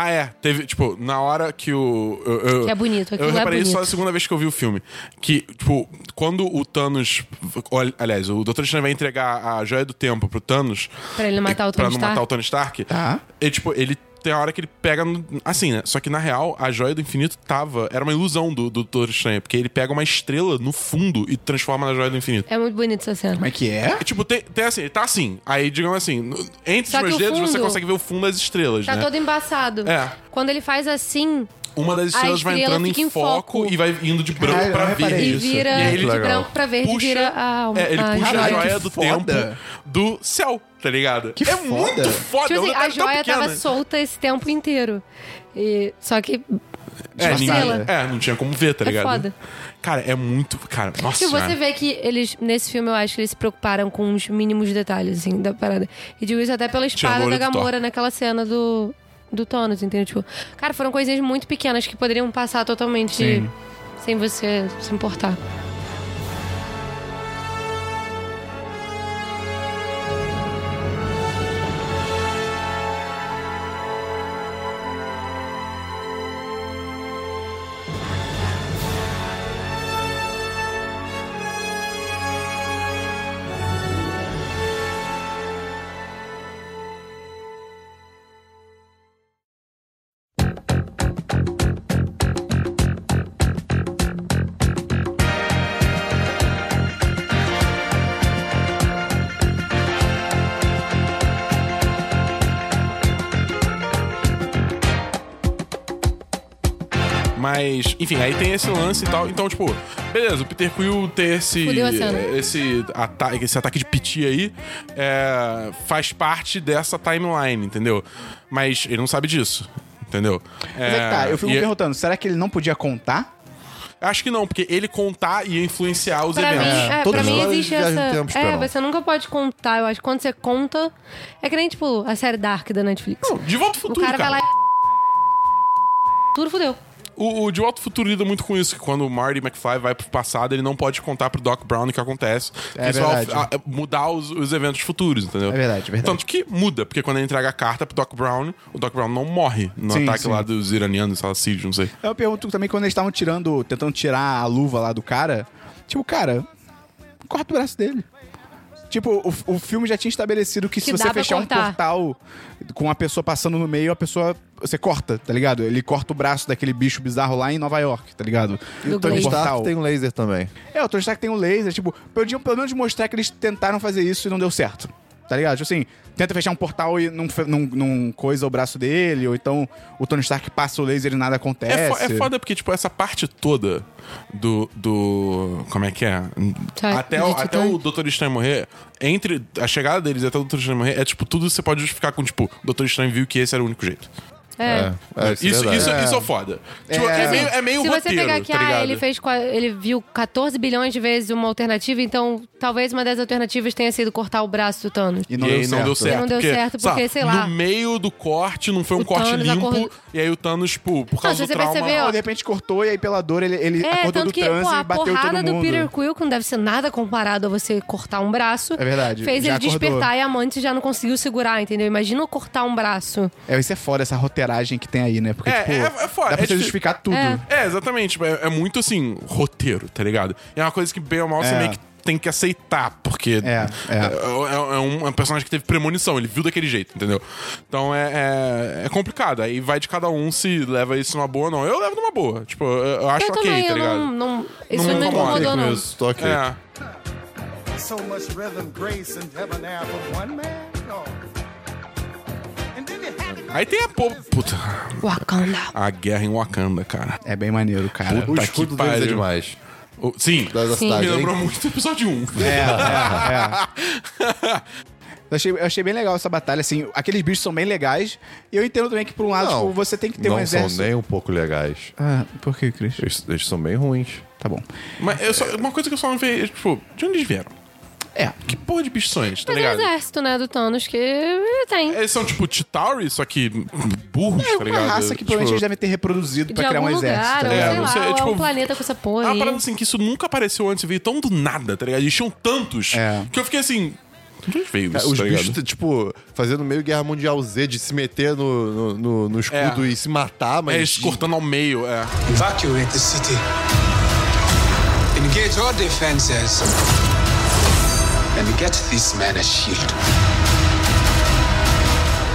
C: Ah, é. Teve, tipo, na hora que o. Eu, eu-
D: Que é bonito, aquilo
C: Eu
D: é
C: reparei isso só a
D: bonito.
C: segunda vez que eu vi o filme. Que, tipo, quando o Thanos. olha- Aliás, o Doutor Estranho vai entregar a joia do tempo pro Thanos.
D: Pra ele matar o
C: Pra
D: Tony
C: não
D: Stark.
C: matar o Tony Stark.
A: Tá.
C: E, tipo, ele. Tem a hora que ele pega. no- Assim, né? Só que na real, a joia do infinito tava. Era uma ilusão do, do Doutor Estranho. Porque ele pega uma estrela no fundo e transforma na joia do infinito.
D: É muito bonito essa cena.
A: Como é que é?
C: E, Tipo, tem, tem assim, ele tá assim. Aí, digamos assim, no- entre
D: Só
C: os meus
D: que o
C: dedos você
D: fundo-
C: consegue ver o fundo das estrelas,
D: Tá
C: né?
D: todo embaçado.
C: É.
D: Quando ele faz assim,
C: Uma das
D: A
C: estrelas vai
D: estrela
C: entrando
D: fica
C: em
D: em
C: foco,
D: foco.
C: e vai indo de branco
A: Caralho, eu
C: pra
A: não reparei
C: verde.
D: e
A: Isso.
D: vira
C: É E aí ele
D: de
B: legal.
D: branco pra verde,
C: puxa,
D: vira a alma.
C: é, ele
D: a
C: puxa
A: Caralho,
C: a
A: que
C: joia do
A: foda.
C: tempo do céu, tá ligado?
A: Que
C: é
A: foda.
C: muito foda.
D: Tipo
C: é um
D: assim, a
C: detalhe tão
D: joia tava
C: pequeno.
D: solta esse tempo inteiro. E, só que.
C: é,
D: estrela.
C: ninguém, é, não tinha como ver, tá
D: É
C: ligado?
D: foda.
C: Cara, é muito... Cara, nossa
D: Se você
C: senhora.
D: vê que eles, nesse filme, eu acho que eles se preocuparam com os mínimos detalhes, assim, da parada. E digo isso até pela
C: Tinha
D: espada
C: o olho
D: da
C: do Thor.
D: Gamora naquela cena do, do Thanos, entendeu? Tipo, cara, foram coisinhas muito pequenas que poderiam passar totalmente sem você se importar.
C: Mas, enfim, aí tem esse lance e tal. Então, tipo, beleza, o Peter Quill ter esse.
D: Fudeu a cena.
C: Esse ataque, esse ataque de piti aí é, faz parte dessa timeline, entendeu? Mas ele não sabe disso. Entendeu?
A: Mas é que tá, eu fico
C: e-
A: perguntando, será que ele não podia contar?
C: Acho que não, porque ele contar ia influenciar os
D: Pra mim,
C: eventos.
D: é,
B: todos
D: pra mim
B: nós
D: existe
B: viajamos
D: essa.
B: no tempo,
D: é,
B: Esperão.
D: você nunca pode contar, eu acho. Quando você conta. É que nem, tipo, a série Dark da Netflix.
C: Não, De volta ao
D: o
C: futuro,
D: cara,
C: cara.
D: vai lá e. Tudo fudeu.
C: O, o De Volta ao Futuro lida muito com isso, que quando o Marty McFly vai pro passado, ele não pode contar pro Doc Brown o que acontece.
A: É
C: É só
A: verdade.
C: a- a- mudar os, os eventos futuros, entendeu?
A: É verdade, é verdade.
C: Tanto que muda, porque quando ele entrega a carta pro Doc Brown, o Doc Brown não morre no
A: Sim,
C: ataque
A: sim.
C: lá dos iranianos, sei lá, sírios, não sei.
A: Eu pergunto também quando eles estavam tirando, tentando tirar a luva lá do cara. Tipo, cara, corta o braço dele. Tipo, o, o filme já tinha estabelecido que, se
D: Que
A: você
D: dá pra
A: fechar um
D: cortar.
A: portal com a pessoa passando no meio, a pessoa. Você corta, tá ligado? Ele corta o braço daquele bicho bizarro lá em Nova York, tá ligado?
D: Do
A: Um
D: Tony
B: O
D: Stark
A: portal.
B: Stark tem um laser também.
A: É, o Tony Stark tem um laser, tipo, podiam pelo menos mostrar que eles tentaram fazer isso e não deu certo. Tá ligado? Tipo assim, tenta fechar um portal e não, fe- não, não coisa o braço dele, ou então o Tony Stark passa o laser e nada
C: É,
A: acontece.
C: fo- é foda porque, tipo, essa parte toda do. do como é que é?
D: Tá,
C: até o,
D: de
C: até
D: Titã.
C: o Doutor Estranho morrer, entre a chegada deles e até o Doutor Estranho morrer, é tipo, tudo você pode justificar com, tipo, o Doutor Estranho viu que esse era o único jeito.
D: É.
B: É,
C: Isso,
B: é
C: isso,
B: verdade.
C: isso é, foda. Tipo,
A: É.
C: é, meio, é meio
D: Se
C: roteiro,
D: você pegar aqui,
C: tá
D: ah,
C: ligado?
D: ele fez. qua- Ele viu 14 bilhões de vezes uma alternativa, então talvez uma das alternativas tenha sido cortar o braço do Thanos.
A: E
C: E
A: não,
C: aí
A: deu, certo.
C: não deu certo.
D: Não deu certo porque, sei lá.
C: No meio do corte, não foi um
D: O
C: corte
D: Thanos
C: limpo.
D: acordou-
C: E aí o Thanos, tipo, por causa
D: se
C: do
D: você
C: trauma...
D: perceber,
A: Ou de repente cortou e aí pela dor ele, ele
D: É,
A: acordou
D: tanto
A: do
D: que
A: transe
D: pô,
A: e
D: a
A: bateu todo
D: porrada
A: mundo.
D: do Peter Quill, que não deve ser nada comparado a você cortar um braço,
A: É verdade,
D: fez
A: já
D: ele
A: acordou.
D: despertar e a Mantis já não conseguiu segurar, entendeu? Imagina eu cortar um braço.
A: É, isso é foda, essa roteiragem que tem aí, né? Porque,
C: É,
A: tipo,
C: é-
A: dá pra
C: é foda, é
A: você
C: difícil.
A: justificar tudo.
D: É.
C: É, exatamente. Tipo, é, é muito, assim, roteiro, tá ligado? E é uma coisa que, bem ou mal, você
A: É.
C: meio que tem que aceitar, porque...
A: É, é.
C: é- é um, é um personagem que teve premonição, ele viu daquele jeito, entendeu? Então é, é, é complicado. Aí vai de cada um se leva isso numa boa ou não. Eu levo numa boa. Tipo, eu, eu acho
D: eu
C: ok,
D: também,
C: tá
D: eu
C: ligado?
D: não, não- Isso
C: me
D: não, me
C: incomoda
D: incomodou, não.
B: Isso, tô ok.
C: É.
G: So much rhythm, grace, and debonair for one man. No. And then it happened.
C: Aí tem a... po- Puta,
D: Wakanda.
C: a guerra em Wakanda, cara.
A: É bem maneiro, cara.
B: O
C: Puta que
B: escudo deles é
C: pariu.
B: demais.
C: O- Sim.
B: Da, da
D: Sim.
B: cidade.
C: Me
B: hein?
C: lembrou muito do episódio 1.
A: É, é, é. Eu achei, eu achei bem legal essa batalha, assim. Aqueles bichos são bem legais. E eu entendo também que, por um lado,
B: Não,
A: tipo, você tem que ter
B: não
A: um exército.
C: né?
B: são nem um pouco legais.
A: Ah, por que, Cris?
B: Eles, eles são bem ruins.
A: Tá bom.
C: Mas eu só- uma coisa que eu só não vejo, é, tipo, de onde eles vieram?
A: É.
C: Que porra de bichos são eles, tá
D: Mas é o
C: ligado?
D: exército, né, do Thanos, que tem.
C: Eles são tipo Chitauri, só que burros, tá
A: É Uma
C: ligado?
A: raça que
C: Tipo,
A: provavelmente eles devem ter reproduzido
D: de
A: pra criar
D: algum
A: um exército,
D: lugar,
A: tá
D: ou
A: ligado?
D: sei
C: Não
D: lá,
C: sei, é
D: ou é
C: tipo-
D: um planeta com essa
C: é
D: porra
C: uma
D: aí.
C: parada assim que isso nunca apareceu antes, veio tão do nada, tá ligado? Eles tinham tantos
A: É.
C: que eu fiquei assim. De onde veio
B: Cara,
C: isso,
B: É, Os
C: tá
B: bichos,
C: ligado?
B: t- tipo, fazendo meio Guerra Mundial Z de se meter no, no, no- no escudo
C: É.
B: e se matar,
C: É,
B: mas.
C: eles cortando ao meio, é.
E: Evacuate the city. Engage all defenses. And get this man a shield.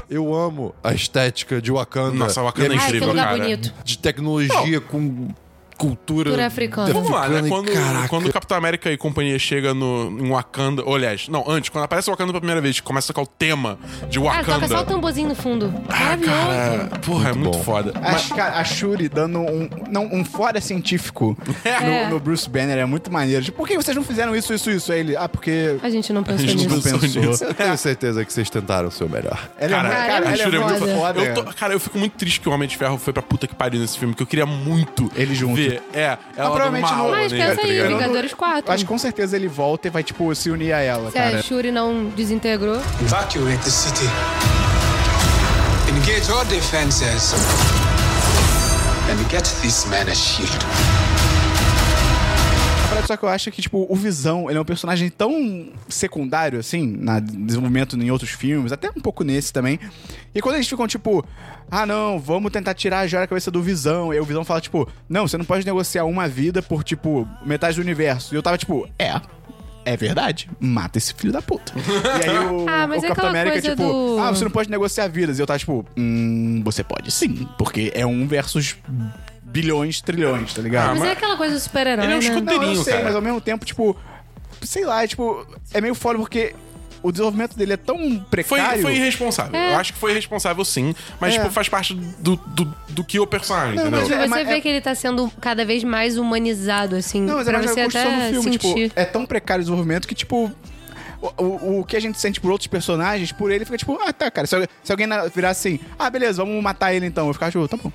B: Eu amo a estética de Wakanda.
C: Nossa, Wakanda
B: E
C: é
D: Ai, que
C: incrível,
D: lugar
C: cara.
D: bonito.
B: De tecnologia com cultura.
D: Cultura africana.
C: Vamos lá, né?
B: e
C: Quando,
B: caraca.
C: quando o Capitão América e companhia chega no, em Wakanda. Ou, aliás, não, antes, quando aparece o Wakanda pela primeira vez, começa a tocar o tema de
D: Ah,
C: Wakanda.
D: toca só o tamborzinho no fundo.
C: Ah,
D: Maravilhoso.
C: cara, porra, é muito
B: bom.
C: foda.
A: A,
C: Mas-
A: Shka- a Shuri dando um, não, um fora científico
D: É.
A: no, no Bruce Banner é muito maneiro. Tipo, por que vocês não fizeram isso, isso, isso? Aí ele, ah, porque.
D: A gente não pensou
C: gente não
D: nisso.
A: Não
C: pensou
A: pensou.
C: nisso.
B: Eu tenho certeza que vocês tentaram o seu melhor.
A: Ela
C: Cara,
A: muito-
D: cara,
A: ela
C: a
D: Shuri é
C: muito
D: foda.
A: foda.
C: Eu tô- cara, eu fico muito triste que o Homem de Ferro foi pra puta que pariu nesse filme, que eu queria muito
A: Ele junto.
C: ver. É, ela
A: provavelmente
C: dando
A: não-
C: uma aula
D: Mas
C: nele,
D: pensa
C: tá
D: aí,
C: ligado?
D: Vingadores 4.
A: Acho que com certeza ele volta e vai, tipo, se unir a ela,
D: Se
A: cara.
D: a É, Shuri não desintegrou.
E: Evacuate the city. Engage all defenses. And get this man a shield.
A: A parada Só que eu acho que, tipo, o Visão, ele é um personagem tão secundário, assim, na desenvolvimento em outros filmes, até um pouco nesse também. E quando eles ficam, tipo, ah, não, vamos tentar tirar a joia da cabeça do Visão. E aí o Visão fala, tipo, não, você não pode negociar uma vida por, tipo, metade do universo. E eu tava, tipo, é... É verdade. Mata esse filho da puta. E aí o,
D: Ah, mas
A: o Capitão
D: é aquela
A: América,
D: coisa
A: tipo,
D: do-
A: ah, você não pode negociar vidas. E eu tava, tipo, hum, você pode sim, porque é um versus bilhões, trilhões, tá ligado?
C: Ah,
D: Mas
C: mas-
D: é aquela coisa do super-herói,
C: Ele é um
D: né?
C: escudo-
A: Não, eu
C: roteirinho,
A: sei,
C: cara.
A: mas ao mesmo tempo, tipo, sei lá, é tipo, é meio foda porque o desenvolvimento dele é tão
C: Foi,
A: precário.
C: foi irresponsável.
D: É.
C: Eu acho que foi irresponsável, sim. Mas,
A: É.
C: tipo, faz parte do, do, do que é o personagem,
A: Não,
C: entendeu?
A: mas É,
D: Você vê
A: é-
D: que ele tá sendo cada vez mais humanizado, assim.
A: Não, mas é
D: pra
A: mais
D: você
A: a construção
D: até
A: do filme.
D: sentir.
A: Tipo, é tão precário o desenvolvimento que, tipo. o- O, o que a gente sente por outros personagens, por ele, fica tipo, ah, tá, cara. Se, al- se alguém na- virar assim, ah, beleza, vamos matar ele então. Eu ficava tipo, tá bom.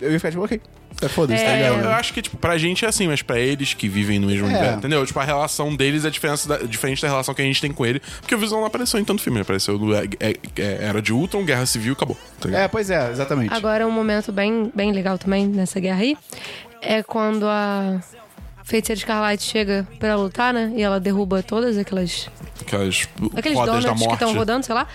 A: Eu ia ficar tipo, ok.
B: É foda-se, tá
C: É, eu,
B: ligado? É.
C: eu acho que, tipo, pra gente é assim, mas pra eles que vivem no mesmo universo, entendeu? Tipo, a relação deles é diferença da- diferente da relação que a gente tem com ele, porque o Visão não apareceu em tanto filme, ele apareceu no, é, é- Era de Ultron, Guerra Civil, acabou. tá ligado?
A: É, pois é, exatamente.
D: Agora, um momento bem, bem legal também nessa guerra aí é quando a Feiticeira Escarlate chega pra lutar, né? E ela derruba todas aquelas
B: É.
C: Aquelas
D: aqueles
C: rodas da
D: donuts que
C: morte.
D: estão rodando, sei lá.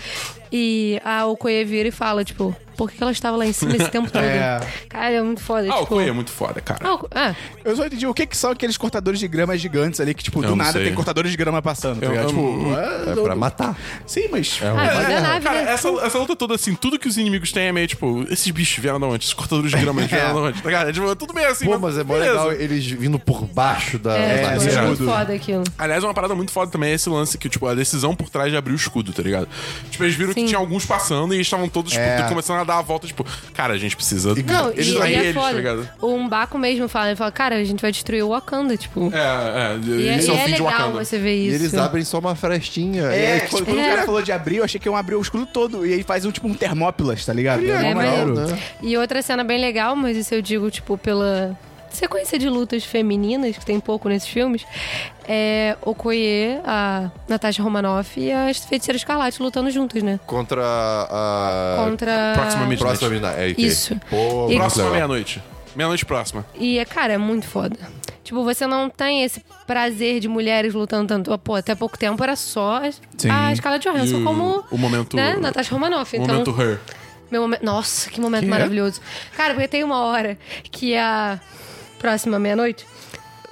D: E a Okoye vira e fala, tipo, por que que ela estava lá em cima esse tempo todo?
A: É.
D: Cara, é muito foda.
C: ah, o
D: tipo,
C: Koei é muito foda, cara.
D: Ah, Oko- ah,
A: Eu só entendi o que, que são aqueles cortadores de grama gigantes ali que, tipo, do
C: não
A: nada
C: sei.
A: tem cortadores de grama passando, tá
C: Eu-
A: ligado?
C: eu-
A: Tipo, ah,
B: É pra matar.
A: sim, mas.
D: ah,
C: É,
D: mas é,
C: é,
D: a nave,
C: cara,
D: né?
C: essa, essa luta toda, assim, tudo que os inimigos têm é meio tipo, esses bichos vieram da onde? Esses cortadores de grama vieram da onde? Tá ligado? É, tipo, é tudo meio assim.
B: Pô, mas é mó
C: beleza.
B: legal eles vindo por baixo da...
D: É,
B: da-
D: tipo, é,
C: sim.
D: muito foda aquilo.
C: Aliás, uma parada muito foda também é esse lance que, tipo, a decisão por trás de abrir o escudo, tá ligado? Tipo, eles viram que
D: Sim.
C: tinha alguns passando e eles estavam todos, tipo, começando a dar a volta, tipo, cara, a gente precisa.
D: Não,
C: eles
D: e,
C: aí
D: e é
C: eles, tá
D: foda.
C: ligado?
D: o Umbaco mesmo fala, ele fala, cara, a gente vai destruir o Wakanda, tipo.
C: É, é,
D: e é,
C: eles são
D: e é
C: fim de
D: legal
C: Wakanda.
D: você ver
B: E
D: isso.
B: eles abrem só uma frestinha.
A: É,
B: É,
A: tipo, quando o
D: É.
A: cara falou de abrir, eu achei que iam abrir o escudo todo. E aí faz um tipo um termópilas, tá ligado?
D: É,
A: mó
D: maneiro.
A: maneiro.
B: né?
D: E outra cena bem legal, mas isso eu digo, tipo, pela sequência de lutas femininas, que tem pouco nesses filmes, é Okoye, a Natasha Romanoff e a Feiticeira Escarlate lutando juntas, né?
F: Contra a.
D: Contra...
C: É, Próxima Midnight.
F: Próxima mina. É, ok.
D: Isso.
F: Pô,
D: E-
C: Próxima
F: muito legal.
C: meia-noite. Meia-noite próxima.
D: E, é, cara, é muito foda. Tipo, você não tem esse prazer de mulheres lutando tanto. Pô, até pouco tempo era só a- a escala de Johansson
C: E o-
D: como...
C: o momento-
D: Né? Natasha Romanoff.
C: O
D: então,
C: momento her.
D: Meu momento. Nossa, que
A: é?
D: momento maravilhoso. Cara, porque tem uma hora que a próxima meia-noite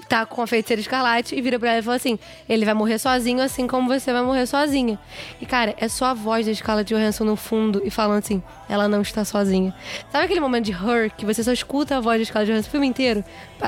D: tá com a feiticeira escarlate e vira pra ela e fala assim: ele vai morrer sozinho, assim como você vai morrer sozinha. E, cara, é só a voz da escala de Johansson no fundo e falando assim: ela não está sozinha. Sabe aquele momento de her que você só escuta a voz da escala de Johansson o filme inteiro?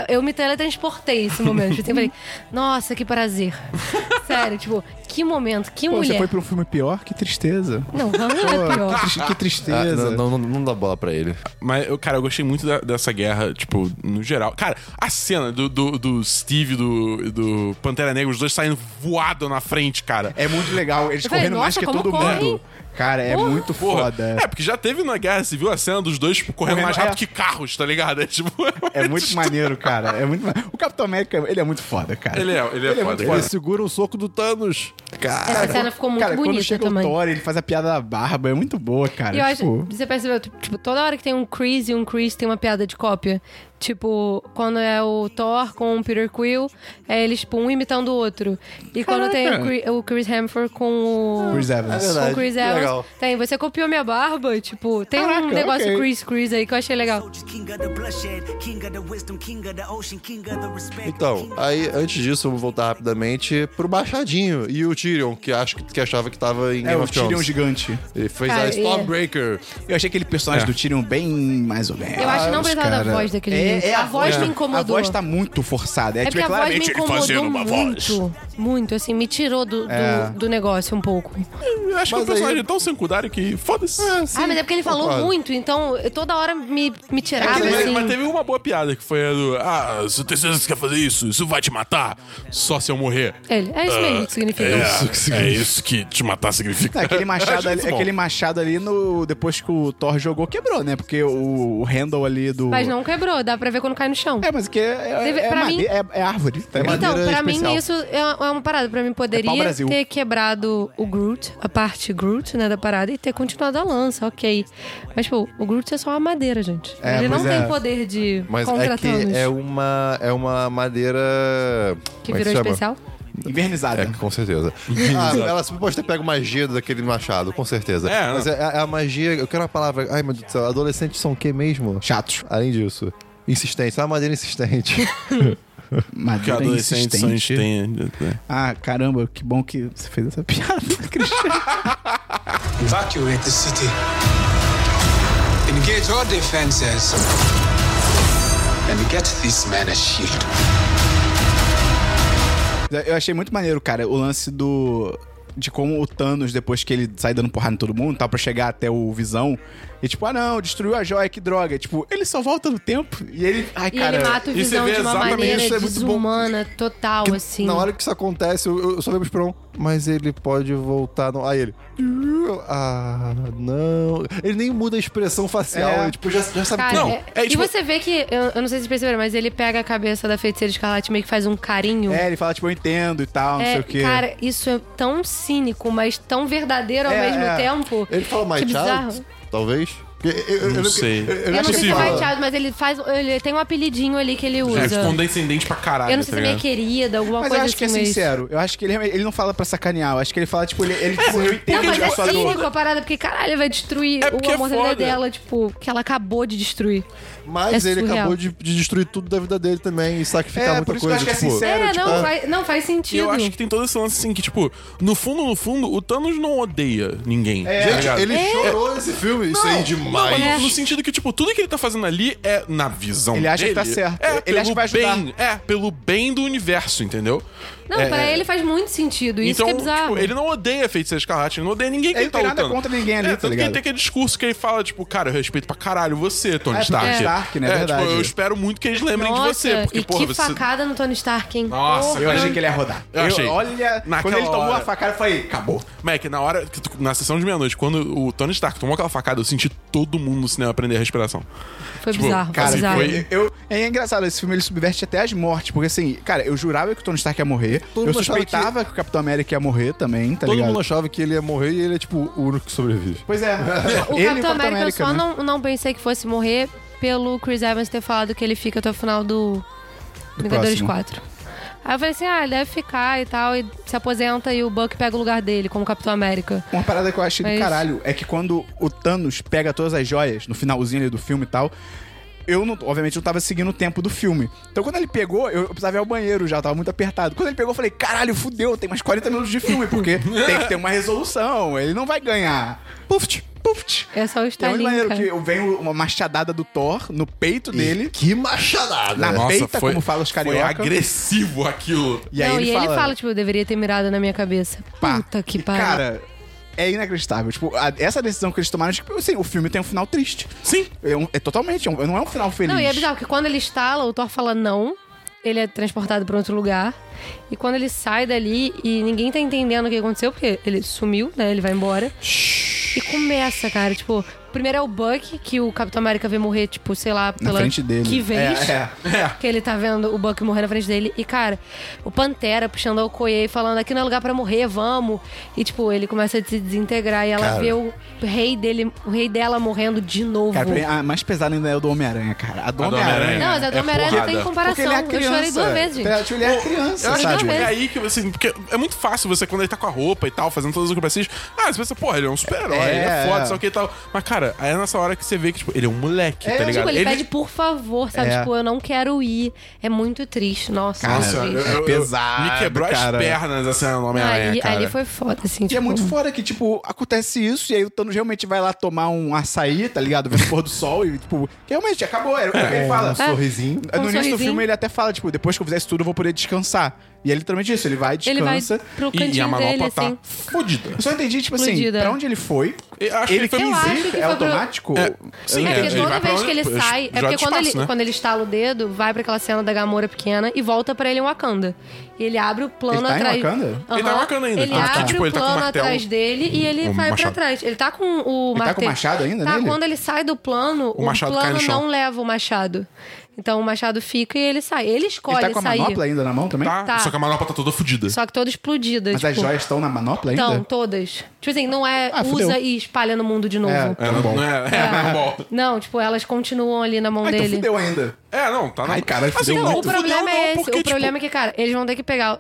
D: Eu me teletransportei esse momento. Tipo assim, Eu falei: nossa, que prazer. Sério, tipo, que momento, que
A: Pô, você
D: mulher.
A: foi pra um filme pior? Que tristeza.
D: Não, Her é pior.
A: Que
F: Ah,
A: tristeza.
F: não, não, não dá bola pra ele.
C: Mas, eu, cara, eu gostei muito da- dessa guerra, tipo, no geral. Cara, a cena do, do, do Steve e do, e do Pantera Negra, os dois saindo voado na frente, cara.
A: É muito legal. Eles
D: Eu falei,
A: correndo mais
D: nossa,
A: que
D: como
A: todo
D: corre,
A: mundo.
D: hein?
A: Cara, é
D: Porra.
A: muito
C: Porra.
A: foda.
C: É, porque já teve na Guerra Civil a cena dos dois tipo, correndo,
A: Correndo,
C: mais rápido
A: é.
C: que carros, tá ligado? É, tipo,
A: É muito maneiro, cara. É muito ma- O Capitão América, ele é muito foda, cara.
C: Ele é, ele é, foda.
B: Ele segura o soco do Thanos. Cara,
D: Essa cena ficou muito
A: cara, quando
D: bonita
A: chega
D: também.
A: o Thor, ele faz a piada da barba. É muito boa, cara.
D: E eu acho,
A: tipo,
D: você percebeu, tu- tipo, toda hora que tem um Chris e um Chris tem uma piada de cópia. Tipo, quando é o Thor com o Peter Quill, é eles, tipo, um imitando o outro. E quando tem o Chri- o Chris Hemsworth com o...
A: Chris Evans.
F: É verdade,
D: Com o Chris
F: que
D: Evans.
F: legal.
D: Tem, você copiou minha barba, tipo, tem um
A: Caraca,
D: negócio
A: ok.
D: Chris Chris aí que eu achei legal.
H: King of the bloodshed, king of the wisdom, king of the ocean, king of the
D: É
H: respect.
F: Então, aí antes disso, eu vou voltar rapidamente pro Machadinho e o Tyrion, que acho que, que achava que tava em
A: É,
F: Game
A: o
F: of
A: Tyrion
F: Thrones.
A: gigante.
F: Ele fez
D: Cara,
F: a
D: e-
F: Stormbreaker.
A: Eu achei aquele personagem do Tyrion bem mais ou menos.
D: Eu acho que não precisava da
A: cara.
D: voz daquele
A: é,
D: jeito.
A: é
D: a, voz me incomodou.
A: A voz tá muito forçada. É,
D: É
A: tipo,
D: porque
A: é
D: a voz me
A: claramente ele
D: incomodou
A: fazendo uma voz.
D: muito, muito, assim, me tirou do, do,
A: É.
D: do negócio um pouco.
C: Eu acho que o
F: Mas
C: personagem
F: aí-
C: é tão secundário que foda-se.
D: ah, mas é porque ele falou
F: concordo.
D: muito, então eu- toda hora me, me tirava,
C: mas,
D: assim.
C: mas teve uma boa piada que foi a do. Ah, você tem certeza que você quer fazer isso? Isso vai te matar? Só se eu morrer.
D: Ele, é isso mesmo que significa.
C: É, é isso que te matar significa.
A: Não, é aquele machado, ali,
C: Muito bom.
A: aquele machado ali no depois que o Thor jogou quebrou, né? Porque o, o handle ali do
D: Mas não quebrou, dá pra ver quando cai no chão.
A: Tipo, É, mas que é, é,
D: Deve-
A: é
D: pra
A: made-
D: mim-
A: é- é árvore. Tá ligado?
D: então,
F: madeira
D: pra
F: especial.
D: mim, isso é é uma parada. Pra mim,
A: É
D: poderia
A: pau-brasil.
D: ter quebrado o Groot, a parte Groot, né, da parada, e ter continuado a lança, ok. Mas, pô, o Groot é só uma madeira, gente.
A: É,
D: Ele não
A: pois
D: tem
A: é.
D: poder de
F: Mas é que
D: contratanos
F: é uma, é uma madeira.
D: que
F: como é
D: virou
F: chama?
D: especial.
A: Invernizada.
F: É, com certeza. ah, ela super pode ter pego magia daquele machado, com certeza.
C: É,
F: Mas
C: não.
F: é, é a magia. Eu quero a palavra. Ai, meu Deus do céu. Adolescentes são o que mesmo?
A: Chatos.
F: Além disso. Insistência. É uma madeira insistente.
C: Que
A: Madeira
C: adolescentes são
A: insistente.
C: insistentes.
A: Ah, caramba, que bom que você fez essa piada, Cristiano.
E: Evacuate the city. Engage all defenses. And get this man a shield.
A: Eu achei muito maneiro, cara, o lance do. de como o Thanos, depois que ele sai dando porrada em todo mundo, tal, pra chegar até o Visão. E tipo, ah não, destruiu a joia, que droga. E, tipo, ele só volta no tempo e ele. Ai,
D: E
A: cara.
D: ele mata o
C: e você
D: Visão
C: vê
D: de uma
C: exatamente
D: maneira
B: isso, é muito bom.
D: desumana, total,
B: Que
D: assim.
B: Tipo, Na hora que isso acontece, eu, eu só lembro pro um, mas ele pode voltar. Não. Aí ele. Ah, não. Ele nem muda a expressão facial.
A: É.
B: ele, tipo, já, já sabe
D: Cara,
C: Não,
D: é-
C: é tipo-
D: E você vê que, eu, eu não sei se vocês perceberam, mas ele pega a cabeça da feiticeira escarlate e meio que faz um carinho.
A: É, ele fala, tipo, eu entendo e tal, não
D: É,
A: sei o quê.
D: Cara, isso é tão cínico, mas tão verdadeiro ao
A: É,
D: mesmo
A: é.
D: tempo.
B: Ele fala
D: que
B: my
D: bizarro.
B: child, talvez. Porque eu- eu- eu
C: Não
B: lembro que-
C: sei.
D: Eu
B: acho
D: não sei se é
C: possível.
D: my child, mas ele faz. Ele tem um apelidinho ali que ele
C: É,
D: usa.
C: tipo, condescendente pra caralho,
D: eu não sei se
C: tá
D: é minha
C: ligado?
D: querida, alguma
A: Mas eu
D: coisa
A: acho que
D: assim.
A: é
D: mas-
A: sincero. Eu acho que ele, ele não fala pra sacanear. Eu acho que ele fala, tipo, ele, ele tipo, eu entendo
D: Não, mas
A: a
D: é
C: tá
A: sua dor.
D: cínico a parada, porque caralho, ele vai destruir
C: É porque
D: o
C: é
D: amor da vida
C: foda.
D: dela, tipo, que ela acabou de destruir.
B: Mas
D: É
B: ele
D: surreal.
B: acabou de, de destruir tudo da vida dele também e sacrificar
A: É,
B: muita
A: por isso que eu
B: coisa.
A: acho que é
B: tipo,
A: sincero.
D: é,
A: tipo,
D: não, faz, não faz
C: E eu
D: sentido.
C: acho que tem todo esse lance assim que, tipo, no fundo, no fundo, o Thanos não odeia ninguém. É.
B: Gente, ele chorou nesse filme. Isso aí é demais.
C: Não, mas no sentido que, tipo, tudo que ele tá fazendo ali é na visão
A: Ele acha que
C: dele,
A: tá certo.
C: É,
A: Ele
C: pelo
A: acha que vai ajudar.
C: Bem, é, pelo bem do universo, entendeu?
D: Não,
A: é,
D: pra ele faz muito sentido. Isso
C: então,
D: que é bizarro.
C: tipo, ele não odeia a Feiticeira Escarlate, ele não odeia ninguém que
A: Ele
C: ele,
A: não
C: tá
A: tem nada
C: lutando.
A: contra ninguém ali,
C: é,
A: tá
C: tanto que
A: ligado?
C: ele tem aquele discurso que ele fala, tipo, cara, eu respeito pra caralho você, Tony
A: É,
C: Stark.
A: porque é Stark, né?
C: É,
A: Verdade.
C: tipo, eu espero muito que eles lembrem
D: Nossa,
C: de você, porque,
D: e
C: porra,
D: que
C: você...
D: facada no Tony Stark, hein?
C: Nossa,
A: Eu
C: cara.
A: achei que ele ia rodar.
C: Eu achei.
A: olha,
C: Naquela
A: quando ele tomou
C: hora.
A: a facada, eu falei, acabou.
C: Mac, na hora, que tu- na sessão de meia-noite, quando o Tony Stark tomou aquela facada, eu senti todo mundo no cinema aprender a respiração.
D: Foi
C: Tipo,
D: bizarro,
C: cara,
D: Assim, foi bizarro.
C: foi-
A: Eu, é engraçado, esse filme ele subverte até as mortes, porque assim, cara, eu jurava que o Tony Stark ia morrer.
B: Todo
A: eu
B: mundo achava
A: suspeitava que... o Capitão América ia morrer também, tá
B: Todo
A: ligado?
B: mundo achava que ele ia morrer e ele é, tipo, o único que sobrevive.
A: Pois é.
D: O
A: e
D: Capitão América, eu só
A: né?
D: não, não pensei que fosse morrer pelo Chris Evans ter falado que ele fica até o final do, Vingadores
A: próximo.
D: 4. Aí eu falei assim, ah, ele deve ficar e tal, e se aposenta e o Buck pega o lugar dele como Capitão América.
A: Uma parada que eu achei
D: Mas-
A: do caralho é que quando o Thanos pega todas as joias no finalzinho ali do filme e tal. Eu, não, obviamente, não tava seguindo o tempo do filme. Então, quando ele pegou, eu, eu precisava ir ao banheiro já, tava muito apertado. Quando ele pegou, eu falei: caralho, fudeu, tem mais 40 minutos de filme, porque tem que ter uma resolução, ele não vai ganhar. Puft, puft.
D: É
A: É
D: só o
A: muito
D: Stalin,
A: maneiro
D: cara.
A: que vem uma machadada do Thor no peito dele,
B: Que machadada.
A: na
C: Nossa,
A: peita,
C: foi,
A: como fala os
C: Foi
A: carioca.
C: agressivo aquilo.
A: e aí
D: não,
A: ele
D: e
A: fala,
D: ele fala, tipo, eu deveria ter mirado na minha cabeça.
A: pá.
D: Puta que
A: E,
D: pariu.
A: Cara, é inacreditável. Tipo, a- essa decisão que eles tomaram, tipo, assim, o filme tem um final triste.
C: Sim.
A: É, um- é totalmente, é um- não é um final feliz.
D: Não, e é bizarro, porque quando ele instala, o Thor fala não. Ele é transportado pra outro lugar. E quando ele sai dali e ninguém tá entendendo o que aconteceu, porque ele sumiu, né? Ele vai embora. E começa, cara, tipo, primeiro é o Buck, que o Capitão América vê morrer, tipo, sei lá,
A: Na
D: pela
A: frente dele.
D: que vez.
A: É, é.
D: Que ele tá vendo o Buck morrer na frente dele. E, cara, o Pantera puxando o Okoye e falando, aqui não é lugar pra morrer, vamos. E, tipo, ele começa a se desintegrar e ela
B: Cara.
D: vê o rei dele, o rei dela morrendo de novo.
A: Cara, pra mim, a mais pesada ainda é o do Homem-Aranha, cara. A do
C: A do
A: Homem-aranha.
C: Homem-Aranha.
D: Não, mas a do
C: É
D: Homem-Aranha não tem
C: porrada.
A: Porque
D: comparação.
A: ele é
D: Eu
A: criança.
D: chorei duas vezes, gente.
A: É, tipo, Ele é criança,
C: Eu acho
A: sabe?
C: que
D: Sabe?
C: é aí que, assim, porque é muito fácil você, quando ele tá com a roupa e tal, fazendo todas as acrobacias, ah, você pensa, porra, ele é um super-herói,
A: É.
C: ele é foda, só que e tal. Mas, cara, aí é nessa hora que você vê que, tipo, ele é um moleque, tá ligado?
D: Tipo, ele, pede por favor, sabe?
A: É.
D: Tipo, eu não quero ir. É muito triste. Nossa,
A: Cara,
D: muito
C: Nossa,
D: triste.
C: eu- eu- eu-
A: É pesado,
C: Me quebrou
A: cara.
C: as pernas, assim, no Homem-Aranha,
D: Ah, ali,
C: cara.
D: ali foi foda, assim.
A: E
D: tipo,
A: é muito fora que, tipo, acontece isso e aí o Thanos realmente vai lá tomar um açaí, tá ligado? Vendo o pôr do sol e, tipo, que realmente acabou. Era o que ele fala.
D: É.
B: Sorrisinho.
A: No início
D: Um
A: do
D: sorrisinho.
A: filme ele até fala, tipo, depois que eu fizer isso tudo eu vou poder descansar. E é literalmente isso, ele vai,
D: Ele vai
A: descansa.
D: pro
C: E- E, a
D: cantinho dele,
C: manopla tá
D: assim.
C: fodida.
A: Eu só entendi, tipo
D: Explodida.
A: assim, pra onde ele foi.
C: Eu acho que ele foi
A: quis
D: Eu acho
A: ir,
D: que foi
A: é
D: pro-
A: automático?
C: É, sim,
D: É
C: é,
D: porque
C: ele
D: toda
C: vai pra
D: vez
C: onde-
D: que ele
C: es-
D: sai, é
C: joga
D: porque
C: de
D: quando,
C: espaço,
D: ele,
C: né?
D: quando ele estala o dedo, vai pra aquela cena da Gamora pequena e volta pra ele em Wakanda. E ele abre o plano
A: Ele tá em
D: atrás.
A: Wakanda?
C: Ele tá em
D: Aham.
C: Wakanda ainda.
D: Ele
C: Ah, tá.
D: abre
C: Tipo,
D: o
C: ele tá com o
D: plano
C: martelo.
D: atrás dele e ele
C: Um
D: vai pra
C: machado.
D: trás. Ele tá com o
A: Ele tá
D: martelo.
A: com o machado ainda
D: Tá,
A: nele?
D: quando ele sai do plano, o,
C: machado cai
D: plano
C: no chão.
D: não leva o machado. Então o machado fica e ele sai. Ele escolhe
A: ele tá com a
D: sair.
A: manopla ainda na mão também?
C: Tá,
D: Tá.
C: Só que a manopla tá toda fodida.
D: Só que toda explodida.
A: Mas as
D: tipo,
A: joias estão na manopla ainda?
D: Então, todas. Tipo assim, não é
A: Ah, fudeu.
D: usa e espalha no mundo de novo.
A: Tá
C: É, não, não é, é, não é bom.
D: Não, tipo, elas continuam ali na mão
A: Ah, então
D: dele.
A: fudeu ainda.
C: É, não, tá na.
A: Ai, caralho,
C: Assim,
A: fudeu
C: não,
D: Então,
A: muito.
D: o
C: fudeu não,
D: problema é esse.
C: porque,
D: o
C: tipo,
D: problema é que, cara, eles vão ter que pegar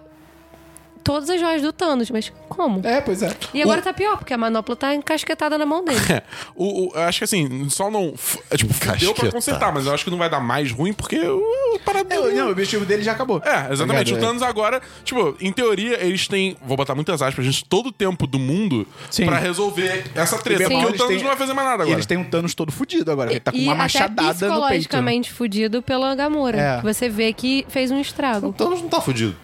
D: todas as joias do Thanos, mas como?
A: É, pois é.
D: E agora tá pior, porque a manopla tá encasquetada na mão dele.
C: É, o, o- eu acho que assim, só não. f- É, tipo, deu pra
B: Casquetado.
C: consertar, mas eu acho que não vai dar mais ruim porque o, o parado
A: tá. É, não, o objetivo dele já acabou.
C: É, exatamente.
A: Tá
C: o
A: ligado?
C: Thanos agora, tipo, em teoria, eles têm, vou botar muitas aspas, gente, todo o tempo do mundo
A: Sim.
C: pra resolver essa treta.
A: Bem,
C: Porque o
A: eles
C: Thanos
A: têm-
C: não vai fazer mais
A: E
C: nada agora.
A: eles têm um Thanos todo fudido agora. Ele tá com
D: e
A: uma
D: até
A: machadada no peito.
D: psicologicamente fudido pela Gamora.
A: É.
D: Que você vê que fez um estrago.
B: Então não tá fudido.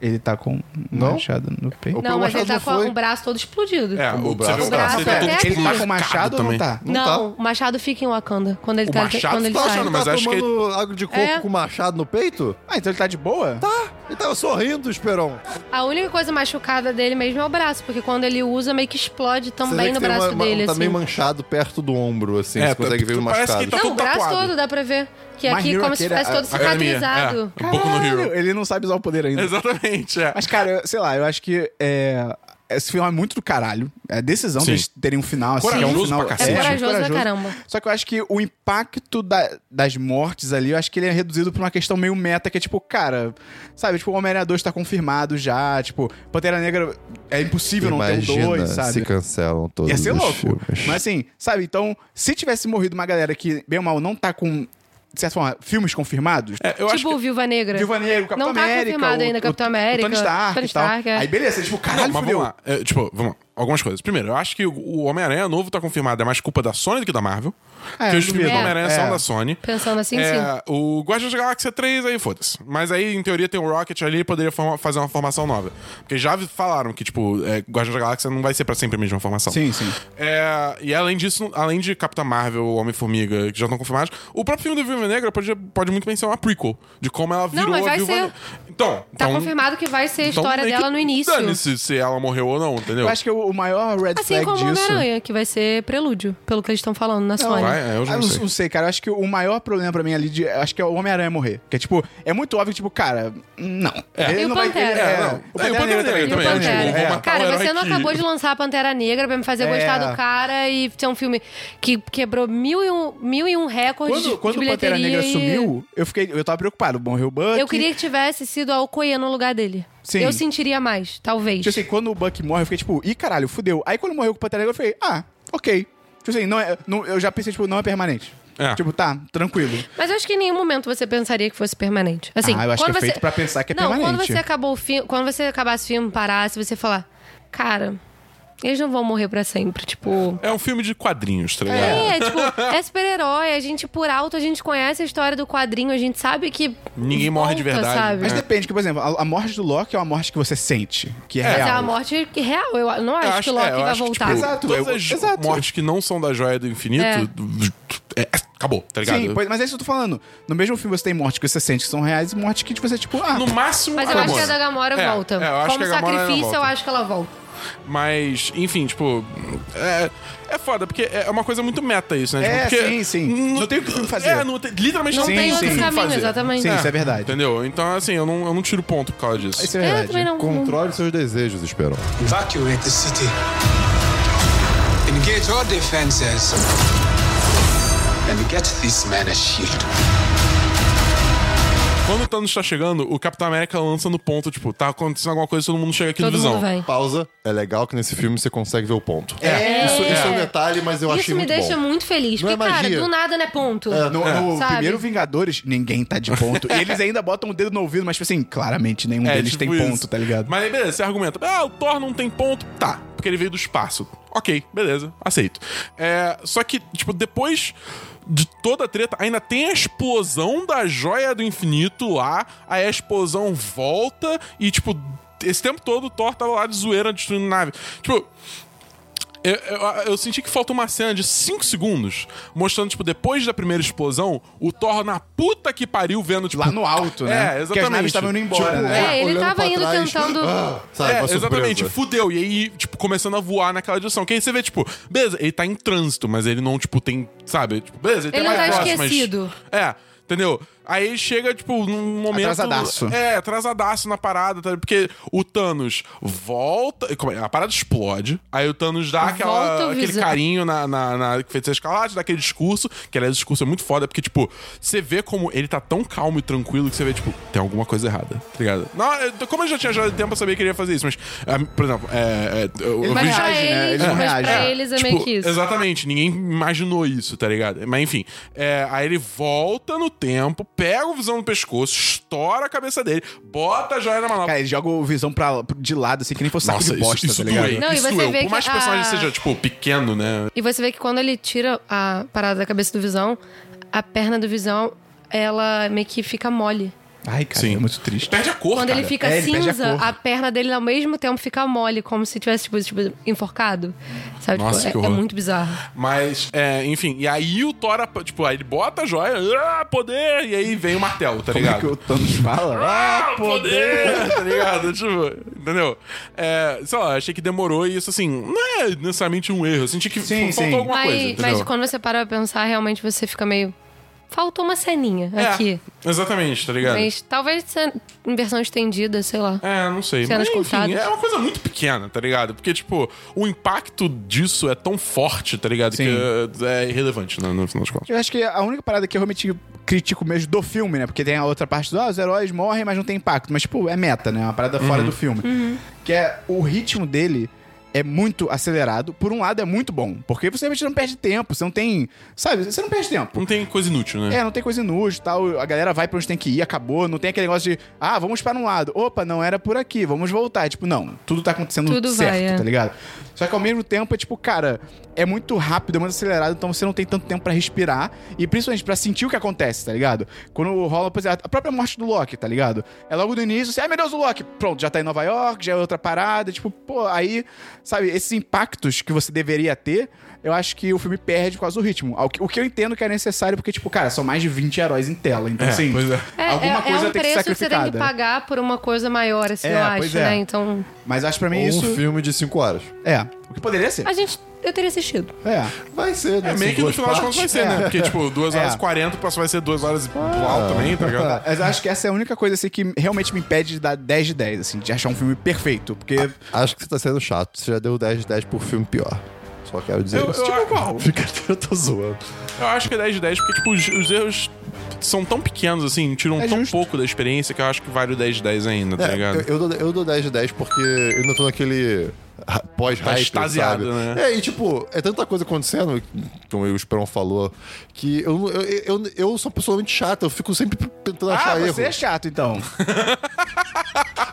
A: Ele tá com um
B: Não?
A: machado no peito.
D: Não, mas ele tá
B: machado
D: com
B: não foi.
D: o braço todo explodido.
C: É,
A: um
C: o
B: braço
C: braço, o
D: tá-
C: braço
D: o
C: ele tá
D: braço
C: todo tipo
D: até aqui.
A: Ele tá com
C: marcado
A: machado ou
C: também.
A: não tá?
D: Não, o machado fica em Wakanda quando ele,
C: O
D: tá,
C: machado
D: quando ele
C: tá
D: sai.
C: achando, mas
F: tá
C: acho que ele-
F: tomando água de coco
D: É.
F: com machado no peito?
A: Ah, então ele tá de boa?
F: Tá. Ele tava sorrindo, Esperon.
D: A única coisa machucada dele mesmo é o braço, porque quando ele usa, meio que explode
F: Você vê
D: também
F: que
D: no
F: tem
D: braço
F: uma-
B: um
F: uma-
D: dele,
F: Tá
D: assim.
F: meio manchado perto do ombro, assim.
C: É,
F: você consegue
C: tá-
F: ver o
C: parece que
F: machado.
C: ele tá
D: Não,
C: todo
D: o braço
C: tatuado.
D: todo dá pra ver. Que
A: My
D: aqui, é
A: Hero
D: como se
A: Academy,
D: tivesse todo
A: a-
D: cicatrizado.
C: É, Boku no Hero.
A: Ele não sabe usar o poder ainda.
C: Exatamente, é.
A: Mas, cara, eu- sei lá, eu acho que é, esse filme é muito do caralho. É decisão
C: Sim.
A: deles terem um final assim.
C: Corajoso
A: é um final,
C: pra cacete.
D: É
A: muito
D: corajoso pra caramba.
A: Só que eu acho que o impacto da- das mortes ali, eu acho que ele é reduzido pra uma questão meio meta, que é tipo, cara, sabe? Tipo, o Homem-Aranha 2 tá confirmado já. Tipo, Pantera Negra é impossível não ter o
B: Imagina
A: 2, sabe?
B: se cancelam todos
A: Ia ser
B: os
A: louco.
B: filmes.
A: Mas assim, sabe? Então, se tivesse morrido uma galera que, bem ou mal, não tá com, de certa forma, filmes confirmados.
C: É, eu acho
D: Tipo o
C: que...
D: Viúva Negra.
A: Viúva Negra, o Capitão
D: Não tá
A: América.
D: confirmado
A: o-
D: ainda,
A: o-
D: Capitão
A: O
D: América,
A: Tony Stark.
D: Tony
A: e tal.
D: Stark, é.
A: Aí beleza, tipo,
C: Não,
A: caralho,
C: mas
A: fudeu.
C: vamos lá. É, tipo, vamos lá. Algumas coisas. Primeiro, eu acho que o- o Homem-Aranha novo tá confirmado. É mais culpa da Sony do que da Marvel.
A: É,
C: porque os filmes
A: é,
C: do Homem-Aranha são
A: é.
C: da Sony.
D: Pensando assim,
C: é,
D: sim.
C: O Guardiões da Galáxia 3, aí foda-se. Mas aí, em teoria, tem o Rocket ali e poderia forma- fazer uma formação nova. Porque já falaram que, tipo, é, Guardiões da Galáxia não vai ser pra sempre a mesma formação.
A: Sim, sim.
C: É, e além disso, além de Capitã Marvel, Homem-Formiga, que já estão confirmados, o próprio filme do Viúva Negra pode, pode muito bem ser uma prequel de como ela virou
D: mas
C: a
D: vai
C: Viúva
D: ser.
C: Negra. Então,
D: Tá
C: então,
D: confirmado que vai ser a
C: então
D: história
C: meio que
D: dela no início.
C: Dane-se se ela morreu ou não, entendeu?
A: Eu acho que o o maior red
D: Assim
A: flag
D: como o
A: né, disso...
D: Homem-Aranha, que vai ser prelúdio, pelo que né? eles estão falando na Sony.
C: vai, é, eu já
A: Ah,
C: não sei.
A: cara. Eu acho que o maior problema pra mim ali de, acho que é o Homem-Aranha morrer. Que é tipo, é muito óbvio que, tipo, cara, não.
D: E o Pantera? É,
C: não. É, e o
A: também,
C: Pantera
A: né, É.
D: E
A: Pantera.
C: também,
D: o
C: tipo,
D: Pantera. É.
C: vou matar o
D: cara,
C: herói
D: você não
C: que-
D: acabou de lançar a Pantera Negra pra me fazer gostar do cara e ser um filme que quebrou mil e um, mil e um recordes
A: Quando,
D: de
A: quando o
D: bilheteria.
A: Pantera Negra
D: e-
A: sumiu, eu fiquei, eu tava preocupado. Morreu o Buck.
D: Eu queria que tivesse sido a Okoye no lugar dele.
A: Sim.
D: Eu sentiria mais, talvez.
A: Tipo assim, quando o Buck morre, eu fiquei tipo, ih, caralho, fudeu. Aí quando morreu com o Pantera Negra, eu falei, ah, ok. Tipo assim, não é, não- eu já pensei, tipo, não é permanente.
C: É.
A: Tipo, tá, tranquilo.
D: Mas eu acho que em nenhum momento você pensaria que fosse permanente. Assim,
A: Ah, eu acho
D: quando
A: que é
D: você...
A: feito pra pensar que é
D: não, quando
A: permanente.
D: você acabou o filme, quando você acabasse o filme, parasse, você falar, cara, eles não vão morrer pra sempre, tipo.
C: É um filme de quadrinhos, tá ligado?
D: É, tipo, é super-herói, a gente por alto, a gente conhece a história do quadrinho, a gente sabe que
C: Ninguém morre de
D: volta,
C: verdade.
D: sabe?
A: Mas
C: É.
A: depende, que, por exemplo, a, a morte do Loki é uma morte que você sente, que é,
D: Mas
A: real.
D: é uma morte que- real, eu não acho,
C: Eu
D: que o Loki
C: é, eu
D: vai
C: acho que,
D: voltar.
C: tipo,
A: Exato,
C: todas
A: eu-
C: as
A: exato.
C: mortes que não são da joia do infinito.
D: É.
C: é, acabou, tá ligado?
A: Sim, pois- mas é isso que eu tô falando. No mesmo filme você tem mortes que você sente que são reais e mortes que tipo, você, tipo, ah,
C: No máximo,
D: Mas eu acho que a da
C: Gamora.
D: Gamora
C: É,
D: volta.
C: é, eu acho
D: Como
C: que a Gamora ainda
D: sacrifício, eu
C: volta.
D: acho que ela volta.
C: Mas, enfim, tipo. É, é foda, porque é uma coisa muito meta isso, né?
A: É,
C: Tipo, porque
A: sim, sim. Não tem o que fazer.
C: É, não tem- literalmente não
A: Sim,
C: tem
A: sim.
C: o que
A: Caminho,
C: fazer.
D: exatamente.
A: Sim, isso é verdade.
C: né? Entendeu? Então, assim, eu não, eu não tiro ponto por causa disso.
A: isso é
D: Eu
A: verdade.
D: também não. não-
B: Controle seus desejos, Esperon.
E: Evacuate the city. Engage all defenses. And get this man a shield.
C: Quando o Thanos tá chegando, o Capitão América lança no ponto, tipo, tá acontecendo alguma coisa, todo mundo chega aqui no
D: Todo
C: visão.
D: mundo vem.
B: Pausa. É legal que nesse filme você consegue ver o ponto.
A: É.
B: Isso, isso é um detalhe, mas eu
D: Isso
B: achei
D: me
B: muito
D: deixa
B: bom.
D: muito feliz.
B: Não é
D: porque, cara,
B: magia.
D: do nada não é ponto.
B: É, no- no-
A: No
D: Sabe?
A: primeiro Vingadores, ninguém tá de ponto. e eles ainda botam o dedo no ouvido, mas tipo assim, claramente nenhum deles
C: tipo
A: tem
C: isso.
A: ponto, tá ligado?
C: Mas aí, beleza, você argumenta. Ah, o Thor não tem ponto. Tá, porque ele veio do espaço. Ok, beleza, aceito. É, só que, tipo, depois de toda a treta, ainda tem a explosão da joia do infinito lá. Aí a explosão volta e, tipo, esse tempo todo o Thor tava lá de zoeira destruindo nave. Tipo. Eu, eu, eu senti que falta uma cena de 5 segundos mostrando, tipo, depois da primeira explosão, o Thor na puta que pariu vendo, tipo.
A: Lá no alto, né?
C: É,
A: Que as naves
C: exatamente.
A: estavam indo embora,
C: Tipo,
A: né?
D: É, ele
B: Olhando
D: tava
B: pra
D: indo
B: trás,
D: tentando-
B: ah, sabe, uma
C: É,
B: surpresa. Um
C: exatamente, fudeu. E aí, tipo, começando a voar naquela direção. Que aí você vê, tipo, beleza, ele tá em trânsito, mas ele não, tipo, tem. Sabe? Tipo, beleza, ele,
D: Ele
C: tá
D: não
C: mais
D: tá
C: próximo, mas-
D: esquecido.
C: É, entendeu? Aí ele chega, tipo, num momento.
A: Atrasadaço.
C: É, atrasadaço na parada, tá? porque o Thanos volta. como é? A parada explode. Aí o Thanos dá
D: Volta o
C: aquela, aquele
D: visão.
C: carinho na, na, na Feiticeira Escarlate, dá aquele discurso, que aliás, o discurso é muito foda, porque, tipo, você vê como ele tá tão calmo e tranquilo que você vê, tipo, tem alguma coisa errada, tá ligado? Não, eu- como eu já tinha já tempo, eu sabia que ele ia fazer isso, mas, ah, por exemplo, é. é, eu- eu
D: Mas
C: vi-
D: pra
A: reage, né?
D: eles,
A: Ele não
D: mas
A: reage.
D: pra
A: É,
D: eles é
C: Tipo,
D: meio que isso.
C: Exatamente, ninguém imaginou isso, tá ligado? Mas enfim, é, aí ele volta no tempo, pega o visão no pescoço, estoura a cabeça dele, bota a joia na manopla.
A: Cara, ele joga o visão pra, de lado, assim, que nem fosse saco de bosta,
C: isso, isso
A: tá ligado?
C: doeu,
D: Não, e
C: isso
D: você
C: doeu.
D: vê
C: Por mais
D: que
C: que o personagem
D: a-
C: seja, tipo, pequeno, né?
D: E você vê que quando ele tira a parada da cabeça do Visão, a perna do Visão, ela meio que fica mole.
A: Ai, cara,
C: Sim.
A: é muito triste.
C: Perde a cor,
D: Quando
C: cara.
D: ele fica
A: É, ele perde a
D: cinza,
A: cor.
D: a, perna dele ao mesmo tempo fica mole, como se tivesse, tipo, tipo, enforcado. Sabe? Tipo,
C: Nossa,
D: é-
C: que
D: é,
C: horror.
D: muito bizarro.
C: Mas, é, enfim, e aí o Thor, apa- tipo, aí ele bota a joia, ah, poder, e aí vem o martelo, tá
A: Como é que o
C: ligado?
A: Thanos fala?
C: Ah, poder! tá ligado? Tipo, entendeu? É, sei lá, achei que demorou e isso, assim, não é necessariamente um erro. Eu senti que
A: Sim,
C: fa- faltou
A: sim.
C: alguma
D: Mas,
C: coisa, entendeu?
D: mas quando você para pra pensar, realmente você fica meio. Faltou uma ceninha
C: É,
D: aqui.
C: Exatamente, tá ligado?
D: Mas talvez se- em versão estendida, sei lá.
C: É, não sei.
D: Cenas
C: Mas, enfim,
D: cortadas.
C: é uma coisa muito pequena, tá ligado? Porque, tipo, o impacto disso é tão forte, tá ligado?
A: Sim.
C: Que é, é irrelevante, né, no final das contas.
A: Eu acho que a única parada que eu realmente critico mesmo do filme, né? Porque tem a outra parte do, ah, os heróis morrem, mas não tem impacto. Mas, tipo, é meta, né? É uma parada
C: Uhum.
A: fora do filme.
D: Uhum.
A: Que é o ritmo dele é muito acelerado. Por um lado, é muito bom. Porque você realmente não perde tempo. Você não tem... Sabe? Você não perde tempo.
C: Não tem coisa inútil, né?
A: É, não tem coisa inútil e tal. A galera vai pra onde tem que ir, acabou. Não tem aquele negócio de, ah, vamos para um lado. Opa, não era por aqui, vamos voltar. É, tipo, não, tudo tá acontecendo
D: Tudo
A: certo,
D: vai, é.
A: tá ligado? Só que ao mesmo tempo é tipo, cara, é muito rápido, é muito acelerado, então você não tem tanto tempo pra respirar e principalmente pra sentir o que acontece, tá ligado? Quando rola, por exemplo, a própria morte do Loki, tá ligado? É logo no início, você, ai meu Deus, o Loki, pronto, já tá em Nova York, já é outra parada, tipo, pô, aí, sabe, esses impactos que você deveria ter, eu acho que o filme perde por causa do ritmo. Ao que- O que eu entendo que é necessário, porque, tipo, cara, são mais de 20 heróis em tela, então,
C: É,
A: assim,
C: pois é.
D: É,
A: alguma
D: é- é
A: coisa tem
D: um
A: que né? ser
D: preço que você tem que
A: sacrificada.
D: pagar por uma coisa maior, assim,
A: É,
D: eu
A: pois
D: acho,
A: é.
D: né? Então.
A: Mas acho pra mim
B: Um
A: isso.
B: filme de 5 horas.
A: É. O que poderia ser.
D: A gente. Eu teria assistido.
A: É.
B: Vai ser, né?
C: É, meio
B: São
C: que no
B: duas
C: final das contas
B: partes.
C: vai ser, né? Porque, tipo, 2 horas
A: É.
C: e 40, o próximo vai ser 2 horas e alto também, tá ligado?
A: Mas eu acho que essa é a única coisa assim, que realmente me impede de dar 10 de 10, assim, de achar um filme perfeito. Porque.
B: Acho que você tá sendo chato. Você já deu 10 de 10 por filme pior. Só quero dizer
C: Eu-
B: isso. Tipo,
C: eu-
A: Tipo,
B: Fica, eu tô zoando.
C: Eu acho que é 10 de 10, porque, tipo, os, os erros são tão pequenos, assim, tiram
A: É
C: tão
A: justo.
C: pouco da experiência que eu acho que vale o 10 de 10 ainda, tá
B: É,
C: ligado?
B: eu, eu dou, eu dou 10 de 10 porque eu ainda tô naquele ra- pós-hype,
C: Tá extasiado,
B: sabe?
C: né?
B: É, e tipo, é tanta coisa acontecendo, como o Esperão falou, que eu, não- eu, eu, eu, eu sou uma pessoa muito chata, eu fico sempre tentando
A: Ah,
B: achar erro.
A: você é chato, então.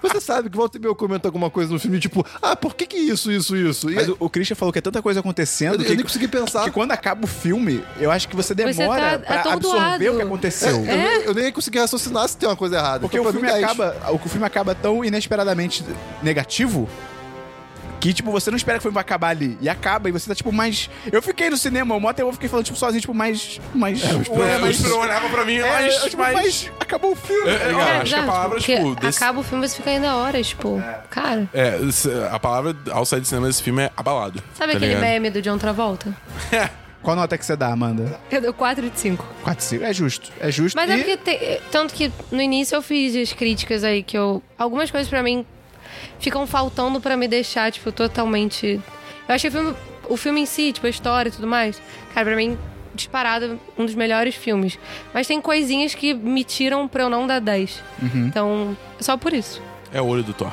B: Você sabe que volta e meia eu comento alguma coisa no filme, tipo, ah, por que que isso, isso, isso? E
A: Mas o, o Christian falou que é tanta coisa acontecendo
B: eu, eu
A: que,
B: nem consegui pensar.
A: que quando acaba o filme, eu acho que você demora
D: tá
A: pra
D: atordoado.
A: absorver o que
B: É,
A: aconteceu.
B: eu, nem, eu nem consegui raciocinar se tem uma coisa errada.
A: Porque
B: Então,
A: o
B: pra mim,
A: filme
B: 10.
A: acaba. O filme acaba tão inesperadamente negativo. Que, tipo, você não espera que o filme vai acabar ali. E acaba, e você tá, tipo, mais... Eu fiquei no cinema, uma hora eu fiquei falando, tipo, sozinho, tipo, mais... mais...
B: É,
C: Ué, É, mas não olhava pra mim,
A: É,
C: mas...
A: eu, tipo,
C: mas-
A: mas acabou o filme, tá
C: É,
A: ligado?
C: acho que a
D: bizarro,
C: palavra,
D: porque
C: tipo, desse-
D: acaba o filme, você fica ainda horas, tipo. Cara.
C: É, se- a palavra outside de cinema desse filme é abalado.
D: Sabe
C: tá
D: aquele
C: ligado?
D: meme do John Travolta?
A: Qual nota que você dá, Amanda?
D: Eu dou 4 de 5.
A: 4, 5. É justo, é justo.
D: Mas
A: e...
D: é porque tem- tanto que no início eu fiz as críticas aí que eu algumas coisas pra mim ficam faltando pra me deixar tipo totalmente. Eu achei o filme, o filme em si, tipo a história e tudo mais, cara, pra mim disparado um dos melhores filmes. Mas tem coisinhas que me tiram pra eu não dar 10. Então, só por isso.
C: É o olho do Thor.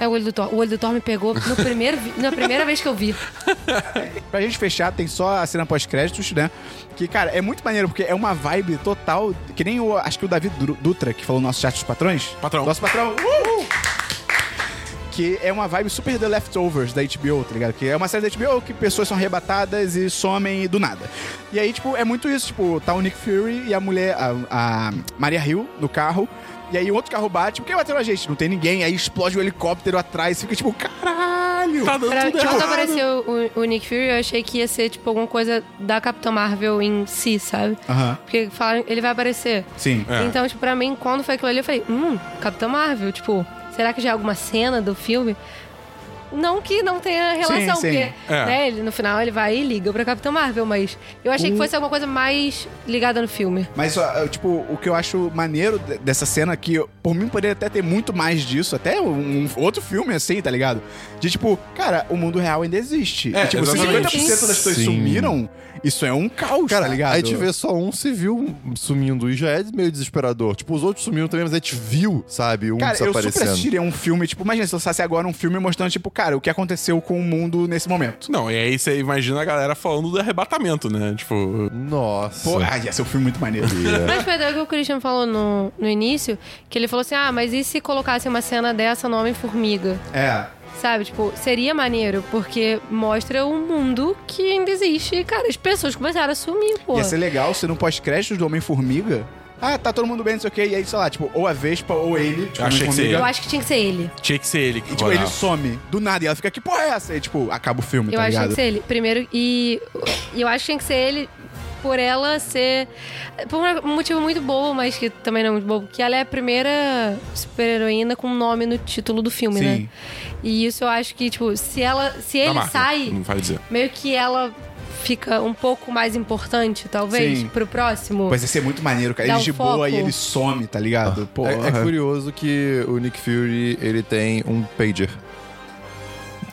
D: É o olho do Thor. O olho do Thor me pegou no primeiro, vi- na primeira vez que eu vi.
A: Pra gente fechar, tem só a cena pós-créditos, né? Que, cara, é muito maneiro, porque é uma vibe total. Que nem o. Acho que o David Dru- Dutra, que falou no nosso chat dos patrões.
C: Patrão.
A: Nosso patrão. Uhul! Que é uma vibe super The Leftovers da HBO, tá ligado? Que é uma série da HBO que pessoas são arrebatadas e somem do nada. E aí, tipo, é muito isso. Tipo, tá o Nick Fury e a mulher, a, a Maria Hill, no carro. E aí um outro carro bate. Por que bateu na gente? Não tem ninguém. Aí explode o helicóptero atrás. Fica tipo, caralho!
C: Tá dando
D: Pra,
C: tudo
D: quando
C: errado.
D: apareceu o, o Nick Fury, eu achei que ia ser tipo alguma coisa da Capitã Marvel em si, sabe?
A: Aham.
D: Porque falaram, ele vai aparecer.
A: Sim.
C: É.
D: Então, tipo, pra mim, quando foi aquilo ali, eu falei, hum, Capitão Marvel, tipo, será que já é alguma cena do filme? Não que não tenha relação,
A: sim.
D: porque
C: É.
D: né, ele, no final ele vai e liga pra Capitão Marvel, mas eu achei que fosse alguma coisa mais ligada no filme.
A: Mas, ó, tipo, o que eu acho maneiro de- dessa cena é que, por mim, poderia até ter muito mais disso. Até um, um outro filme, assim, tá ligado? De, tipo, cara, o mundo real ainda existe.
C: É,
A: E, tipo, se
C: exatamente.
A: 50% das pessoas
B: Sim.
A: sumiram, isso é um caos,
B: Cara,
A: tá ligado?
B: a gente vê só um civil sumindo e já é meio desesperador. Tipo, os outros sumiram também, mas a gente viu, sabe, um
A: Cara, eu super
B: desaparecendo.
A: assistiria um filme, tipo, imagina se lançasse agora um filme mostrando, tipo, cara, o que aconteceu com o mundo nesse momento.
C: Não, e aí você imagina a galera falando do arrebatamento, né? Tipo.
B: Nossa.
A: Pô, ah, ia ser um filme muito maneiro.
D: Mas
C: É.
D: foi até o que o Christian falou no, no início, que ele falou assim, ah, mas e se colocasse uma cena dessa no Homem-Formiga?
A: é.
D: Sabe, tipo, seria maneiro, porque mostra um mundo que ainda existe. E, cara, as pessoas começaram a sumir, pô.
A: Ia ser legal se no pós-créditos do Homem-Formiga ah, tá todo mundo bem, não sei o quê. E aí, sei lá, tipo, ou a Vespa ou ele. Tipo,
C: Eu achei
A: uma
C: que você
A: formiga.
C: ia-
D: Eu acho que tinha que ser ele.
C: Tinha que ser ele que
A: E, tipo, ele some do nada e ela fica, que porra é essa? E, tipo, acaba o filme,
D: eu
A: tá
D: acho que tinha
A: ligado?
D: que ser ele. Primeiro, e e eu acho que tinha que ser ele por ela ser. Por um motivo muito bobo, mas que também não é muito bobo, que ela é a primeira super-heroína com nome no título do filme,
A: Sim.
D: né? E isso eu acho que, tipo, se ela. Se ele sai,
C: Não vai dizer.
D: meio que ela fica um pouco mais importante, talvez,
A: Sim.
D: pro próximo.
A: Mas ia ser muito maneiro, cara.
D: Dá
A: Ele
D: um
A: de
D: foco.
A: boa e ele some, tá ligado? Pô,
F: É, é curioso que o Nick Fury, ele tem um pager.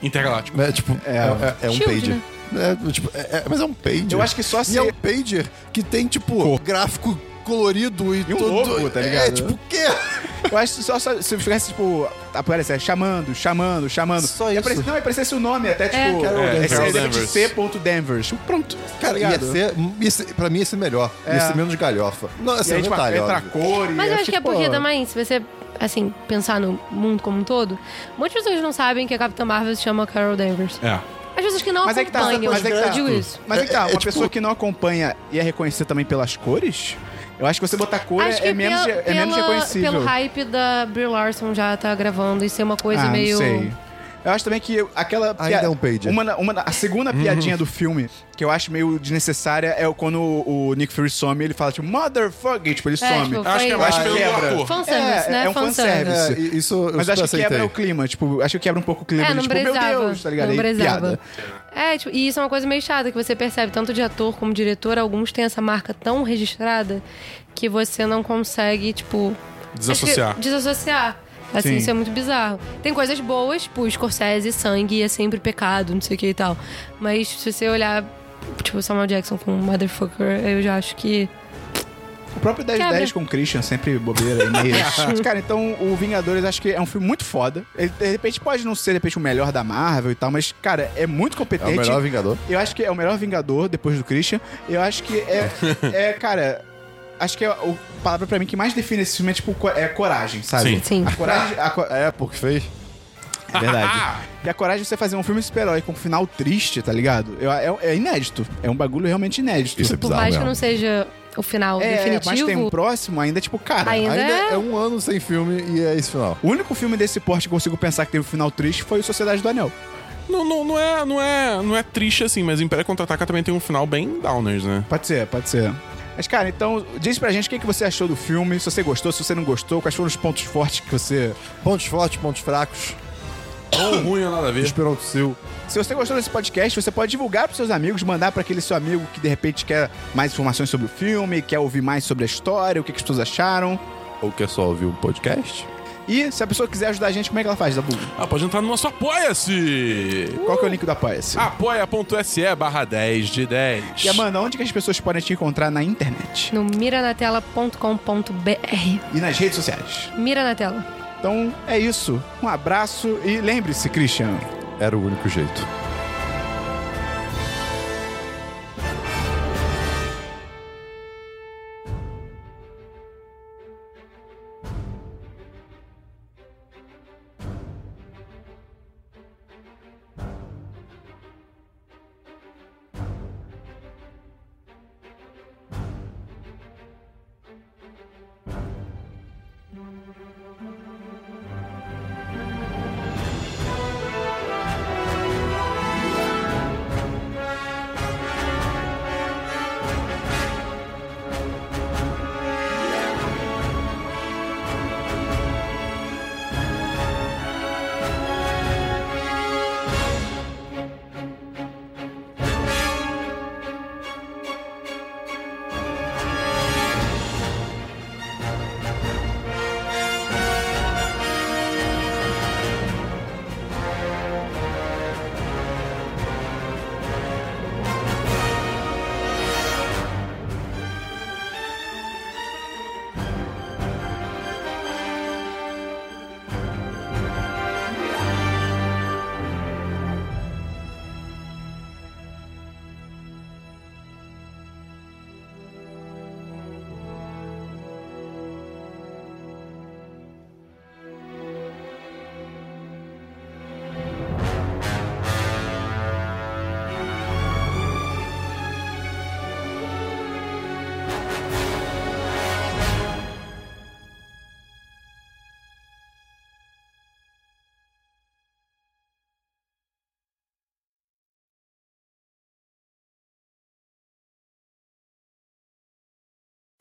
C: Intergaláctico.
F: Né? Tipo, é, é- é um
D: Shield,
F: pager.
D: né?
F: É, tipo, é- é- mas é um pager.
A: Eu acho que só se.
F: E é um pager que tem, tipo, gráfico colorido e,
A: um
F: todo...
A: logo, tá ligado?
F: É, tipo, o quê?
A: Eu acho que só, só se ficasse, tipo, aparece, é, chamando, chamando, chamando.
F: Só
A: E
F: isso.
A: aparece- não, aparecesse o nome até, tipo,
C: Carol
A: é,
C: Danvers.
A: é,
C: Carol
A: C.Danvers. Pronto.
F: Cara, ia
A: ligado?
F: ser, ia ser- Pra mim ia ser melhor.
A: É.
F: Ia ser menos galhofa. Não,
A: E
F: assim, é
A: aí,
F: um
A: tipo,
F: detalhe,
A: entra a
F: óbvio.
A: cor e
D: Mas eu acho que é
A: tipo,
D: porque também, se você, assim, pensar no mundo como um todo, muitas pessoas não sabem que a Capitã Marvel se chama Carol Danvers.
C: É.
D: As pessoas que não
A: Mas é que tá,
D: acompanham,
A: mas é que tá.
D: eu digo isso.
A: Mas é que tá,
F: É-
A: uma
F: é tipo-
A: pessoa que não acompanha e é reconhecer também pelas cores, eu acho que você botar cor é,
D: Acho que
A: é menos,
D: pela-
A: é menos
D: pela-
A: reconhecível.
D: Pelo hype da Brie Larson já tá gravando e ser uma coisa
A: ah,
D: meio...
A: não sei. Eu acho também que aquela
F: Ainda é um pager. Uhum.
A: uma, na- uma na- a segunda piadinha do filme que eu acho meio desnecessária é o- quando o, o Nick Fury some, ele fala tipo motherfucker, e, tipo ele some.
D: tipo,
C: Eu acho que é
D: Foi-
C: mais
D: Ah,
C: pelo
A: quebra.
C: ator.
D: Fanservice,
A: É,
D: né?
A: é um fanservice.
F: É, e- isso eu
A: Mas acho
F: super
A: que quebra
F: aceitei.
A: o clima, tipo, acho que quebra um pouco o clima.
D: É,
A: de,
D: não
A: tipo, meu
D: prezava.
A: Deus, tá ligado?
D: Não
A: Aí,
D: prezava.
A: piada.
D: É, tipo, e isso é uma coisa meio chata que você percebe, tanto de ator como diretor, alguns têm essa marca tão registrada que você não consegue, tipo.
C: Desassociar.
D: acho que- Desassociar. Assim,
A: Sim.
D: isso é muito bizarro. Tem coisas boas, tipo, Scorsese, sangue é sempre pecado, não sei o que e tal. Mas se você olhar, tipo, Samuel Jackson com Motherfucker, eu já acho que.
A: O próprio 10
D: Quebra.
A: 10 com o Christian, sempre bobeira e meia. Cara, então o Vingadores acho que é um filme muito foda. Ele, de repente pode não ser de repente, o melhor da Marvel e tal, mas, cara, é muito
F: É o
A: competente.
F: melhor Vingador.
A: Eu acho que é o melhor Vingador depois do Christian. Eu acho que é. é cara. Acho que é o- a palavra pra mim que mais define esse filme é tipo co- é coragem, sabe?
C: Sim.
D: Sim.
A: A coragem. a co-
F: É, porque fez.
A: é verdade. e a coragem de você fazer um filme de super-herói com um final triste, tá ligado? Eu- É, é inédito. É um bagulho realmente inédito.
F: Isso é
D: Por
F: bizarro
D: mais que
F: mesmo.
D: não seja o final
A: É, mas tem
D: definitivo.
A: um próximo ainda, tipo, cara.
D: Ainda
F: Ainda
D: é-
F: é um ano sem filme e é esse final.
A: O único filme desse porte que eu consigo pensar que teve um final triste foi o Sociedade do Anel.
C: Não, não, não, é, não, é, não é triste assim, mas Império Contra-Ataca também tem um final bem downers, né?
A: Pode ser, pode ser. Mas, cara, então, diz pra gente o que, que você achou do filme, se você gostou, se você não gostou, quais foram os pontos fortes que você.
F: Pontos fortes, pontos fracos.
C: Ou ruim ou nada a ver.
F: Esperanto Sil.
A: Se você gostou desse podcast, você pode divulgar pros seus amigos, mandar pra aquele seu amigo que de repente quer mais informações sobre o filme, quer ouvir mais sobre a história, o que, que as pessoas acharam.
F: Ou quer só ouvir um podcast?
A: E se a pessoa quiser ajudar a gente, como é que ela faz, Dabu?
C: Ah, pode entrar no nosso Apoia-se!
A: Qual que é o link do Apoia-se?
C: apoia.se barra 10 de 10.
A: E Amanda, onde que as pessoas podem te encontrar na internet?
D: No miranatela.com.br.
A: E nas redes sociais.
D: Mira na tela.
A: Então é isso. Um abraço e lembre-se, Christian.
F: Era o único jeito.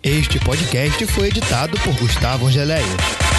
I: Este podcast foi editado por Gustavo Angeléia.